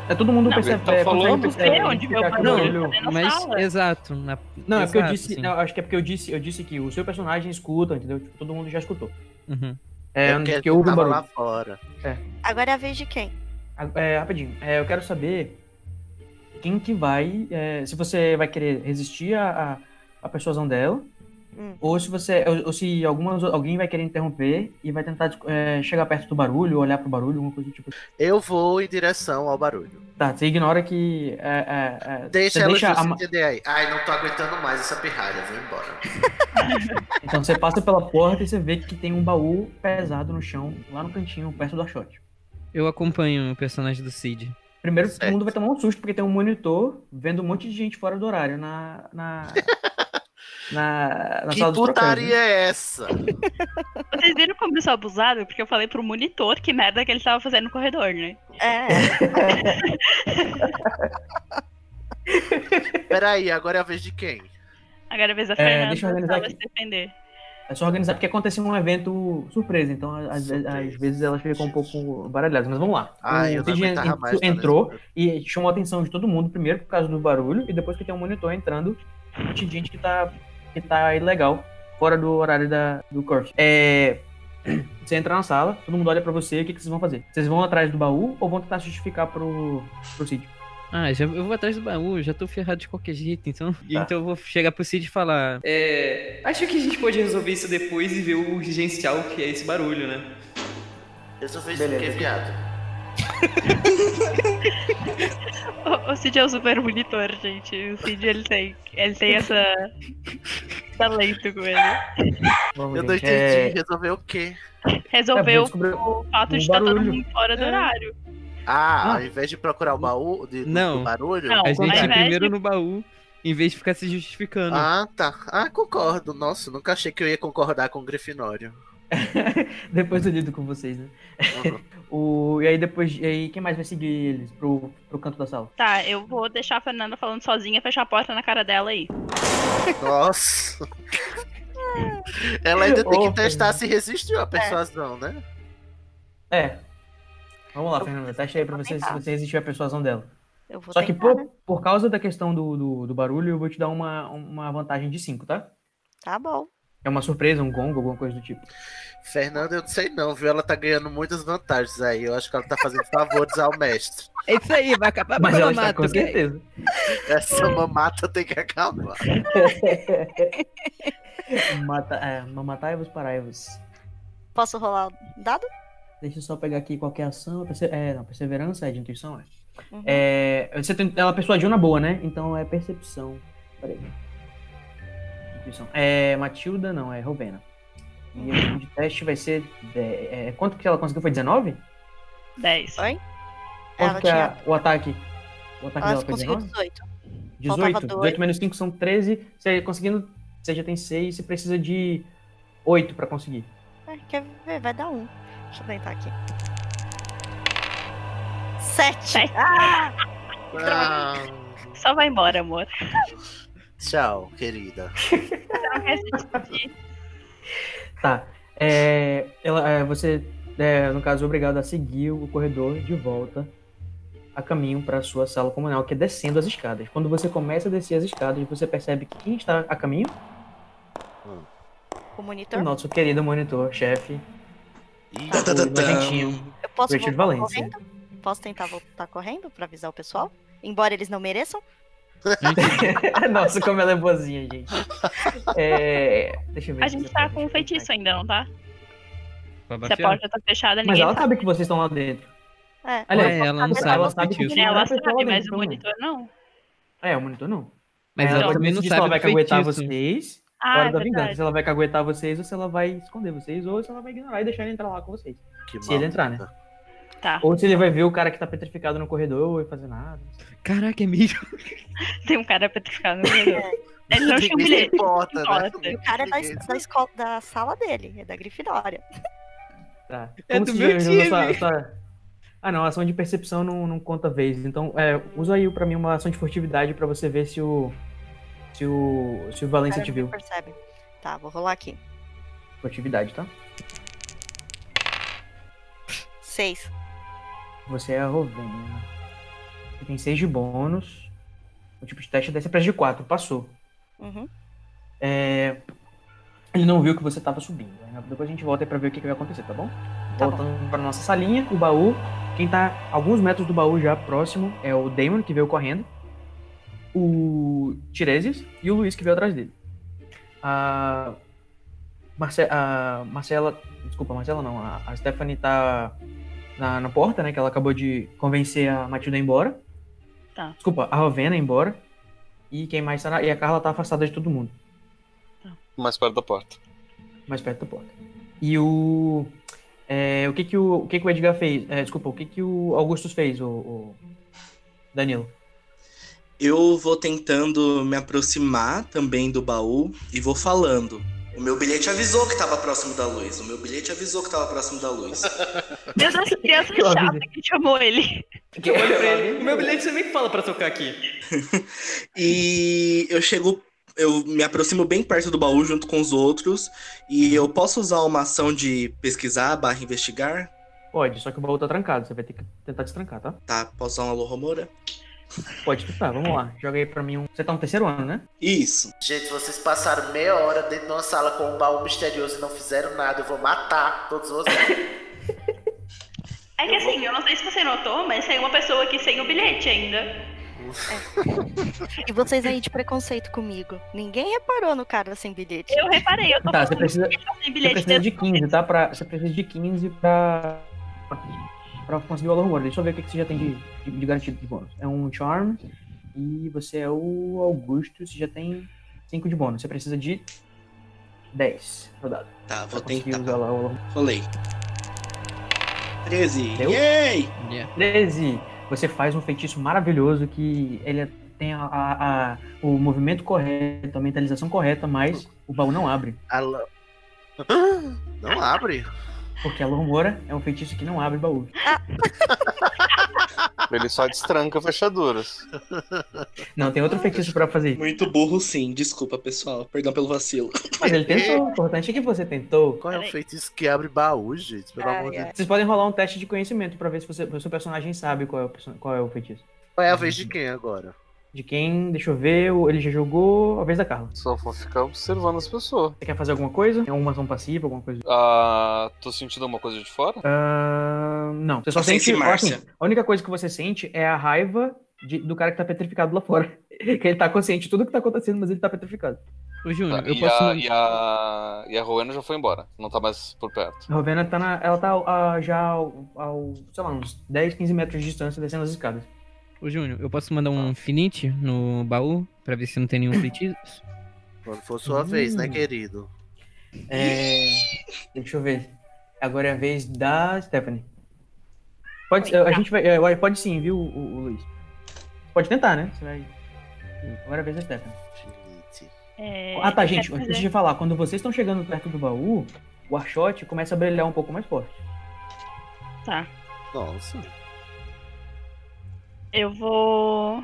Speaker 1: É todo mundo
Speaker 6: Não,
Speaker 1: percebe.
Speaker 5: tá
Speaker 1: é, consegue
Speaker 5: falando,
Speaker 1: perceber,
Speaker 6: sei onde
Speaker 1: identificar
Speaker 6: meu
Speaker 1: que o
Speaker 4: barulho
Speaker 1: barulho-
Speaker 6: Tá na
Speaker 4: Mas,
Speaker 6: sala.
Speaker 4: exato. na-
Speaker 1: Não, é porque eu
Speaker 4: exato,
Speaker 1: disse.
Speaker 4: sim.
Speaker 1: não, acho que é porque eu disse, eu disse que o seu personagem escuta, entendeu? Tipo, todo mundo já escutou.
Speaker 4: Uhum.
Speaker 1: É,
Speaker 3: porque
Speaker 1: que houve um
Speaker 3: tava
Speaker 1: barulho.
Speaker 3: lá fora.
Speaker 9: Agora é a vez de quem?
Speaker 1: Ah, é, rapidinho, é, eu quero saber quem que vai. é, se você vai querer resistir à, à, à persuasão dela,
Speaker 9: Hum.
Speaker 1: ou se você. Ou, ou se algumas, alguém vai querer interromper e vai tentar é, chegar perto do barulho, olhar pro barulho, alguma coisa do tipo.
Speaker 3: Eu vou em direção ao barulho.
Speaker 1: Tá, você ignora que. é, é, é,
Speaker 3: Deixa
Speaker 1: você
Speaker 3: ela
Speaker 1: deixa
Speaker 3: se
Speaker 1: a ma-
Speaker 3: entender aí. Ai, não tô aguentando mais essa pirralha, vou embora.
Speaker 1: Então você passa pela porta e você vê que tem um baú pesado no chão, lá no cantinho, perto do achote.
Speaker 4: Eu acompanho o personagem do Cid.
Speaker 1: Primeiro,
Speaker 3: Certo.
Speaker 1: todo mundo vai tomar um susto, porque tem um monitor vendo um monte de gente fora do horário na.
Speaker 3: (laughs)
Speaker 1: na. na, na
Speaker 3: que
Speaker 1: sala dos troféus,
Speaker 3: putaria
Speaker 1: né?
Speaker 3: é essa?
Speaker 6: Vocês viram como eu sou abusado? Porque eu falei pro monitor que merda que ele tava fazendo no corredor, né?
Speaker 9: É.
Speaker 3: Peraí, agora é a vez de quem?
Speaker 6: Agora é a vez da
Speaker 1: É,
Speaker 6: Fernanda
Speaker 1: deixa eu organizar
Speaker 6: ela vai
Speaker 1: aqui.
Speaker 6: se defender.
Speaker 1: É só organizar, porque aconteceu um evento surpresa, então às, ve-
Speaker 3: Surpresa.
Speaker 1: às vezes elas ficam um pouco baralhadas. Mas vamos lá.
Speaker 3: Ai, eu
Speaker 1: o
Speaker 3: não
Speaker 1: Cid en-
Speaker 3: aguentava mais. tá
Speaker 1: entrou
Speaker 3: nessa-
Speaker 1: e chamou a atenção de todo mundo, primeiro por causa do barulho, e depois que tem um monitor entrando, um monte de gente que tá, que tá ilegal, fora do horário da, do curfew. É, (clears throat) Você entra na sala, todo mundo olha pra você, o que, que vocês vão fazer? Vocês vão atrás do baú ou vão tentar justificar pro, pro Cid?
Speaker 4: Ah, já, eu vou atrás do baú, já tô ferrado de qualquer
Speaker 1: (laughs)
Speaker 4: jeito,
Speaker 1: Tá.
Speaker 4: então. Então eu vou chegar pro Cid e falar.
Speaker 12: É, acho que a gente pode resolver isso depois e ver o urgencial que é esse barulho, né?
Speaker 3: Resolveu isso porque, viado.
Speaker 6: O, o Cid é um super monitor, gente. O Cid ele tem, ele tem essa. talento com ele.
Speaker 1: Vamos,
Speaker 3: Eu não
Speaker 1: gente,
Speaker 3: entendi.
Speaker 1: é-
Speaker 3: Resolveu o quê?
Speaker 1: é,
Speaker 6: Resolveu
Speaker 1: vamos descobrir-
Speaker 6: o fato
Speaker 1: o
Speaker 6: de estar todo
Speaker 1: barulho.
Speaker 6: mundo fora do
Speaker 1: É.
Speaker 6: horário.
Speaker 3: Ah,
Speaker 1: Não.
Speaker 3: ao invés de procurar o baú de, do-
Speaker 4: Não.
Speaker 3: do barulho?
Speaker 6: Não.
Speaker 1: ao
Speaker 4: a gente
Speaker 1: contrário.
Speaker 4: primeiro no baú, em vez de ficar se justificando.
Speaker 3: Ah, tá. Ah, concordo. Nossa, nunca achei que eu ia concordar com o Grifinório.
Speaker 1: (laughs) Depois eu lido com vocês, né?
Speaker 3: Uhum.
Speaker 1: O... E aí depois. E aí quem mais vai seguir eles pro, pro canto da sala?
Speaker 6: Tá, eu vou deixar a Fernanda falando sozinha, fechar a porta na cara dela aí.
Speaker 3: Nossa. Ela ainda tem
Speaker 1: Ô,
Speaker 3: que testar se
Speaker 2: É.
Speaker 3: resistiu à persuasão, né?
Speaker 1: É. Vamos lá, Fernanda. Teste aí pra você se você resistir à persuasão dela.
Speaker 2: Eu vou
Speaker 1: Só que
Speaker 2: tentar,
Speaker 1: por,
Speaker 2: né?
Speaker 1: por causa da questão do, do, do barulho, eu vou te dar uma, uma vantagem de 5, tá?
Speaker 2: Tá bom.
Speaker 1: É uma surpresa, um gongo, alguma coisa do tipo.
Speaker 3: Fernanda, eu não sei não, viu? Ela tá ganhando muitas vantagens aí. Eu acho que ela tá fazendo favores ao mestre.
Speaker 4: É isso aí, vai acabar
Speaker 1: Mas ela está
Speaker 4: mamata,
Speaker 1: com
Speaker 4: velho.
Speaker 1: certeza.
Speaker 3: Essa
Speaker 2: Hum.
Speaker 3: mamata tem que acabar.
Speaker 1: Mata, é, mamatai-vos, parai-vos.
Speaker 2: Posso rolar o dado?
Speaker 1: Deixa eu só pegar aqui qualquer ação. perse- É, não, perseverança é de intuição, é.
Speaker 2: Uhum.
Speaker 1: É, você tem- ela persuadiu na boa, né? Então é percepção. Peraí. Intuição. É Matilda, não, é Rovena. E
Speaker 2: (laughs)
Speaker 1: o de teste vai ser. de- é, quanto que ela conseguiu? Foi 19?
Speaker 6: 10.
Speaker 2: Oi?
Speaker 1: Quanto
Speaker 2: Ela
Speaker 1: que
Speaker 2: tinha.
Speaker 1: a- o ataque? O ataque
Speaker 2: Ela
Speaker 1: dela foi
Speaker 2: conseguiu
Speaker 1: 19?
Speaker 2: 18.
Speaker 1: 18?
Speaker 2: Faltava
Speaker 1: 18
Speaker 2: dois.
Speaker 1: menos 5 são 13. Você conseguindo. Você já tem 6, você precisa de 8 pra conseguir.
Speaker 2: É, quer ver? Vai dar um. Deixa eu tentar aqui. Sete.
Speaker 6: Sete.
Speaker 2: Ah!
Speaker 3: Ah,
Speaker 6: Só vai embora, amor.
Speaker 3: tchau, querida.
Speaker 6: Não quer se despedir.
Speaker 1: Tá. É, ela, é, você, é, no caso, é obrigado a seguir o corredor de volta a caminho para sua sala comunal, que é descendo as escadas. Quando você começa a descer as escadas, você percebe que quem está a caminho?
Speaker 2: O
Speaker 1: é O
Speaker 6: Tá.
Speaker 2: monitor.
Speaker 1: nosso querido monitor, chefe,
Speaker 3: Ih,
Speaker 8: (laughs) Tá, tá, tá,
Speaker 1: o
Speaker 8: tá.
Speaker 1: nojentinho,
Speaker 2: Eu posso
Speaker 1: Richard
Speaker 2: voltar
Speaker 1: Valência.
Speaker 2: correndo? Posso tentar voltar correndo pra avisar o pessoal? Embora eles não mereçam.
Speaker 1: (laughs) Nossa, como ela é boazinha, gente. É, deixa eu ver.
Speaker 6: A
Speaker 1: se
Speaker 6: gente
Speaker 1: eu
Speaker 6: tá
Speaker 1: posso
Speaker 6: com um feitiço ainda, não tá?
Speaker 4: Pra
Speaker 6: Se a
Speaker 4: bafiar.
Speaker 6: porta tá fechada,
Speaker 1: Mas
Speaker 6: ninguém
Speaker 1: ela
Speaker 6: sabe.
Speaker 1: sabe que vocês estão lá dentro.
Speaker 2: É.
Speaker 1: Aliás,
Speaker 4: É, ela não
Speaker 1: ela
Speaker 4: sabe o
Speaker 1: sabe que
Speaker 4: feitiço.
Speaker 1: tinha
Speaker 6: Ela
Speaker 1: uma pessoa lá
Speaker 6: sabe, mas
Speaker 1: dentro,
Speaker 6: o
Speaker 1: né?
Speaker 6: monitor não.
Speaker 1: É, o monitor não.
Speaker 4: Mas ela
Speaker 1: pode
Speaker 4: também não
Speaker 1: decidir se ela vai
Speaker 4: sabe o
Speaker 1: caguetar
Speaker 4: feitiço.
Speaker 1: vocês
Speaker 6: Ah, é
Speaker 1: hora da vingança.
Speaker 6: verdade.
Speaker 1: Se ela vai caguetar vocês, ou se ela vai esconder vocês, ou se ela vai ignorar e deixar ele entrar lá com vocês.
Speaker 3: que
Speaker 1: Se ele entrar, né?
Speaker 3: maldita.
Speaker 6: Tá.
Speaker 1: Ou se ele vai ver o cara que tá petrificado no corredor e fazer nada. não sei.
Speaker 4: Caraca, é mesmo.
Speaker 6: Tem um cara petrificado no corredor.
Speaker 1: (laughs)
Speaker 6: Ele não tinha um
Speaker 3: Ninguém se
Speaker 6: bilhete.
Speaker 3: importa, né?
Speaker 6: Importa.
Speaker 2: É, O cara é da,
Speaker 3: Ninguém se-
Speaker 2: da escola, da sala dele, é da Grifinória.
Speaker 1: Tá.
Speaker 4: É
Speaker 1: Como
Speaker 4: do
Speaker 1: se
Speaker 4: meu
Speaker 1: usa
Speaker 4: time.
Speaker 1: sua- sua- Ah, não, ação de percepção não, não conta vez. Então, é, usa aí pra mim uma ação de furtividade pra você ver se o. Se o. Se o
Speaker 2: O
Speaker 1: Valência
Speaker 2: cara
Speaker 1: te
Speaker 2: não
Speaker 1: viu.
Speaker 2: percebe. Tá, vou rolar aqui.
Speaker 1: Furtividade, tá?
Speaker 2: Seis.
Speaker 1: Você é a Rovena. Você tem 6 de bônus. O tipo de teste é 10, você presta de 4, passou.
Speaker 2: Uhum.
Speaker 1: É, Ele não viu que você tava subindo. né? Depois a gente volta aí pra ver o que, que vai acontecer, tá bom?
Speaker 2: Tá bom.
Speaker 1: Voltando pra nossa salinha, o baú. Quem tá alguns metros do baú já próximo é o Damon, que veio correndo. O Tiresias e o Luiz, que veio atrás dele. A, Marce... a Marcela... Desculpa, Marcela não. A a Stephanie tá na, na porta, né? Que ela acabou de convencer a Matilda a ir embora.
Speaker 6: Tá.
Speaker 1: Desculpa, a Rovena a ir embora. E quem mais tá na... E a Carla tá afastada de todo mundo
Speaker 5: mais perto da porta.
Speaker 1: mais perto da porta. E o. é, o que que o, o que que o Edgar fez? É, desculpa, o que que o Augustus fez, o, o Danilo?
Speaker 8: Eu vou tentando me aproximar também do baú e vou falando. O meu bilhete avisou que estava próximo da luz. O meu bilhete avisou que estava próximo da luz.
Speaker 6: Meu Deus, que criança chata que chamou ele.
Speaker 7: Eu olho pra ele.
Speaker 4: (laughs)
Speaker 7: O meu bilhete também que fala pra tocar aqui.
Speaker 8: (laughs) E eu chego, eu me aproximo bem perto do baú junto com os outros. E eu posso usar uma ação de pesquisar barra investigar?
Speaker 1: Pode, só que o baú tá trancado, você vai ter que tentar destrancar, tá?
Speaker 8: Tá, posso usar uma Lohomora?
Speaker 1: Pode tentar, vamos lá. Joga aí pra mim um. Você tá no terceiro ano, né?
Speaker 8: Isso.
Speaker 3: Gente, vocês passaram meia hora dentro de uma sala com um baú misterioso e não fizeram nada. Eu vou matar todos vocês.
Speaker 6: É que assim, eu não sei se você notou, mas tem uma pessoa aqui sem o bilhete ainda.
Speaker 2: E vocês aí de preconceito comigo. Ninguém reparou no cara sem bilhete.
Speaker 6: Eu reparei, eu tô
Speaker 1: Tá,
Speaker 6: falando
Speaker 1: você precisa,
Speaker 6: que tá sem
Speaker 1: você
Speaker 6: bilhete
Speaker 1: precisa
Speaker 6: dentro.
Speaker 1: de 15, tá? Pra, você precisa de 15 pra. pra conseguir o Alohomora. Deixa eu ver o que, que você já tem de, de, de garantido de bônus. É um Charm e você é o Augustus, você já tem 5 de bônus. Você precisa de 10 rodado.
Speaker 8: Tá,
Speaker 1: Pra
Speaker 8: vou
Speaker 1: conseguir
Speaker 8: tentar.
Speaker 1: usar lá o Alohomora.
Speaker 8: Rolei. 13.
Speaker 1: Deu?
Speaker 8: Yay!
Speaker 4: É.
Speaker 1: 13, você faz um feitiço maravilhoso que ele tem a- a- a- o movimento correto, a mentalização correta, mas o baú não abre.
Speaker 3: Alô? (gasps) Não
Speaker 2: Ah.
Speaker 3: abre.
Speaker 1: Porque a Lomora é um feitiço que não abre baú.
Speaker 5: Ele só destranca fechaduras.
Speaker 1: Não, tem outro feitiço pra fazer isso.
Speaker 8: Muito burro sim, desculpa pessoal, perdão pelo vacilo.
Speaker 1: Mas ele tentou, o importante é que você tentou.
Speaker 3: Qual é o
Speaker 6: Peraí.
Speaker 3: feitiço que abre baú, gente? Pelo
Speaker 2: Ai,
Speaker 3: amor de
Speaker 2: ai.
Speaker 3: Deus.
Speaker 1: Vocês podem rolar um teste de conhecimento pra ver se você- se o seu personagem sabe qual é o, perso- qual é o feitiço.
Speaker 10: Qual é a vez de quem agora?
Speaker 1: De quem? Deixa eu ver. o- Ele já jogou a vez da Carla.
Speaker 5: Só vou ficar observando as pessoas.
Speaker 1: Você quer fazer alguma coisa? Tem Alguma ação passiva, alguma coisa?
Speaker 5: Ah, tô sentindo alguma coisa de fora?
Speaker 1: Ah, não. Você só
Speaker 8: Assim
Speaker 1: sente.
Speaker 8: se Márcia.
Speaker 1: assim, a única coisa que você sente é a raiva de- do cara que tá petrificado lá fora. (laughs) Que ele tá consciente de tudo que tá acontecendo, mas ele tá petrificado.
Speaker 4: Ô, Júnior,
Speaker 5: Tá,
Speaker 4: eu
Speaker 5: e,
Speaker 4: posso.
Speaker 5: a, e, a, e a Rowena já foi embora, não tá mais por perto.
Speaker 1: A Rovena tá na. Ela tá ah, já ao, ao, sei lá, uns 10, 15 metros de distância descendo as escadas.
Speaker 4: Ô, Júnior, eu posso mandar um finite no baú pra ver se não tem nenhum (laughs) feitiço?
Speaker 10: Quando for sua vez, né,
Speaker 1: Hum.
Speaker 10: querido?
Speaker 1: É... Deixa eu ver. Agora é a vez da Stephanie. Pode, a gente vai, é, pode sim, viu, o, o Luiz? Pode tentar, né? Você vai- Agora é a vez da Stephanie.
Speaker 10: Gente.
Speaker 6: É,
Speaker 1: ah, tá,
Speaker 6: eu
Speaker 1: gente.
Speaker 6: quero
Speaker 1: Antes
Speaker 6: fazer-
Speaker 1: de falar, quando vocês estão chegando perto do baú, o Arshot começa a brilhar um pouco mais forte.
Speaker 6: Tá.
Speaker 10: Nossa.
Speaker 6: Eu vou.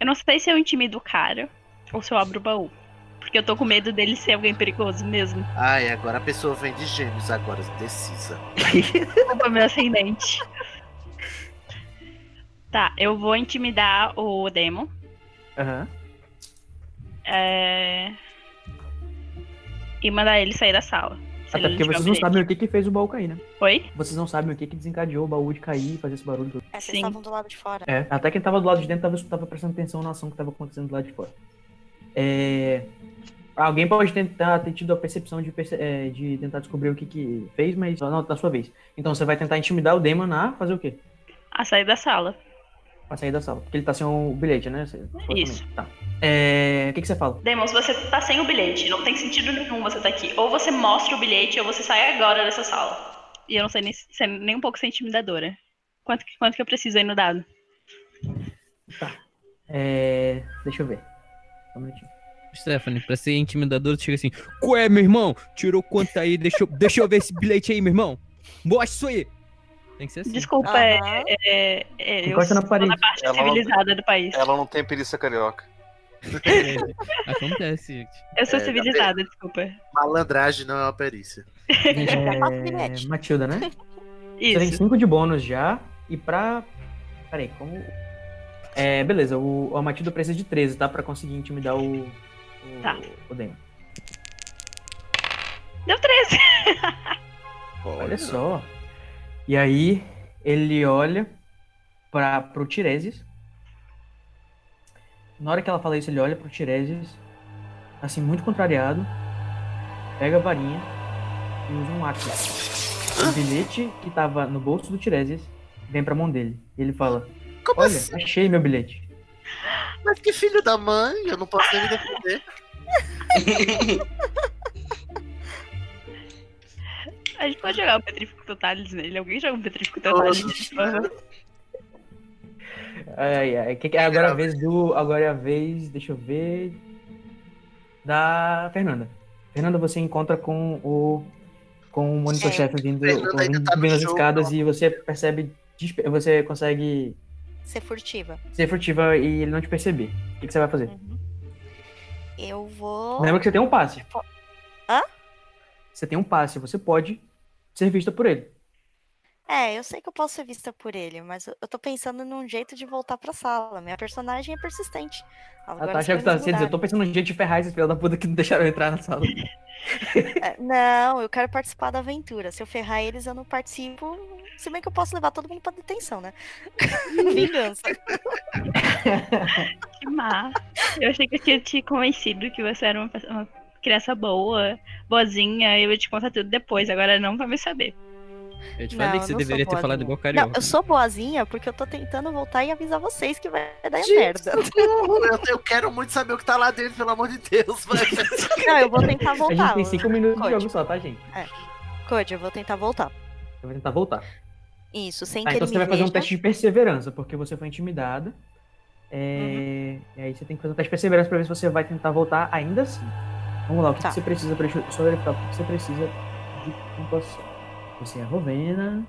Speaker 6: Eu não sei se eu intimido o cara ou se eu abro o baú. Porque eu tô com medo dele ser alguém perigoso mesmo. (laughs)
Speaker 10: Ai, agora a pessoa vem de gêmeos, agora decisa.
Speaker 6: Desculpa, meu ascendente. Tá, eu vou intimidar o Demon.
Speaker 1: Aham.
Speaker 6: é, E mandar ele sair da sala. se
Speaker 1: Até
Speaker 6: ele
Speaker 1: porque
Speaker 6: tiver
Speaker 1: vocês não
Speaker 6: obediente.
Speaker 1: sabem o que, que fez o baú cair, né?
Speaker 6: Oi?
Speaker 1: Vocês não sabem o que, que desencadeou o baú de cair e fazer esse barulho todo.
Speaker 9: É, vocês
Speaker 6: Sim.
Speaker 9: estavam do lado de fora.
Speaker 1: É, até quem tava do lado de dentro tava, tava prestando atenção na ação que tava acontecendo do lado de fora. É, Alguém pode tentar ter tido a percepção de, perce- é, de tentar descobrir o que que fez, mas não, da sua vez. Então você vai tentar intimidar o Damon a fazer o quê?
Speaker 6: A sair da sala.
Speaker 1: Pra sair da sala. Porque ele tá sem o bilhete, né? Você-
Speaker 6: Isso.
Speaker 1: Tá. É, O que, que você fala?
Speaker 6: Demons, você tá sem o bilhete. Não tem sentido nenhum você tá aqui. Ou você mostra o bilhete ou você sai agora dessa sala. E eu não sei nem, se- nem um pouco ser intimidadora. Quanto, que- quanto que eu preciso aí no dado?
Speaker 1: É, Deixa eu ver. Só um minutinho.
Speaker 4: Stephanie, pra ser intimidador, tu chega assim: Ué, meu irmão, tirou quanto aí? Deixa eu, deixa eu ver esse bilhete aí, meu irmão. Mostra isso aí. Tem que ser assim.
Speaker 6: Desculpa,
Speaker 9: Aham.
Speaker 6: é, é- é, eu
Speaker 1: Encosta na
Speaker 6: sou
Speaker 1: parede.
Speaker 6: na parte
Speaker 5: Ela-
Speaker 6: civilizada do país.
Speaker 5: Ela não tem perícia carioca.
Speaker 4: É, (laughs) acontece, gente.
Speaker 6: Eu sou
Speaker 10: É,
Speaker 6: civilizada, desculpa.
Speaker 10: Malandragem não é uma perícia.
Speaker 9: quatro bilhetes.
Speaker 1: É, Matilda, né? Você tem
Speaker 6: (laughs) Isso.
Speaker 1: 5 de bônus já. E pra. Peraí, como. É, beleza, o, o Matilda precisa de 13, tá? Pra conseguir intimidar o. O,
Speaker 6: Tá.
Speaker 1: o Damon.
Speaker 6: Deu 13.
Speaker 1: Olha, só. E aí, ele olha pra, pro Tiresias. Na hora que ela fala isso, ele olha pro Tiresias, assim, muito contrariado. Pega a varinha e usa um hack. O bilhete que tava no bolso do Tiresias vem pra mão dele. E ele fala:
Speaker 10: Como
Speaker 1: Olha,
Speaker 10: assim?
Speaker 1: achei meu bilhete.
Speaker 10: Mas que filho da mãe, eu não posso nem me defender.
Speaker 6: (laughs) A gente pode jogar o Petrífico Totalis nele. Alguém joga um Petrífico Totalis? (laughs)
Speaker 10: Nossa.
Speaker 1: Ai, ai, que que- agora é a vez do. Agora é a vez, deixa eu ver. Da Fernanda. Fernanda, você encontra com o. Com o monitor-chefe vindo,
Speaker 10: Fernanda ainda
Speaker 1: vindo
Speaker 10: tá no
Speaker 1: subindo as
Speaker 10: jogo,
Speaker 1: escadas e você percebe. despe- Você consegue
Speaker 9: Ser furtiva.
Speaker 1: ser furtiva e ele não te perceber. O que, que você vai fazer?
Speaker 9: Eu vou.
Speaker 1: Lembra que você tem um passe.
Speaker 9: Hã?
Speaker 1: Você tem um passe, você pode ser vista por ele.
Speaker 9: É, eu sei que eu posso ser vista por ele, mas eu eu tô pensando num jeito de voltar pra sala. Minha personagem é persistente.
Speaker 1: A
Speaker 9: Agora as
Speaker 1: Tasha que tá
Speaker 9: coisas
Speaker 1: assim, eu
Speaker 9: mudaram.
Speaker 1: tô pensando no jeito de ferrar esses filhos da puta que não deixaram eu entrar na sala.
Speaker 9: É, Não, eu quero participar da aventura. Se eu ferrar eles, eu não participo. Se bem que eu posso levar todo mundo pra detenção, né? (laughs)
Speaker 10: Uhum.
Speaker 9: Vingança.
Speaker 6: Que má. Eu achei que eu tinha te convencido que você era uma, pe- uma criança boa, boazinha, e eu ia te contar tudo depois. Agora não vai me saber.
Speaker 4: Eu te
Speaker 9: Não,
Speaker 4: falei que você
Speaker 9: eu não sou
Speaker 4: deveria ter
Speaker 9: boazinha.
Speaker 4: falado igual
Speaker 9: Não,
Speaker 4: carioca.
Speaker 9: eu sou boazinha porque eu tô tentando voltar e avisar vocês que vai dar
Speaker 10: Gente,
Speaker 9: Tá merda.
Speaker 10: socorro, eu, eu quero muito saber o que tá lá dentro, pelo amor de Deus.
Speaker 1: (laughs)
Speaker 10: Vai.
Speaker 9: Não, eu vou tentar
Speaker 1: A gente
Speaker 9: voltar.
Speaker 1: tem 5 minutos de
Speaker 9: Code. é.
Speaker 1: jogo só, tá, gente?
Speaker 9: Code, eu vou tentar voltar.
Speaker 1: Eu vou tentar voltar.
Speaker 9: Isso, sem
Speaker 1: Ah,
Speaker 9: né? que
Speaker 1: então
Speaker 9: ele
Speaker 1: você
Speaker 9: me tá?
Speaker 1: vai fazer um
Speaker 9: veja.
Speaker 1: teste de perseverança, porque você foi intimidada. É,
Speaker 9: Uhum.
Speaker 1: E aí você tem que fazer um teste de perseverança pra ver se você vai tentar voltar ainda assim. Vamos lá, o que,
Speaker 9: Tá.
Speaker 1: que você precisa pra deixa eu só verificar o que que você precisa de pontuação. Você é Rovena.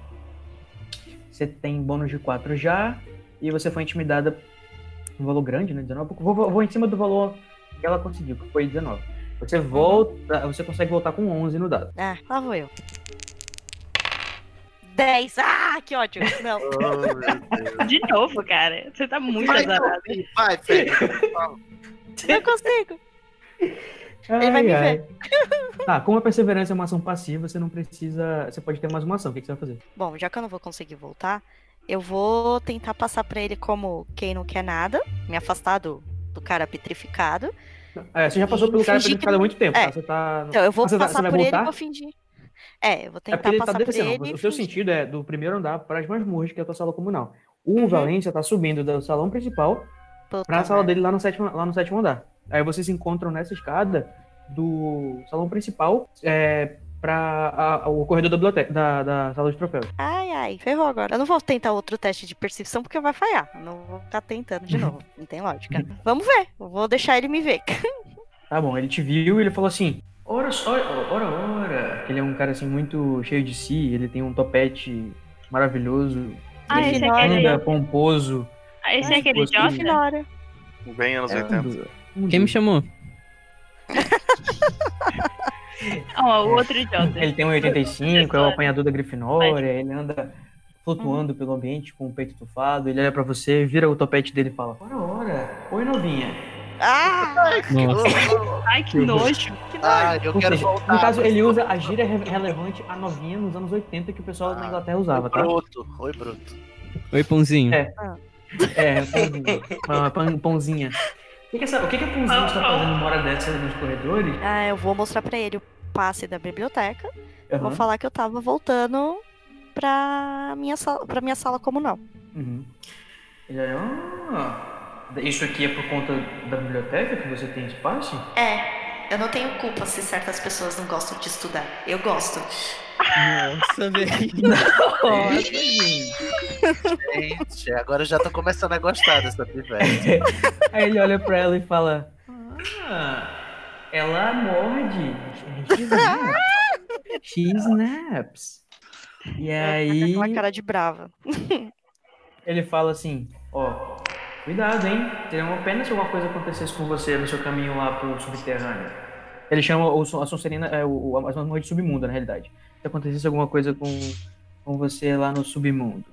Speaker 1: Você tem bônus de 4 já. E você foi intimidada um valor grande, né? 19. Vou, vou- vou em cima do valor que ela conseguiu, que foi 19. Você
Speaker 9: Uhum.
Speaker 1: volta. Você consegue voltar com 11 no dado.
Speaker 9: Ah, lá vou eu. 10. Ah, que ódio. Não.
Speaker 1: (laughs) Oh,
Speaker 6: De novo, cara. Você tá muito azarado.
Speaker 13: Vai, Fred.
Speaker 9: Não consigo. Ele vai
Speaker 1: Ai,
Speaker 9: me
Speaker 1: ai.
Speaker 9: ver.
Speaker 1: Tá, como a perseverança é uma ação passiva, você não precisa. Você pode ter mais uma ação. O que, que você vai fazer?
Speaker 9: Bom, já que eu não vou conseguir voltar, eu vou tentar passar pra ele como quem não quer nada, me afastar do, do cara petrificado.
Speaker 1: É, você já passou pelo cara
Speaker 9: Fingir que
Speaker 1: petrificado há
Speaker 9: não-
Speaker 1: muito tempo,
Speaker 9: É.
Speaker 1: tá? Você tá.
Speaker 9: Então, eu vou
Speaker 1: Ah, você vai-
Speaker 9: passar
Speaker 1: você vai
Speaker 9: por ele e
Speaker 1: voltar?
Speaker 9: vou fingir. É, eu vou
Speaker 1: É porque
Speaker 9: tentar
Speaker 1: ele tá
Speaker 9: passar por
Speaker 1: descendo.
Speaker 9: ele.
Speaker 1: o
Speaker 9: e
Speaker 1: seu
Speaker 9: fingir.
Speaker 1: sentido é do primeiro andar para as masmorras, que é a tua sala comunal. O
Speaker 9: Uhum.
Speaker 1: Valência tá subindo do salão principal
Speaker 9: Puta
Speaker 1: pra sala
Speaker 9: merda.
Speaker 1: dele lá no, sétimo, lá no sétimo andar. Aí vocês se encontram nessa escada do salão principal é, pra a- o corredor da, biblioteca, da, da sala de troféus.
Speaker 9: Ai, ai, ferrou agora. Eu não vou tentar outro teste de percepção porque vai falhar. Eu não vou ficar
Speaker 1: (laughs)
Speaker 9: tentando de novo. Não tem lógica. Vamos ver. Eu vou deixar ele me ver.
Speaker 1: Tá bom, ele te viu e ele falou assim: Ora, só- ora, ora. Ele é um cara assim muito cheio de si, ele tem um topete maravilhoso,
Speaker 6: Ah, esse é
Speaker 9: Grifinória.
Speaker 6: aquele,
Speaker 1: anda, (laughs) pomposo.
Speaker 6: ah, esse é aquele
Speaker 1: Gostei.
Speaker 6: idiota?
Speaker 9: Ignora.
Speaker 5: Bem
Speaker 1: É.
Speaker 5: anos 80.
Speaker 1: Um
Speaker 4: Quem me chamou?
Speaker 6: Ó, o outro idiota.
Speaker 1: Ele tem um 85, é o apanhador da Grifinória, ele anda
Speaker 6: Hum.
Speaker 1: flutuando pelo ambiente com o peito tufado, ele olha pra você, vira o topete dele e fala: Ora, ora, oi novinha.
Speaker 9: Ah,
Speaker 4: Nossa.
Speaker 6: Ai, que nojo.
Speaker 13: Ai, eu
Speaker 1: Ou
Speaker 13: quero
Speaker 1: seja,
Speaker 13: voltar.
Speaker 1: no caso, ele usa a gíria re- relevante a novinha nos anos 80 que o pessoal
Speaker 13: Ah,
Speaker 1: na Inglaterra usava,
Speaker 13: Oi,
Speaker 1: tá?
Speaker 13: Bruto. Oi, Bruto.
Speaker 4: Oi, Pãozinho.
Speaker 1: É. É, pãozinha. Pão- um pão- pãozinha. O que, que, essa, o que, que a pãozinha está fazendo uma hora dessa nos corredores?
Speaker 9: ah, eu vou mostrar pra ele o passe da biblioteca. Vou
Speaker 1: Aham.
Speaker 9: falar que eu tava voltando pra minha sala, pra minha sala comunal.
Speaker 1: Uhum. Ele olha, "Ah, isso aqui é por conta da biblioteca que você tem espaço?
Speaker 14: É, eu não tenho culpa se certas pessoas não gostam de estudar. Eu gosto.
Speaker 4: Nossa, velho.
Speaker 13: Gente, agora eu já tô começando a gostar dessa pivete.
Speaker 1: Aí ele olha pra ela e fala: Ah, ela morde. She né? snaps. She snaps. É, E aí
Speaker 9: Tá Com é uma cara de brava.
Speaker 1: ele fala assim: Ó, cuidado, hein? Seria uma pena se alguma coisa acontecesse com você no seu caminho lá pro subterrâneo. Ele chama o, Son- a Sonserina, é, o, o- as masmorras de submundo, na realidade. Se acontecesse alguma coisa com, com você lá no submundo.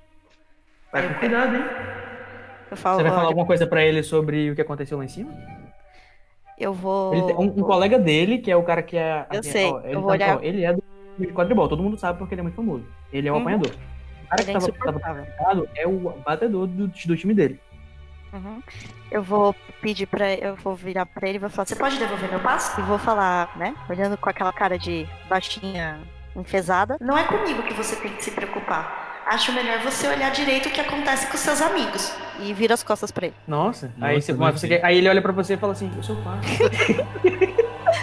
Speaker 9: É,
Speaker 1: Vai com cuidado, hein?
Speaker 9: Eu falo,
Speaker 1: Você vai falar
Speaker 9: "Olha,
Speaker 1: alguma coisa pra ele sobre o que aconteceu lá em cima?
Speaker 9: eu vou.
Speaker 1: Ele tem um, um colega dele, que é o cara que é.
Speaker 9: Eu
Speaker 1: assim,
Speaker 9: sei,
Speaker 1: ó, ele,
Speaker 9: eu vou
Speaker 1: tá-
Speaker 9: olhar.
Speaker 1: ó, ele é do time de quadribol, todo mundo sabe porque ele é muito famoso. Ele é o
Speaker 9: Uhum.
Speaker 1: apanhador. O cara que
Speaker 9: Ele
Speaker 1: tava,
Speaker 9: é
Speaker 1: tava
Speaker 9: insuportável.
Speaker 1: machucado é o batedor do, do time dele.
Speaker 9: Uhum. Eu vou pedir pra. Eu vou virar pra ele e vou falar. Você
Speaker 14: Você pode devolver meu passe?
Speaker 9: E vou falar, né? Olhando com aquela cara de baixinha enfesada.
Speaker 14: Não é comigo que você tem que se preocupar. Acho melhor você olhar direito o que acontece com seus amigos.
Speaker 9: E vira as costas pra ele.
Speaker 1: Nossa. aí,
Speaker 4: Nossa,
Speaker 1: você,
Speaker 4: né,
Speaker 1: mas você
Speaker 4: filho?
Speaker 1: quer- aí ele olha pra você e fala assim, eu sou o pai. (laughs)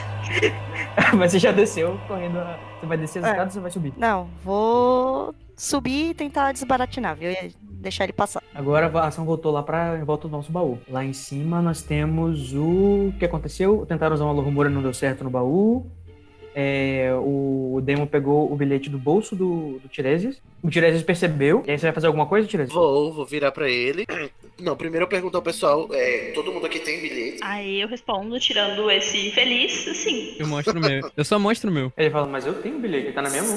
Speaker 1: mas você já desceu correndo. a- Você vai descer as
Speaker 9: É.
Speaker 1: escadas e você vai subir.
Speaker 9: Não, vou subir e tentar desbaratinar, viu? E deixar ele passar.
Speaker 1: Agora a ação voltou lá pra em volta do nosso baú. Lá em cima nós temos o. O que aconteceu? Tentaram usar uma lorrumora e não deu certo no baú. É, o, o Demon pegou o bilhete do bolso do, do Tiresias. O Tiresias percebeu. E aí você vai fazer alguma coisa, Tiresias?
Speaker 3: Vou, vou virar pra ele. Não, primeiro eu pergunto ao pessoal, é, todo mundo aqui tem bilhete?
Speaker 1: Ah.
Speaker 6: Aí eu respondo, tirando esse feliz, assim, sim.
Speaker 4: Eu mostro o meu. Eu só mostro o meu.
Speaker 1: Ele fala, mas eu tenho o bilhete, ele tá na minha mão.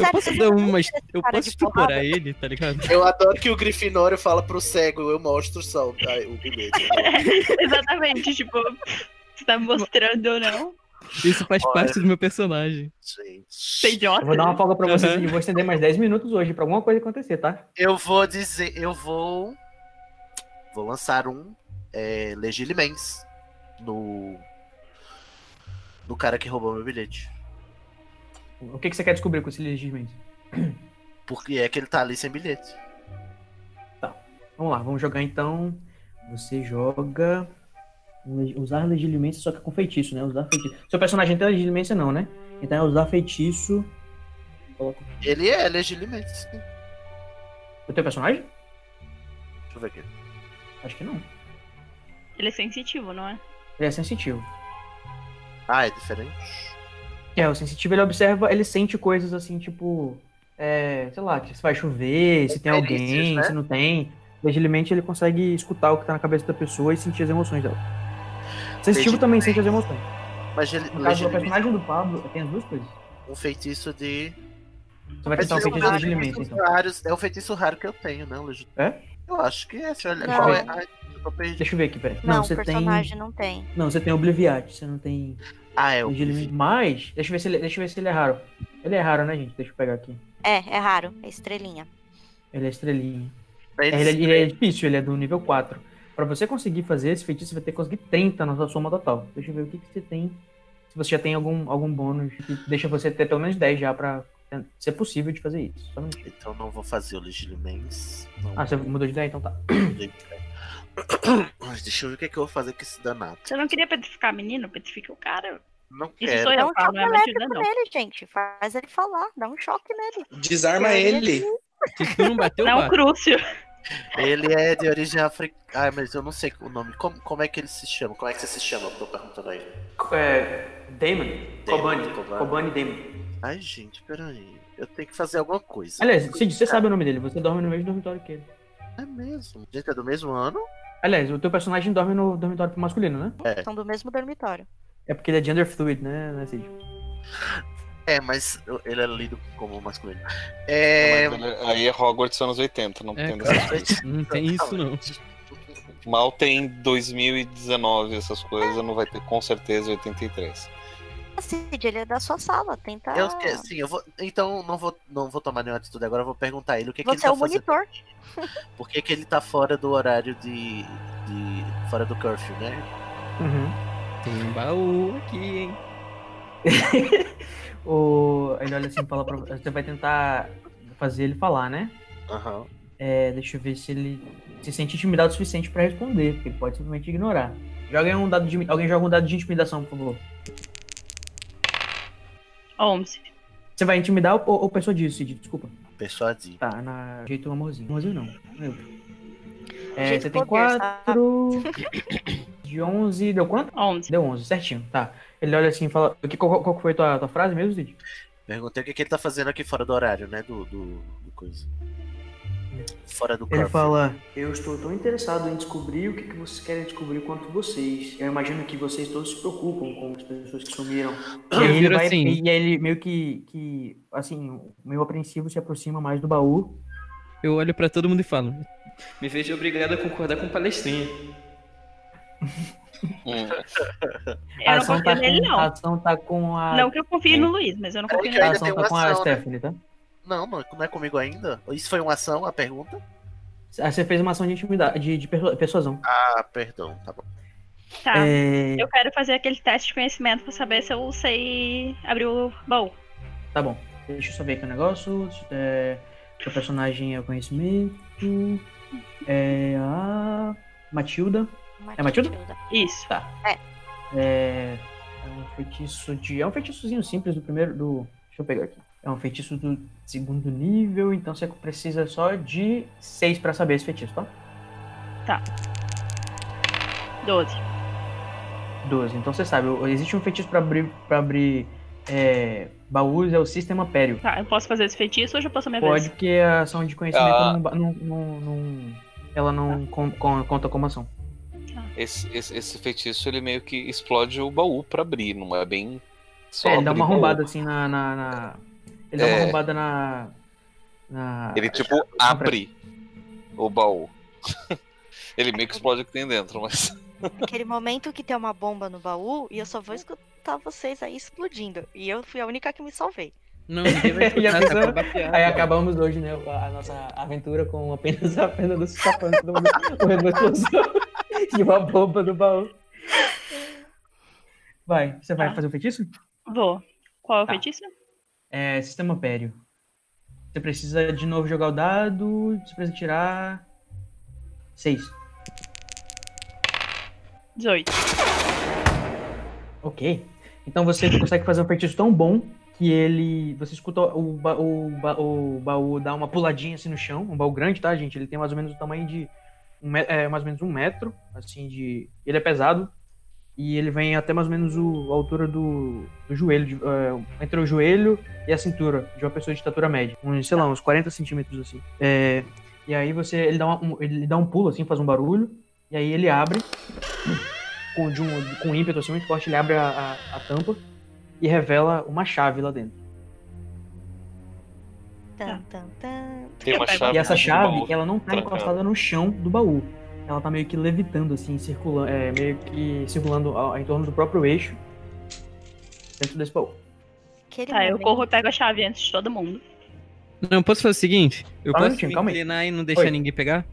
Speaker 4: Eu posso dar uma. Eu
Speaker 9: cara
Speaker 4: posso
Speaker 9: de porrada?
Speaker 4: estuprar ele, tá ligado?
Speaker 3: Eu adoro que o Grifinório fala pro cego, eu mostro só o, ai, o bilhete.
Speaker 1: (laughs)
Speaker 6: Exatamente, tipo, você tá me mostrando ou não?
Speaker 4: Isso faz parte do meu personagem.
Speaker 3: Gente.
Speaker 6: Você é idiota.
Speaker 1: Eu vou dar uma folga pra vocês
Speaker 4: Uhum.
Speaker 1: e vou estender mais 10 minutos hoje pra alguma coisa acontecer, tá?
Speaker 3: Eu vou dizer, eu vou. Vou lançar um é, Legilimens no. No cara que roubou meu bilhete.
Speaker 1: O que, que você quer descobrir com esse legislamento?
Speaker 3: Porque é que ele tá ali sem bilhete.
Speaker 1: Vamos lá, vamos jogar então. Você joga. um Usar legilimência só que com feitiço, né? Usar feitiço. Seu personagem tem legilimência, não, né? Então é usar feitiço. Coloca-
Speaker 3: Ele é Legilimens. sim.
Speaker 1: O teu personagem?
Speaker 3: Deixa eu ver aqui.
Speaker 1: Acho que não.
Speaker 6: Ele é sensitivo, não é?
Speaker 1: Ele é sensitivo.
Speaker 3: Ah, é diferente.
Speaker 1: É, o sensitivo ele observa, ele sente coisas assim, tipo. É, sei lá, que se vai chover, se tem
Speaker 3: Referências,
Speaker 1: alguém,
Speaker 3: né?
Speaker 1: se não tem. Legilimência ele consegue escutar o que tá na cabeça da pessoa e sentir as emoções dela. Sensitivo também sente as emoções.
Speaker 3: Mas ele,
Speaker 1: No caso, o
Speaker 3: Legilimens
Speaker 1: personagem do Pablo tem as duas coisas.
Speaker 3: é um feitiço de
Speaker 1: Tu vai tentar um
Speaker 3: Esse é
Speaker 1: feitiço
Speaker 3: meu
Speaker 1: de limite,
Speaker 3: feitiço
Speaker 1: então.
Speaker 3: raros- É o feitiço raro que eu tenho, né, Legito?
Speaker 1: É?
Speaker 3: Eu acho que é. Deixa eu olhar.
Speaker 9: Não,
Speaker 3: Qual é?
Speaker 9: é-
Speaker 3: Ai, eu tô perdido.
Speaker 1: Deixa eu ver aqui, peraí.
Speaker 9: Não,
Speaker 1: você tem.
Speaker 9: personagem não tem.
Speaker 1: Não, você tem Obliviate, você não tem.
Speaker 3: Ah, é o
Speaker 1: Legion Limite. Mas, deixa eu, ver se ele, deixa eu ver se ele é raro. Ele é raro, né, gente? Deixa eu pegar aqui.
Speaker 9: É, é raro. É estrelinha.
Speaker 1: Ele é estrelinha.
Speaker 3: Ele-
Speaker 1: É, Ele, é- ele é difícil, ele é do nível 4. Pra você conseguir fazer esse feitiço, você vai ter que conseguir 30 na sua soma total. Deixa eu ver o que, que você tem. Se você já tem algum, algum bônus que deixa você ter pelo menos 10 já pra ser possível de fazer isso. Só um minutinho.
Speaker 3: Então não vou fazer o Legilimens. Não.
Speaker 1: Ah, você mudou de ideia? Então tá.
Speaker 3: Ai, Deixa eu ver o que, é que eu vou fazer com esse danado.
Speaker 6: Você não queria petrificar menino? Petrifica o cara.
Speaker 3: Não
Speaker 6: Isso
Speaker 3: quero.
Speaker 6: sou eu,
Speaker 9: Dá um
Speaker 6: tá?
Speaker 9: choque
Speaker 6: Não é Matilda,
Speaker 9: elétrico
Speaker 6: não.
Speaker 9: nele, gente. Faz ele falar. Dá um choque nele.
Speaker 8: Desarma ele.
Speaker 4: Se tu não bateu,
Speaker 6: Dá um
Speaker 4: bate.
Speaker 6: Crúcio.
Speaker 3: Ele é de origem africana. Ah, mas eu não sei o nome. Como, como é que ele se chama? Como é que você se chama? Eu tô perguntando aí.
Speaker 1: É, Damon?
Speaker 3: Kobani. Kobani
Speaker 1: Damon.
Speaker 3: Ai, gente, peraí. Eu tenho que fazer alguma coisa.
Speaker 1: Aliás, Cid, você sabe o nome dele. Você dorme no mesmo dormitório que ele.
Speaker 3: É mesmo. Gente, é do mesmo ano?
Speaker 1: Aliás, o teu personagem dorme no dormitório masculino, né?
Speaker 3: É.
Speaker 9: São do mesmo dormitório.
Speaker 1: É porque ele é gender fluid, né, né Cid?
Speaker 3: É, mas eu- ele é lido como masculino. É.
Speaker 5: Mas ele- Aí é Hogwarts anos 80, não
Speaker 4: É,
Speaker 5: tem
Speaker 1: Tá
Speaker 4: cara.
Speaker 5: dessas coisas.
Speaker 4: Não tem isso, não.
Speaker 5: Mal tem 2019 essas coisas, não vai ter com certeza 83.
Speaker 9: Ah, Cid, ele é da sua sala. Tenta.
Speaker 3: Eu,
Speaker 6: Tá.
Speaker 3: que- sim, eu vou. Então não vou, não vou tomar nenhuma atitude agora, eu vou perguntar ele o que, que ele
Speaker 9: Você
Speaker 3: tá
Speaker 9: é o
Speaker 3: fazendo.
Speaker 9: monitor.
Speaker 3: Por que, que ele tá fora do horário de. de- fora do curfew, né?
Speaker 1: Uhum.
Speaker 4: Tem um baú aqui, hein?
Speaker 1: O... Ele olha assim e fala pra você. Você vai tentar fazer ele falar, né?
Speaker 3: Aham.
Speaker 1: É, deixa eu ver se ele se sente intimidado o suficiente pra responder, porque ele pode simplesmente ignorar. Joga aí um dado de, alguém joga um dado de intimidação, por favor.
Speaker 6: 11.
Speaker 1: Você vai intimidar ou, ou pessoa disso, Cid? Desculpa.
Speaker 3: Persuadir.
Speaker 1: Tá, na jeito amorzinho. Amorzinho não. neutro. É,
Speaker 9: Jeito
Speaker 1: você tem
Speaker 9: poder, sabe?
Speaker 1: 4 de 11, deu quanto?
Speaker 6: 11.
Speaker 1: Deu 11, certinho, tá. Ele olha assim e fala, "O que- qual, qual que foi a tua, tua frase mesmo, Cid?
Speaker 3: Perguntei o que, que ele tá fazendo aqui fora do horário, né? Do. do, do coisa. Fora do
Speaker 1: Ele
Speaker 3: curfew.
Speaker 1: fala: Eu estou tão interessado em descobrir o que, que vocês querem descobrir quanto vocês. Eu imagino que vocês todos se preocupam com as pessoas que sumiram. E aí ele,
Speaker 4: Vira
Speaker 1: vai,
Speaker 4: assim.
Speaker 1: e aí ele meio que, que, assim, meio apreensivo se aproxima mais do baú.
Speaker 4: Eu olho pra todo mundo e falo.
Speaker 15: Me vejo obrigado a concordar com palestrinha.
Speaker 5: Hum. (laughs)
Speaker 6: Eu não confio
Speaker 1: tá
Speaker 6: nele,
Speaker 1: com,
Speaker 6: não.
Speaker 1: a ação tá com a.
Speaker 6: Não que eu confie no Luiz, mas eu não confio
Speaker 3: que
Speaker 1: a
Speaker 3: ainda
Speaker 6: nele.
Speaker 1: ação
Speaker 3: tem
Speaker 1: tá
Speaker 3: uma
Speaker 1: com a
Speaker 3: ação, né?
Speaker 1: Stephanie, tá?
Speaker 3: Não, não, não é comigo ainda. Isso foi uma ação, a pergunta?
Speaker 1: Ah, Você fez uma ação de intimidade, de, de persu- persuasão.
Speaker 3: Ah, perdão, tá bom.
Speaker 6: Tá.
Speaker 1: É,
Speaker 6: Eu quero fazer aquele teste de conhecimento pra saber se eu sei abrir o baú.
Speaker 1: Tá bom. Deixa eu saber aqui o negócio. É... Seu personagem é o conhecimento. É a. Matilda. É Matilda?
Speaker 16: né?
Speaker 6: Isso. tá,
Speaker 1: É, é um feitiço de. É um feitiçozinho simples do primeiro. Do, deixa eu pegar aqui. É um feitiço do segundo nível, então você precisa só de seis pra saber esse feitiço, tá?
Speaker 6: 12.
Speaker 1: 12. Então você sabe, o- existe um feitiço pra abrir, pra abrir é, baús, é o Sistema Pério.
Speaker 6: Tá, eu posso fazer esse feitiço ou já passou minha
Speaker 1: Pode
Speaker 6: vez?
Speaker 1: porque a ação de conhecimento
Speaker 5: Ah.
Speaker 1: não, ba- não, não- não- Ela não con- con- conta como ação.
Speaker 5: Esse, esse, esse feitiço ele meio que explode o baú pra abrir, não é bem. Só
Speaker 1: É, ele dá
Speaker 5: abrir
Speaker 1: uma
Speaker 5: o baú.
Speaker 1: arrombada assim na. na- na- ele dá uma
Speaker 5: É.
Speaker 1: arrombada na. na-
Speaker 5: Ele tipo abre o baú. (laughs) ele meio que explode o que tem
Speaker 1: (laughs)
Speaker 5: dentro, mas.
Speaker 9: Aquele momento que tem uma bomba no baú e eu só vou escutar vocês aí explodindo. E eu fui a única que me salvei.
Speaker 4: Não, ninguém vai
Speaker 1: Já
Speaker 4: escutar,
Speaker 1: pensou?
Speaker 4: tá acabando a piada.
Speaker 1: Aí acabamos hoje, né? A a nossa aventura com apenas (laughs) a perna do sapão todo mundo correndo uma explosão (laughs) e uma bomba no baú. Vai, você vai
Speaker 6: Tá.
Speaker 1: fazer o feitiço?
Speaker 6: Vou. Qual é o
Speaker 1: Tá.
Speaker 6: feitiço?
Speaker 1: É, sistema pério. Você precisa de novo jogar o dado, você precisa tirar. seis
Speaker 6: 18.
Speaker 1: Ok. Então você consegue fazer um feitiço tão bom que ele. Você escuta o, ba- o, ba- o baú dar uma puladinha assim no chão. Um baú grande, tá, gente? Ele tem mais ou menos o tamanho de. um me- é, mais ou menos um metro, assim, de. Ele é pesado. E ele vem até mais ou menos o- a altura do, do joelho, de- é, entre o joelho e a cintura de uma pessoa de estatura média. Uns, sei lá, uns 40 centímetros assim. É, e aí você. Ele dá, uma- um, ele dá um pulo, assim, faz um barulho. E aí ele abre com, de um, com um ímpeto assim muito forte, ele abre a, a- a tampa e revela uma chave lá dentro.
Speaker 16: Tan, tan, tan.
Speaker 5: Tem uma chave.
Speaker 1: E essa
Speaker 5: no
Speaker 1: chave,
Speaker 5: baú.
Speaker 1: ela não tá
Speaker 5: trancada.
Speaker 1: encostada no chão do baú. Ela tá meio que levitando, assim, circulando, é, meio que circulando ao- em torno do próprio eixo dentro desse baú.
Speaker 16: Aquele
Speaker 6: Tá, eu
Speaker 16: momento-
Speaker 6: corro e pego a chave antes de todo mundo.
Speaker 4: Não, posso fazer o seguinte? Eu
Speaker 1: Calma aí,
Speaker 4: posso
Speaker 1: Tim,
Speaker 4: me
Speaker 1: calma aí.
Speaker 4: inclinar e não deixar
Speaker 1: Oi.
Speaker 4: ninguém pegar?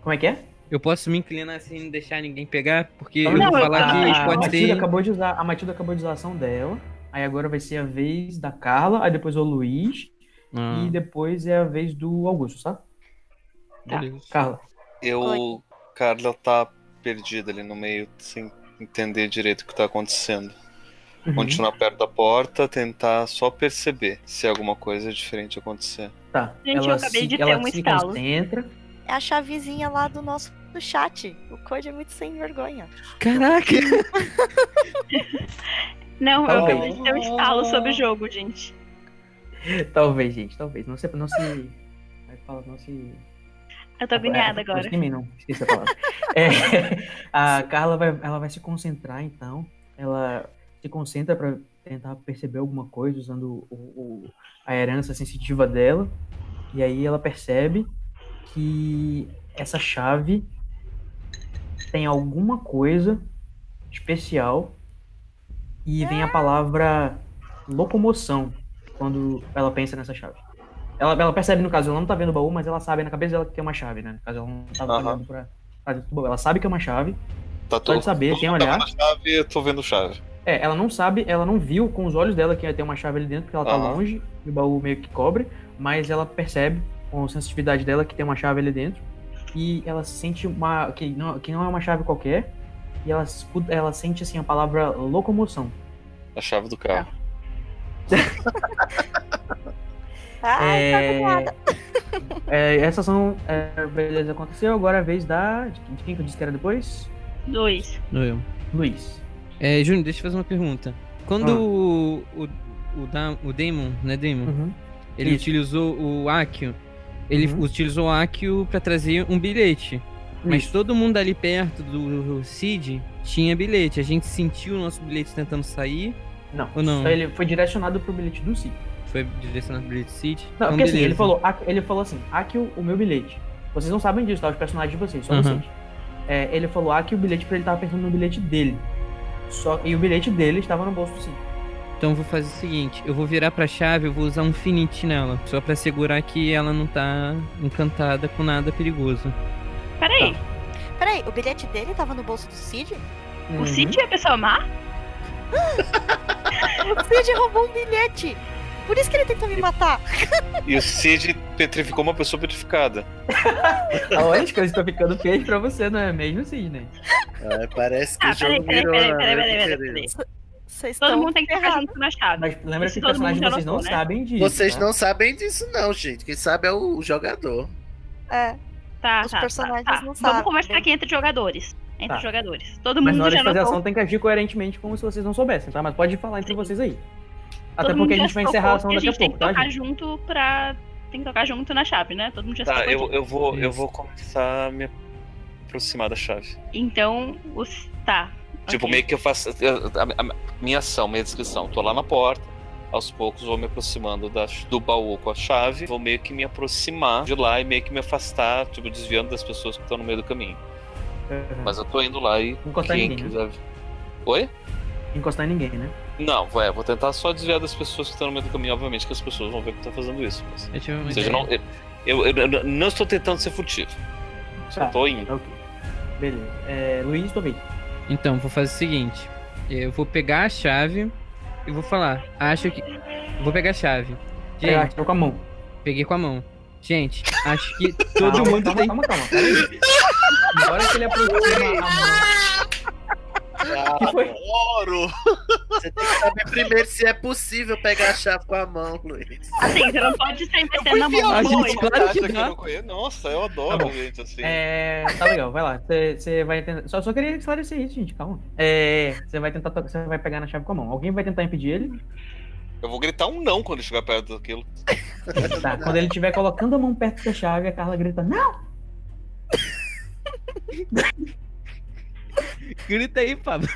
Speaker 1: Como é que é?
Speaker 4: Eu posso me inclinar sem deixar ninguém pegar? Porque
Speaker 1: Calma aí,
Speaker 4: eu vou
Speaker 1: eu-
Speaker 4: falar
Speaker 1: a,
Speaker 4: que
Speaker 1: a
Speaker 4: pode
Speaker 1: Matilda
Speaker 4: ter.
Speaker 1: acabou de usar, a Matilda acabou de usar a ação dela. Aí agora vai ser a vez da Carla, aí depois o Luiz
Speaker 4: Ah,
Speaker 1: e depois é a vez do Augusto, sabe?
Speaker 4: beleza.
Speaker 1: Carla.
Speaker 5: Eu. Carla tá perdida ali no meio, sem entender direito o que tá acontecendo.
Speaker 1: Uhum.
Speaker 5: Continuar perto da porta, tentar só perceber se alguma coisa é diferente acontecer.
Speaker 1: Tá.
Speaker 6: Gente, eu
Speaker 1: ela
Speaker 6: acabei
Speaker 1: se,
Speaker 6: de ter
Speaker 1: ela
Speaker 6: um
Speaker 1: se
Speaker 6: estalo.
Speaker 1: concentra.
Speaker 16: É a chavezinha lá do nosso do chat. O Code é muito sem vergonha.
Speaker 4: Caraca!
Speaker 6: Não,
Speaker 1: Tá
Speaker 6: eu
Speaker 1: bom.
Speaker 6: acabei de ter um estalo sobre o jogo, gente.
Speaker 1: Talvez, gente, talvez. Não se. Não se. Aí fala, não se.
Speaker 6: Eu tô agoniada
Speaker 1: É,
Speaker 6: agora.
Speaker 1: Não, não, esqueci a
Speaker 6: (laughs)
Speaker 1: palavra. É, a Carla vai, ela vai se concentrar, então. Ela se concentra para tentar perceber alguma coisa usando o, o- a herança sensitiva dela. E aí ela percebe que essa chave tem alguma coisa especial e vem a palavra locomoção quando ela pensa nessa chave. Ela, ela percebe, no caso, ela não tá vendo o baú, mas ela sabe na cabeça dela que tem uma chave, né? No caso, ela não tá
Speaker 5: Aham.
Speaker 1: olhando pra, pra dentro do baú. Ela sabe que é uma chave,
Speaker 5: Tá
Speaker 1: só
Speaker 5: todo
Speaker 1: de saber, sem
Speaker 5: Tá
Speaker 1: olhar.
Speaker 5: vendo a chave, eu tô vendo chave.
Speaker 1: É, ela não sabe, ela não viu com os olhos dela que tem uma chave ali dentro, porque ela tá
Speaker 5: Aham.
Speaker 1: longe, e o baú meio que cobre, mas ela percebe com a sensitividade dela que tem uma chave ali dentro, e ela sente uma. que não, que não é uma chave qualquer, e ela, escuta, ela sente assim a palavra locomoção.
Speaker 5: A chave do carro.
Speaker 16: Ai,
Speaker 1: É.
Speaker 16: tá agoniada.
Speaker 1: (laughs) É, essas são. é, beleza, aconteceu, agora é a vez da. de quem- de quem que eu disse que era depois?
Speaker 6: Dois.
Speaker 4: Não, eu.
Speaker 1: Luiz.
Speaker 4: É, Júnior, deixa eu fazer uma pergunta. Quando o, o, o, da, o Damon, né, Damon?
Speaker 1: Ah. Uhum.
Speaker 4: Ele
Speaker 1: Isso.
Speaker 4: utilizou o Akio. Ele
Speaker 1: Uhum.
Speaker 4: utilizou o Akio pra trazer um bilhete. Mas todo mundo ali perto do Cid tinha bilhete. A gente sentiu o nosso bilhete tentando sair.
Speaker 1: Não.
Speaker 4: Ou não?
Speaker 1: Só Ele foi direcionado pro bilhete do Cid.
Speaker 4: Foi direcionado pro bilhete do Cid.
Speaker 1: Não,
Speaker 4: Então,
Speaker 1: porque assim, ele
Speaker 4: beleza.
Speaker 1: falou, "Aqui- ele falou assim, aqui o, o meu bilhete. Vocês não sabem disso, tá? Os personagens de vocês, só
Speaker 4: Aham.
Speaker 1: vocês. É, ele falou, aqui o bilhete pra ele tava pensando no bilhete dele. Só, e o bilhete dele estava no bolso do Cid.
Speaker 4: Então eu vou fazer o seguinte: eu vou virar pra chave, eu vou usar um finite nela. Só pra segurar que ela não tá encantada com nada perigoso.
Speaker 6: Peraí,
Speaker 16: Peraí, o bilhete dele tava no bolso do Cid?
Speaker 1: Uhum.
Speaker 6: o Cid é a pessoa má?
Speaker 16: O Cid roubou um bilhete! Por isso que ele tentou me matar!
Speaker 5: E o Cid petrificou uma pessoa petrificada.
Speaker 1: Ah, Olha as coisas estão ficando feias pra você, não é mesmo, Cid, né?
Speaker 10: É, parece que
Speaker 6: Ah,
Speaker 10: o jogo
Speaker 6: peraí,
Speaker 10: virou.
Speaker 6: peraí,
Speaker 10: né?
Speaker 6: peraí, peraí,
Speaker 10: Meu
Speaker 6: peraí,
Speaker 10: querido.
Speaker 6: peraí.
Speaker 16: Vocês
Speaker 6: Todo
Speaker 16: tão
Speaker 6: mundo tem que ficar
Speaker 16: ferrados.
Speaker 6: junto na chave.
Speaker 1: Mas lembra
Speaker 6: Isso
Speaker 1: que os
Speaker 6: todo mundo
Speaker 1: personagens de
Speaker 6: já
Speaker 1: vocês não
Speaker 6: notou, né?
Speaker 1: sabem disso.
Speaker 10: Vocês
Speaker 1: tá?
Speaker 10: não sabem disso, não, gente. Quem sabe é o
Speaker 6: (laughs)
Speaker 10: jogador.
Speaker 16: É,
Speaker 6: Tá,
Speaker 16: Os
Speaker 6: tá, tá,
Speaker 16: personagens
Speaker 6: tá.
Speaker 16: não sabem.
Speaker 6: Vamos conversar aqui entre jogadores. Entre
Speaker 1: Tá.
Speaker 6: jogadores. Todo
Speaker 1: Mas na
Speaker 6: mundo
Speaker 1: hora
Speaker 6: já
Speaker 1: de fazer
Speaker 6: notou.
Speaker 1: ação tem que agir coerentemente como se vocês não soubessem, tá? Mas pode falar entre vocês aí. Até
Speaker 6: todo
Speaker 1: porque a
Speaker 6: mundo
Speaker 1: gente
Speaker 6: já
Speaker 1: vai
Speaker 6: tocou
Speaker 1: encerrar a ação
Speaker 6: que
Speaker 1: daqui a
Speaker 6: gente tem
Speaker 1: pouco,
Speaker 6: que
Speaker 1: tá,
Speaker 6: tocar
Speaker 1: gente?
Speaker 6: junto pra. Tem que tocar junto na chave, né? Todo mundo já
Speaker 5: Tá,
Speaker 6: tocou
Speaker 5: eu,
Speaker 6: junto.
Speaker 5: eu, vou, eu
Speaker 4: Isso.
Speaker 5: vou começar a me aproximar da chave.
Speaker 6: Então, os. Tá.
Speaker 5: Tipo,
Speaker 6: ok.
Speaker 5: meio que eu faço. eu- a, a- minha ação, minha descrição. Tô lá na porta, aos poucos vou me aproximando da, do baú com a chave, vou meio que me aproximar de lá e meio que me afastar, tipo, desviando das pessoas que estão no meio do caminho.
Speaker 1: Uhum.
Speaker 5: Mas eu tô indo lá e
Speaker 1: Não encostar em
Speaker 5: quem
Speaker 1: ninguém, né?
Speaker 5: quiser. Oi?
Speaker 1: Encostar em ninguém, né?
Speaker 5: Não, é, vou tentar só desviar das pessoas que estão no meio do caminho. Obviamente que as pessoas vão ver que eu tô fazendo isso. Mas...
Speaker 4: É, Eu tive uma
Speaker 5: Ou seja, eu
Speaker 4: ideia.
Speaker 5: não, eu, eu- eu não estou tentando ser furtivo. Só
Speaker 1: Tá.
Speaker 5: tô indo.
Speaker 1: Ok. Beleza. É, Luiz, tô bem.
Speaker 4: Então, vou fazer o seguinte: eu vou pegar a chave e vou falar. Acho que. Vou pegar a chave.
Speaker 1: É,
Speaker 4: Gente,
Speaker 1: atirou com a mão.
Speaker 4: peguei com a mão. Gente, acho
Speaker 1: (laughs)
Speaker 4: que todo
Speaker 1: Calma,
Speaker 4: mundo
Speaker 1: calma,
Speaker 4: tem.
Speaker 1: Calma, calma, peraí. Na hora que ele aproxima a mão.
Speaker 10: Ah,
Speaker 1: Que foi?
Speaker 10: ouro! Você tem que saber primeiro se é possível pegar a chave com a mão, Luiz.
Speaker 6: Assim, você não pode sair metendo na mão.
Speaker 4: a
Speaker 6: não
Speaker 4: mão.
Speaker 6: foi.
Speaker 4: gente, claro que dá.
Speaker 5: Nossa, eu adoro
Speaker 1: Tá bom.
Speaker 5: gente assim.
Speaker 1: É, tá legal, vai lá. Você vai tentar. Só, só queria esclarecer isso, gente, calma. Você vai tentar. Você vai pegar na chave com a mão. Alguém vai tentar impedir ele.
Speaker 5: Eu vou gritar um não quando eu chegar perto daquilo.
Speaker 1: Tá. Quando ele estiver colocando a mão perto da chave, a Carla grita: Não! Tá
Speaker 4: Grita aí, Pablo.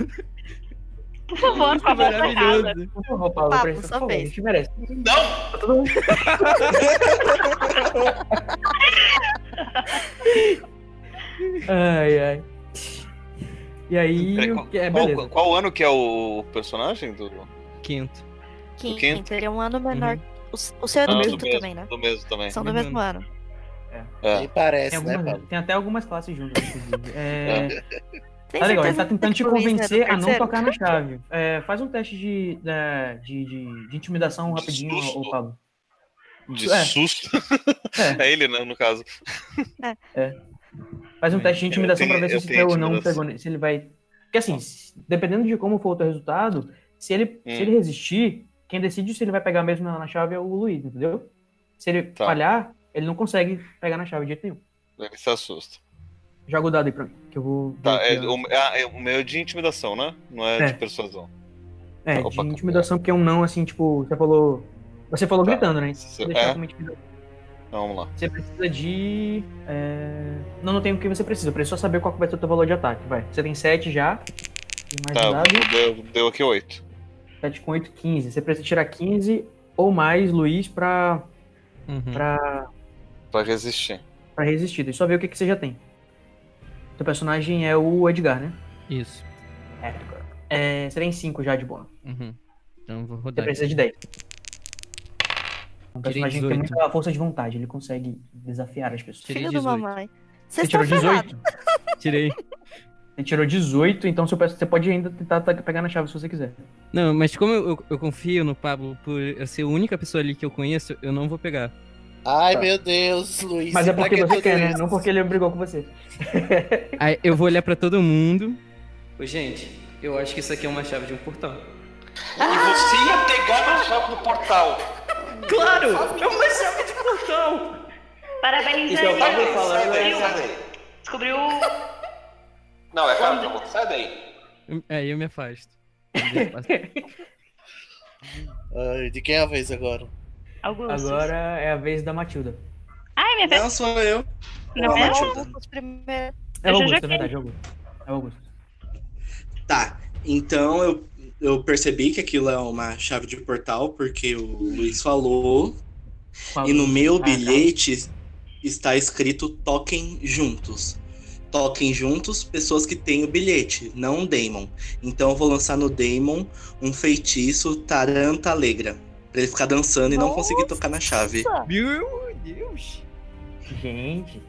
Speaker 6: Por favor, com a mão pra casa.
Speaker 1: Por favor, Paulo,
Speaker 16: Papo,
Speaker 1: presta,
Speaker 16: sua
Speaker 1: por favor,
Speaker 16: vez.
Speaker 1: a gente merece.
Speaker 5: Não!
Speaker 1: Tá todo mundo- (laughs) ai, ai. E aí,
Speaker 5: Peraí,
Speaker 1: o que- é,
Speaker 5: Qual,
Speaker 1: beleza.
Speaker 5: qual- qual ano que é o personagem do.
Speaker 4: Quinto.
Speaker 16: Quinto,
Speaker 5: quinto?
Speaker 16: ele é um ano menor. O, o seu é do
Speaker 5: Ah,
Speaker 16: quinto
Speaker 5: mesmo,
Speaker 16: também, né?
Speaker 5: Do mesmo também.
Speaker 16: São do mesmo ano.
Speaker 5: É.
Speaker 10: Nem parece,
Speaker 3: é
Speaker 1: Tem,
Speaker 10: né,
Speaker 1: algumas-
Speaker 10: Paulo?
Speaker 1: tem até algumas classes juntas, inclusive. É,
Speaker 5: (laughs)
Speaker 16: Tem
Speaker 1: Tá legal,
Speaker 16: certeza
Speaker 1: ele tá
Speaker 16: que
Speaker 1: tentando te
Speaker 16: tipo isso, né, do
Speaker 1: convencer a não
Speaker 16: terceiro?
Speaker 1: tocar na chave. É, faz um teste de, da- de, de, de intimidação
Speaker 5: De
Speaker 1: rapidinho,
Speaker 5: susto.
Speaker 1: ô Pablo.
Speaker 5: De
Speaker 1: É.
Speaker 5: susto.
Speaker 1: É.
Speaker 5: É. ele, né, no caso.
Speaker 1: Faz um teste de intimidação
Speaker 5: Eu
Speaker 1: pra ver se
Speaker 5: tenho-
Speaker 1: você
Speaker 5: eu tenho
Speaker 1: ou não
Speaker 5: intimidação.
Speaker 1: pegou, ne- se ele vai. Porque assim, se- dependendo de como for o teu resultado, se ele,
Speaker 5: Hum.
Speaker 1: se ele resistir, quem decide se ele vai pegar mesmo na, na chave é o Luiz, entendeu? Se ele
Speaker 5: Tá.
Speaker 1: falhar, ele não consegue pegar na chave de jeito nenhum.
Speaker 5: Ele se assusta.
Speaker 1: Joga o dado aí pra mim, que eu vou.
Speaker 5: Tá,
Speaker 1: vou
Speaker 5: é,
Speaker 1: tirar.
Speaker 5: o, ah, é o meu é de intimidação, né? Não é,
Speaker 1: É.
Speaker 5: de persuasão.
Speaker 1: É,
Speaker 5: Opa, tá
Speaker 1: de intimidação, porque é um não, assim, tipo, você falou. Você falou
Speaker 5: Tá.
Speaker 1: gritando, né?
Speaker 5: Isso-
Speaker 1: Deixar
Speaker 5: é.
Speaker 1: como intimidação.
Speaker 5: Então, vamos lá.
Speaker 1: Você precisa de. é, Não, não tem o que você precisa. Eu preciso só saber qual que vai ser o teu valor de ataque. Vai. Você tem 7 já. E mais um
Speaker 5: Tá,
Speaker 1: dado.
Speaker 5: deu, deu aqui oito.
Speaker 1: 7 com 8, 15. Você precisa tirar 15 ou mais, Luiz, pra,
Speaker 4: Uhum.
Speaker 1: pra,
Speaker 5: Pra resistir.
Speaker 1: pra resistir. Deixa eu só ver o que, que você já tem. Teu personagem é o Edgar, né?
Speaker 4: Isso.
Speaker 1: É, você tem 5 já de bônus.
Speaker 4: Uhum. Então eu vou
Speaker 1: Você
Speaker 4: rodar.
Speaker 1: precisa de 10. O personagem tem
Speaker 4: 18.
Speaker 1: muita força de um vontade. Ele consegue desafiar as pessoas.
Speaker 4: Tirei
Speaker 16: Filho do
Speaker 4: 18.
Speaker 16: mamãe.
Speaker 1: Você
Speaker 16: Vocês
Speaker 1: tá
Speaker 16: estão
Speaker 1: tirou
Speaker 16: ferrados.
Speaker 1: 18?
Speaker 4: Tirei.
Speaker 1: Você tirou 18, então seu peço- você pode ainda tentar ta- pegar na chave se você quiser.
Speaker 4: Não, mas como eu, eu- eu confio no Pablo por eu ser a única pessoa ali que eu conheço, eu não vou pegar.
Speaker 10: Ai, meu Deus, Luiz.
Speaker 1: Mas é
Speaker 10: pra
Speaker 1: porque
Speaker 10: que
Speaker 1: você
Speaker 10: tudo
Speaker 1: quer, né?
Speaker 10: isso?
Speaker 1: Não porque ele brigou com você.
Speaker 4: Aí eu vou olhar pra todo mundo.
Speaker 7: Ô, gente, eu acho que isso aqui é uma chave de um portão.
Speaker 5: E você ia pegar na chave do portal.
Speaker 7: Claro! É uma chave de portão!
Speaker 6: Parabéns,
Speaker 7: Isso é o Pablo
Speaker 6: Daniel.
Speaker 7: falando,
Speaker 6: Descobriu.
Speaker 7: né?
Speaker 6: Descobriu.
Speaker 5: Não, é claro, Pablo. Sai daí.
Speaker 4: eu- Aí eu me
Speaker 7: (laughs)
Speaker 4: afasto. Eu deixo passar.
Speaker 10: Ai, de quem é a vez agora?
Speaker 6: Augusto.
Speaker 1: Agora é a vez da Matilda.
Speaker 6: Ai, minha vez.
Speaker 8: Não, sou eu.
Speaker 16: né?
Speaker 6: Não é?
Speaker 16: Os primeiros-
Speaker 1: É
Speaker 6: Eu
Speaker 1: o
Speaker 6: já
Speaker 1: Augusto, é
Speaker 6: joguei.
Speaker 1: verdade, é o Augusto. É o Augusto.
Speaker 8: Tá, então eu, eu percebi que aquilo é uma chave de portal, porque o Luiz falou.
Speaker 1: Fala.
Speaker 8: E no meu
Speaker 1: tá.
Speaker 8: bilhete está escrito toquem juntos. Toquem juntos pessoas que têm o bilhete, não um Daemon. Então eu vou lançar no Daemon um feitiço Taranta Alegra. Pra ele ficar dançando e não conseguir tocar na chave.
Speaker 4: Meu Deus!
Speaker 1: Gente.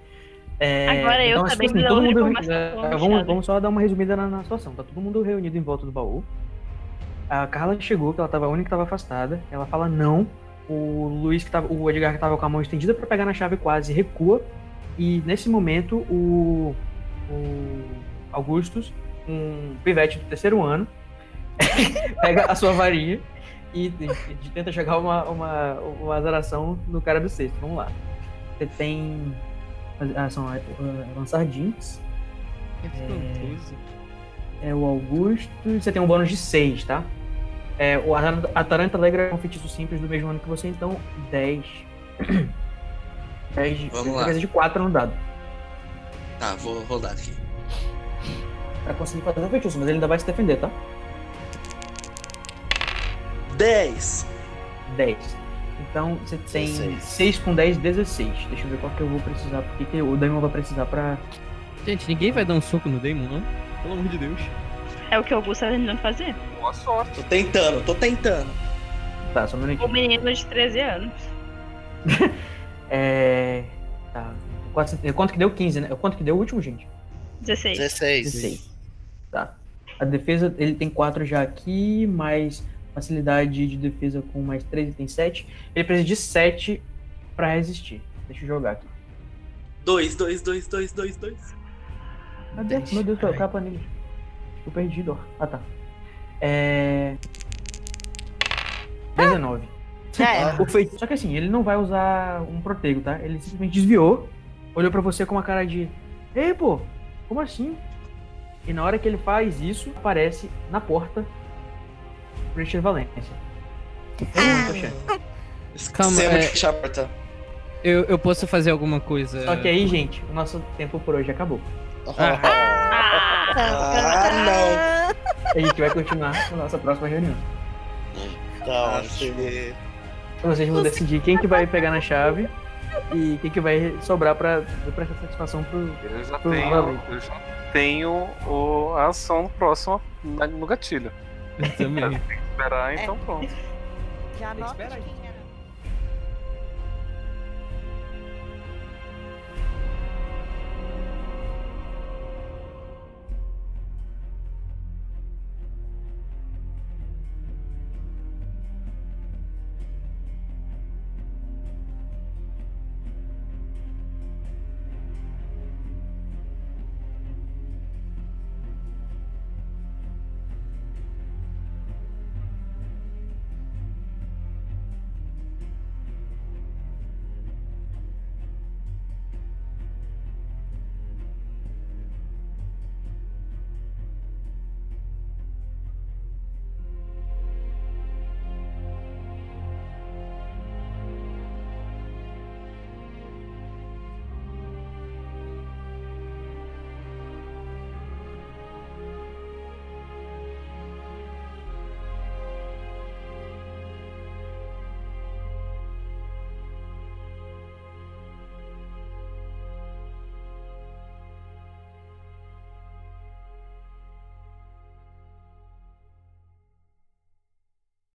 Speaker 1: É,
Speaker 6: Agora eu
Speaker 1: assim,
Speaker 6: sabendo da
Speaker 1: todo
Speaker 6: outra
Speaker 1: mundo,
Speaker 6: informação,
Speaker 1: é,
Speaker 6: vamos
Speaker 1: vamos,
Speaker 6: lá.
Speaker 1: vamos só dar uma resumida na, na situação. Tá todo mundo reunido em volta do baú. A Carla chegou, que ela tava a única que tava afastada. Ela fala não. O Luiz que tava, o Edgar que tava com a mão estendida pra pegar na chave quase recua. E nesse momento o, o Augustus, um pivete do terceiro ano, (laughs) pega a sua varinha e, e- e tenta jogar uma, uma, uma azaração no cara do sexto. Vamos lá. Você tem. Ah, são ah, lançar jeans.
Speaker 4: Que espantoso.
Speaker 1: É o Augusto. Você tem um bônus de 6, tá? É, o Atar- a Taranta Alegra é um feitiço simples do mesmo ano que você, então (coughs) 10. 10 de,
Speaker 8: Vamos
Speaker 1: você
Speaker 8: lá.
Speaker 1: precisa de 4 no dado.
Speaker 8: Tá, vou rodar aqui.
Speaker 1: Pra conseguir fazer o feitiço, mas ele ainda vai se defender, tá?
Speaker 8: 10!
Speaker 1: 10. Então você tem
Speaker 10: 16.
Speaker 1: 6 com 10, 16. Deixa eu ver qual que eu vou precisar, porque que o Daniel vai precisar pra.
Speaker 4: Gente, ninguém vai dar um soco no Damon, não? Pelo amor de Deus.
Speaker 6: É o que o Augusto tá tentando fazer.
Speaker 5: Boa sorte.
Speaker 8: Tô tentando, tô tentando.
Speaker 1: Tá, só um minutinho.
Speaker 6: O menino de 13 anos.
Speaker 1: É. Tá. Quanto, quanto que deu 15, né? Quanto que deu o último, gente?
Speaker 6: 16.
Speaker 10: 16.
Speaker 1: 16. Tá. A defesa, ele tem 4 já aqui, mais facilidade de defesa com mais 3, ele tem 7. Ele precisa de 7 pra resistir. Deixa eu jogar aqui.
Speaker 8: 2, 2, 2, 2, 2, 2.
Speaker 1: Cadê? Meu Deus, caiu a planilha. Tô perdido, ó. Ah, tá. É. 19.
Speaker 16: Já era.
Speaker 1: (laughs) O feitiço- Só que assim, ele não vai usar um protego, tá? Ele simplesmente desviou, olhou pra você com uma cara de: Ei, pô, como assim? E na hora que ele faz isso, aparece na porta Richard Valência. Pergunta, chefe.
Speaker 4: Calma,
Speaker 8: Sempre
Speaker 4: é-
Speaker 8: fechar a porta.
Speaker 4: Eu, eu posso fazer alguma coisa.
Speaker 1: Só que aí, gente, o
Speaker 16: tá,
Speaker 1: nosso tempo por hoje acabou.
Speaker 4: Ah,
Speaker 6: Ah!
Speaker 8: Ah, não.
Speaker 1: A gente vai continuar a nossa próxima reunião.
Speaker 3: 啊
Speaker 8: Tá, acho que...
Speaker 1: Então Vocês vão decidir quem que vai pegar na chave e quem que vai sobrar pra eu prestar satisfação pro.
Speaker 17: Eu já
Speaker 1: pro
Speaker 17: tenho,
Speaker 1: Valente.
Speaker 17: eu já tenho o- a ação próxima na- no gatilho.
Speaker 4: Eu (laughs) também.
Speaker 17: Esperar, então pronto.
Speaker 9: Já anota de quem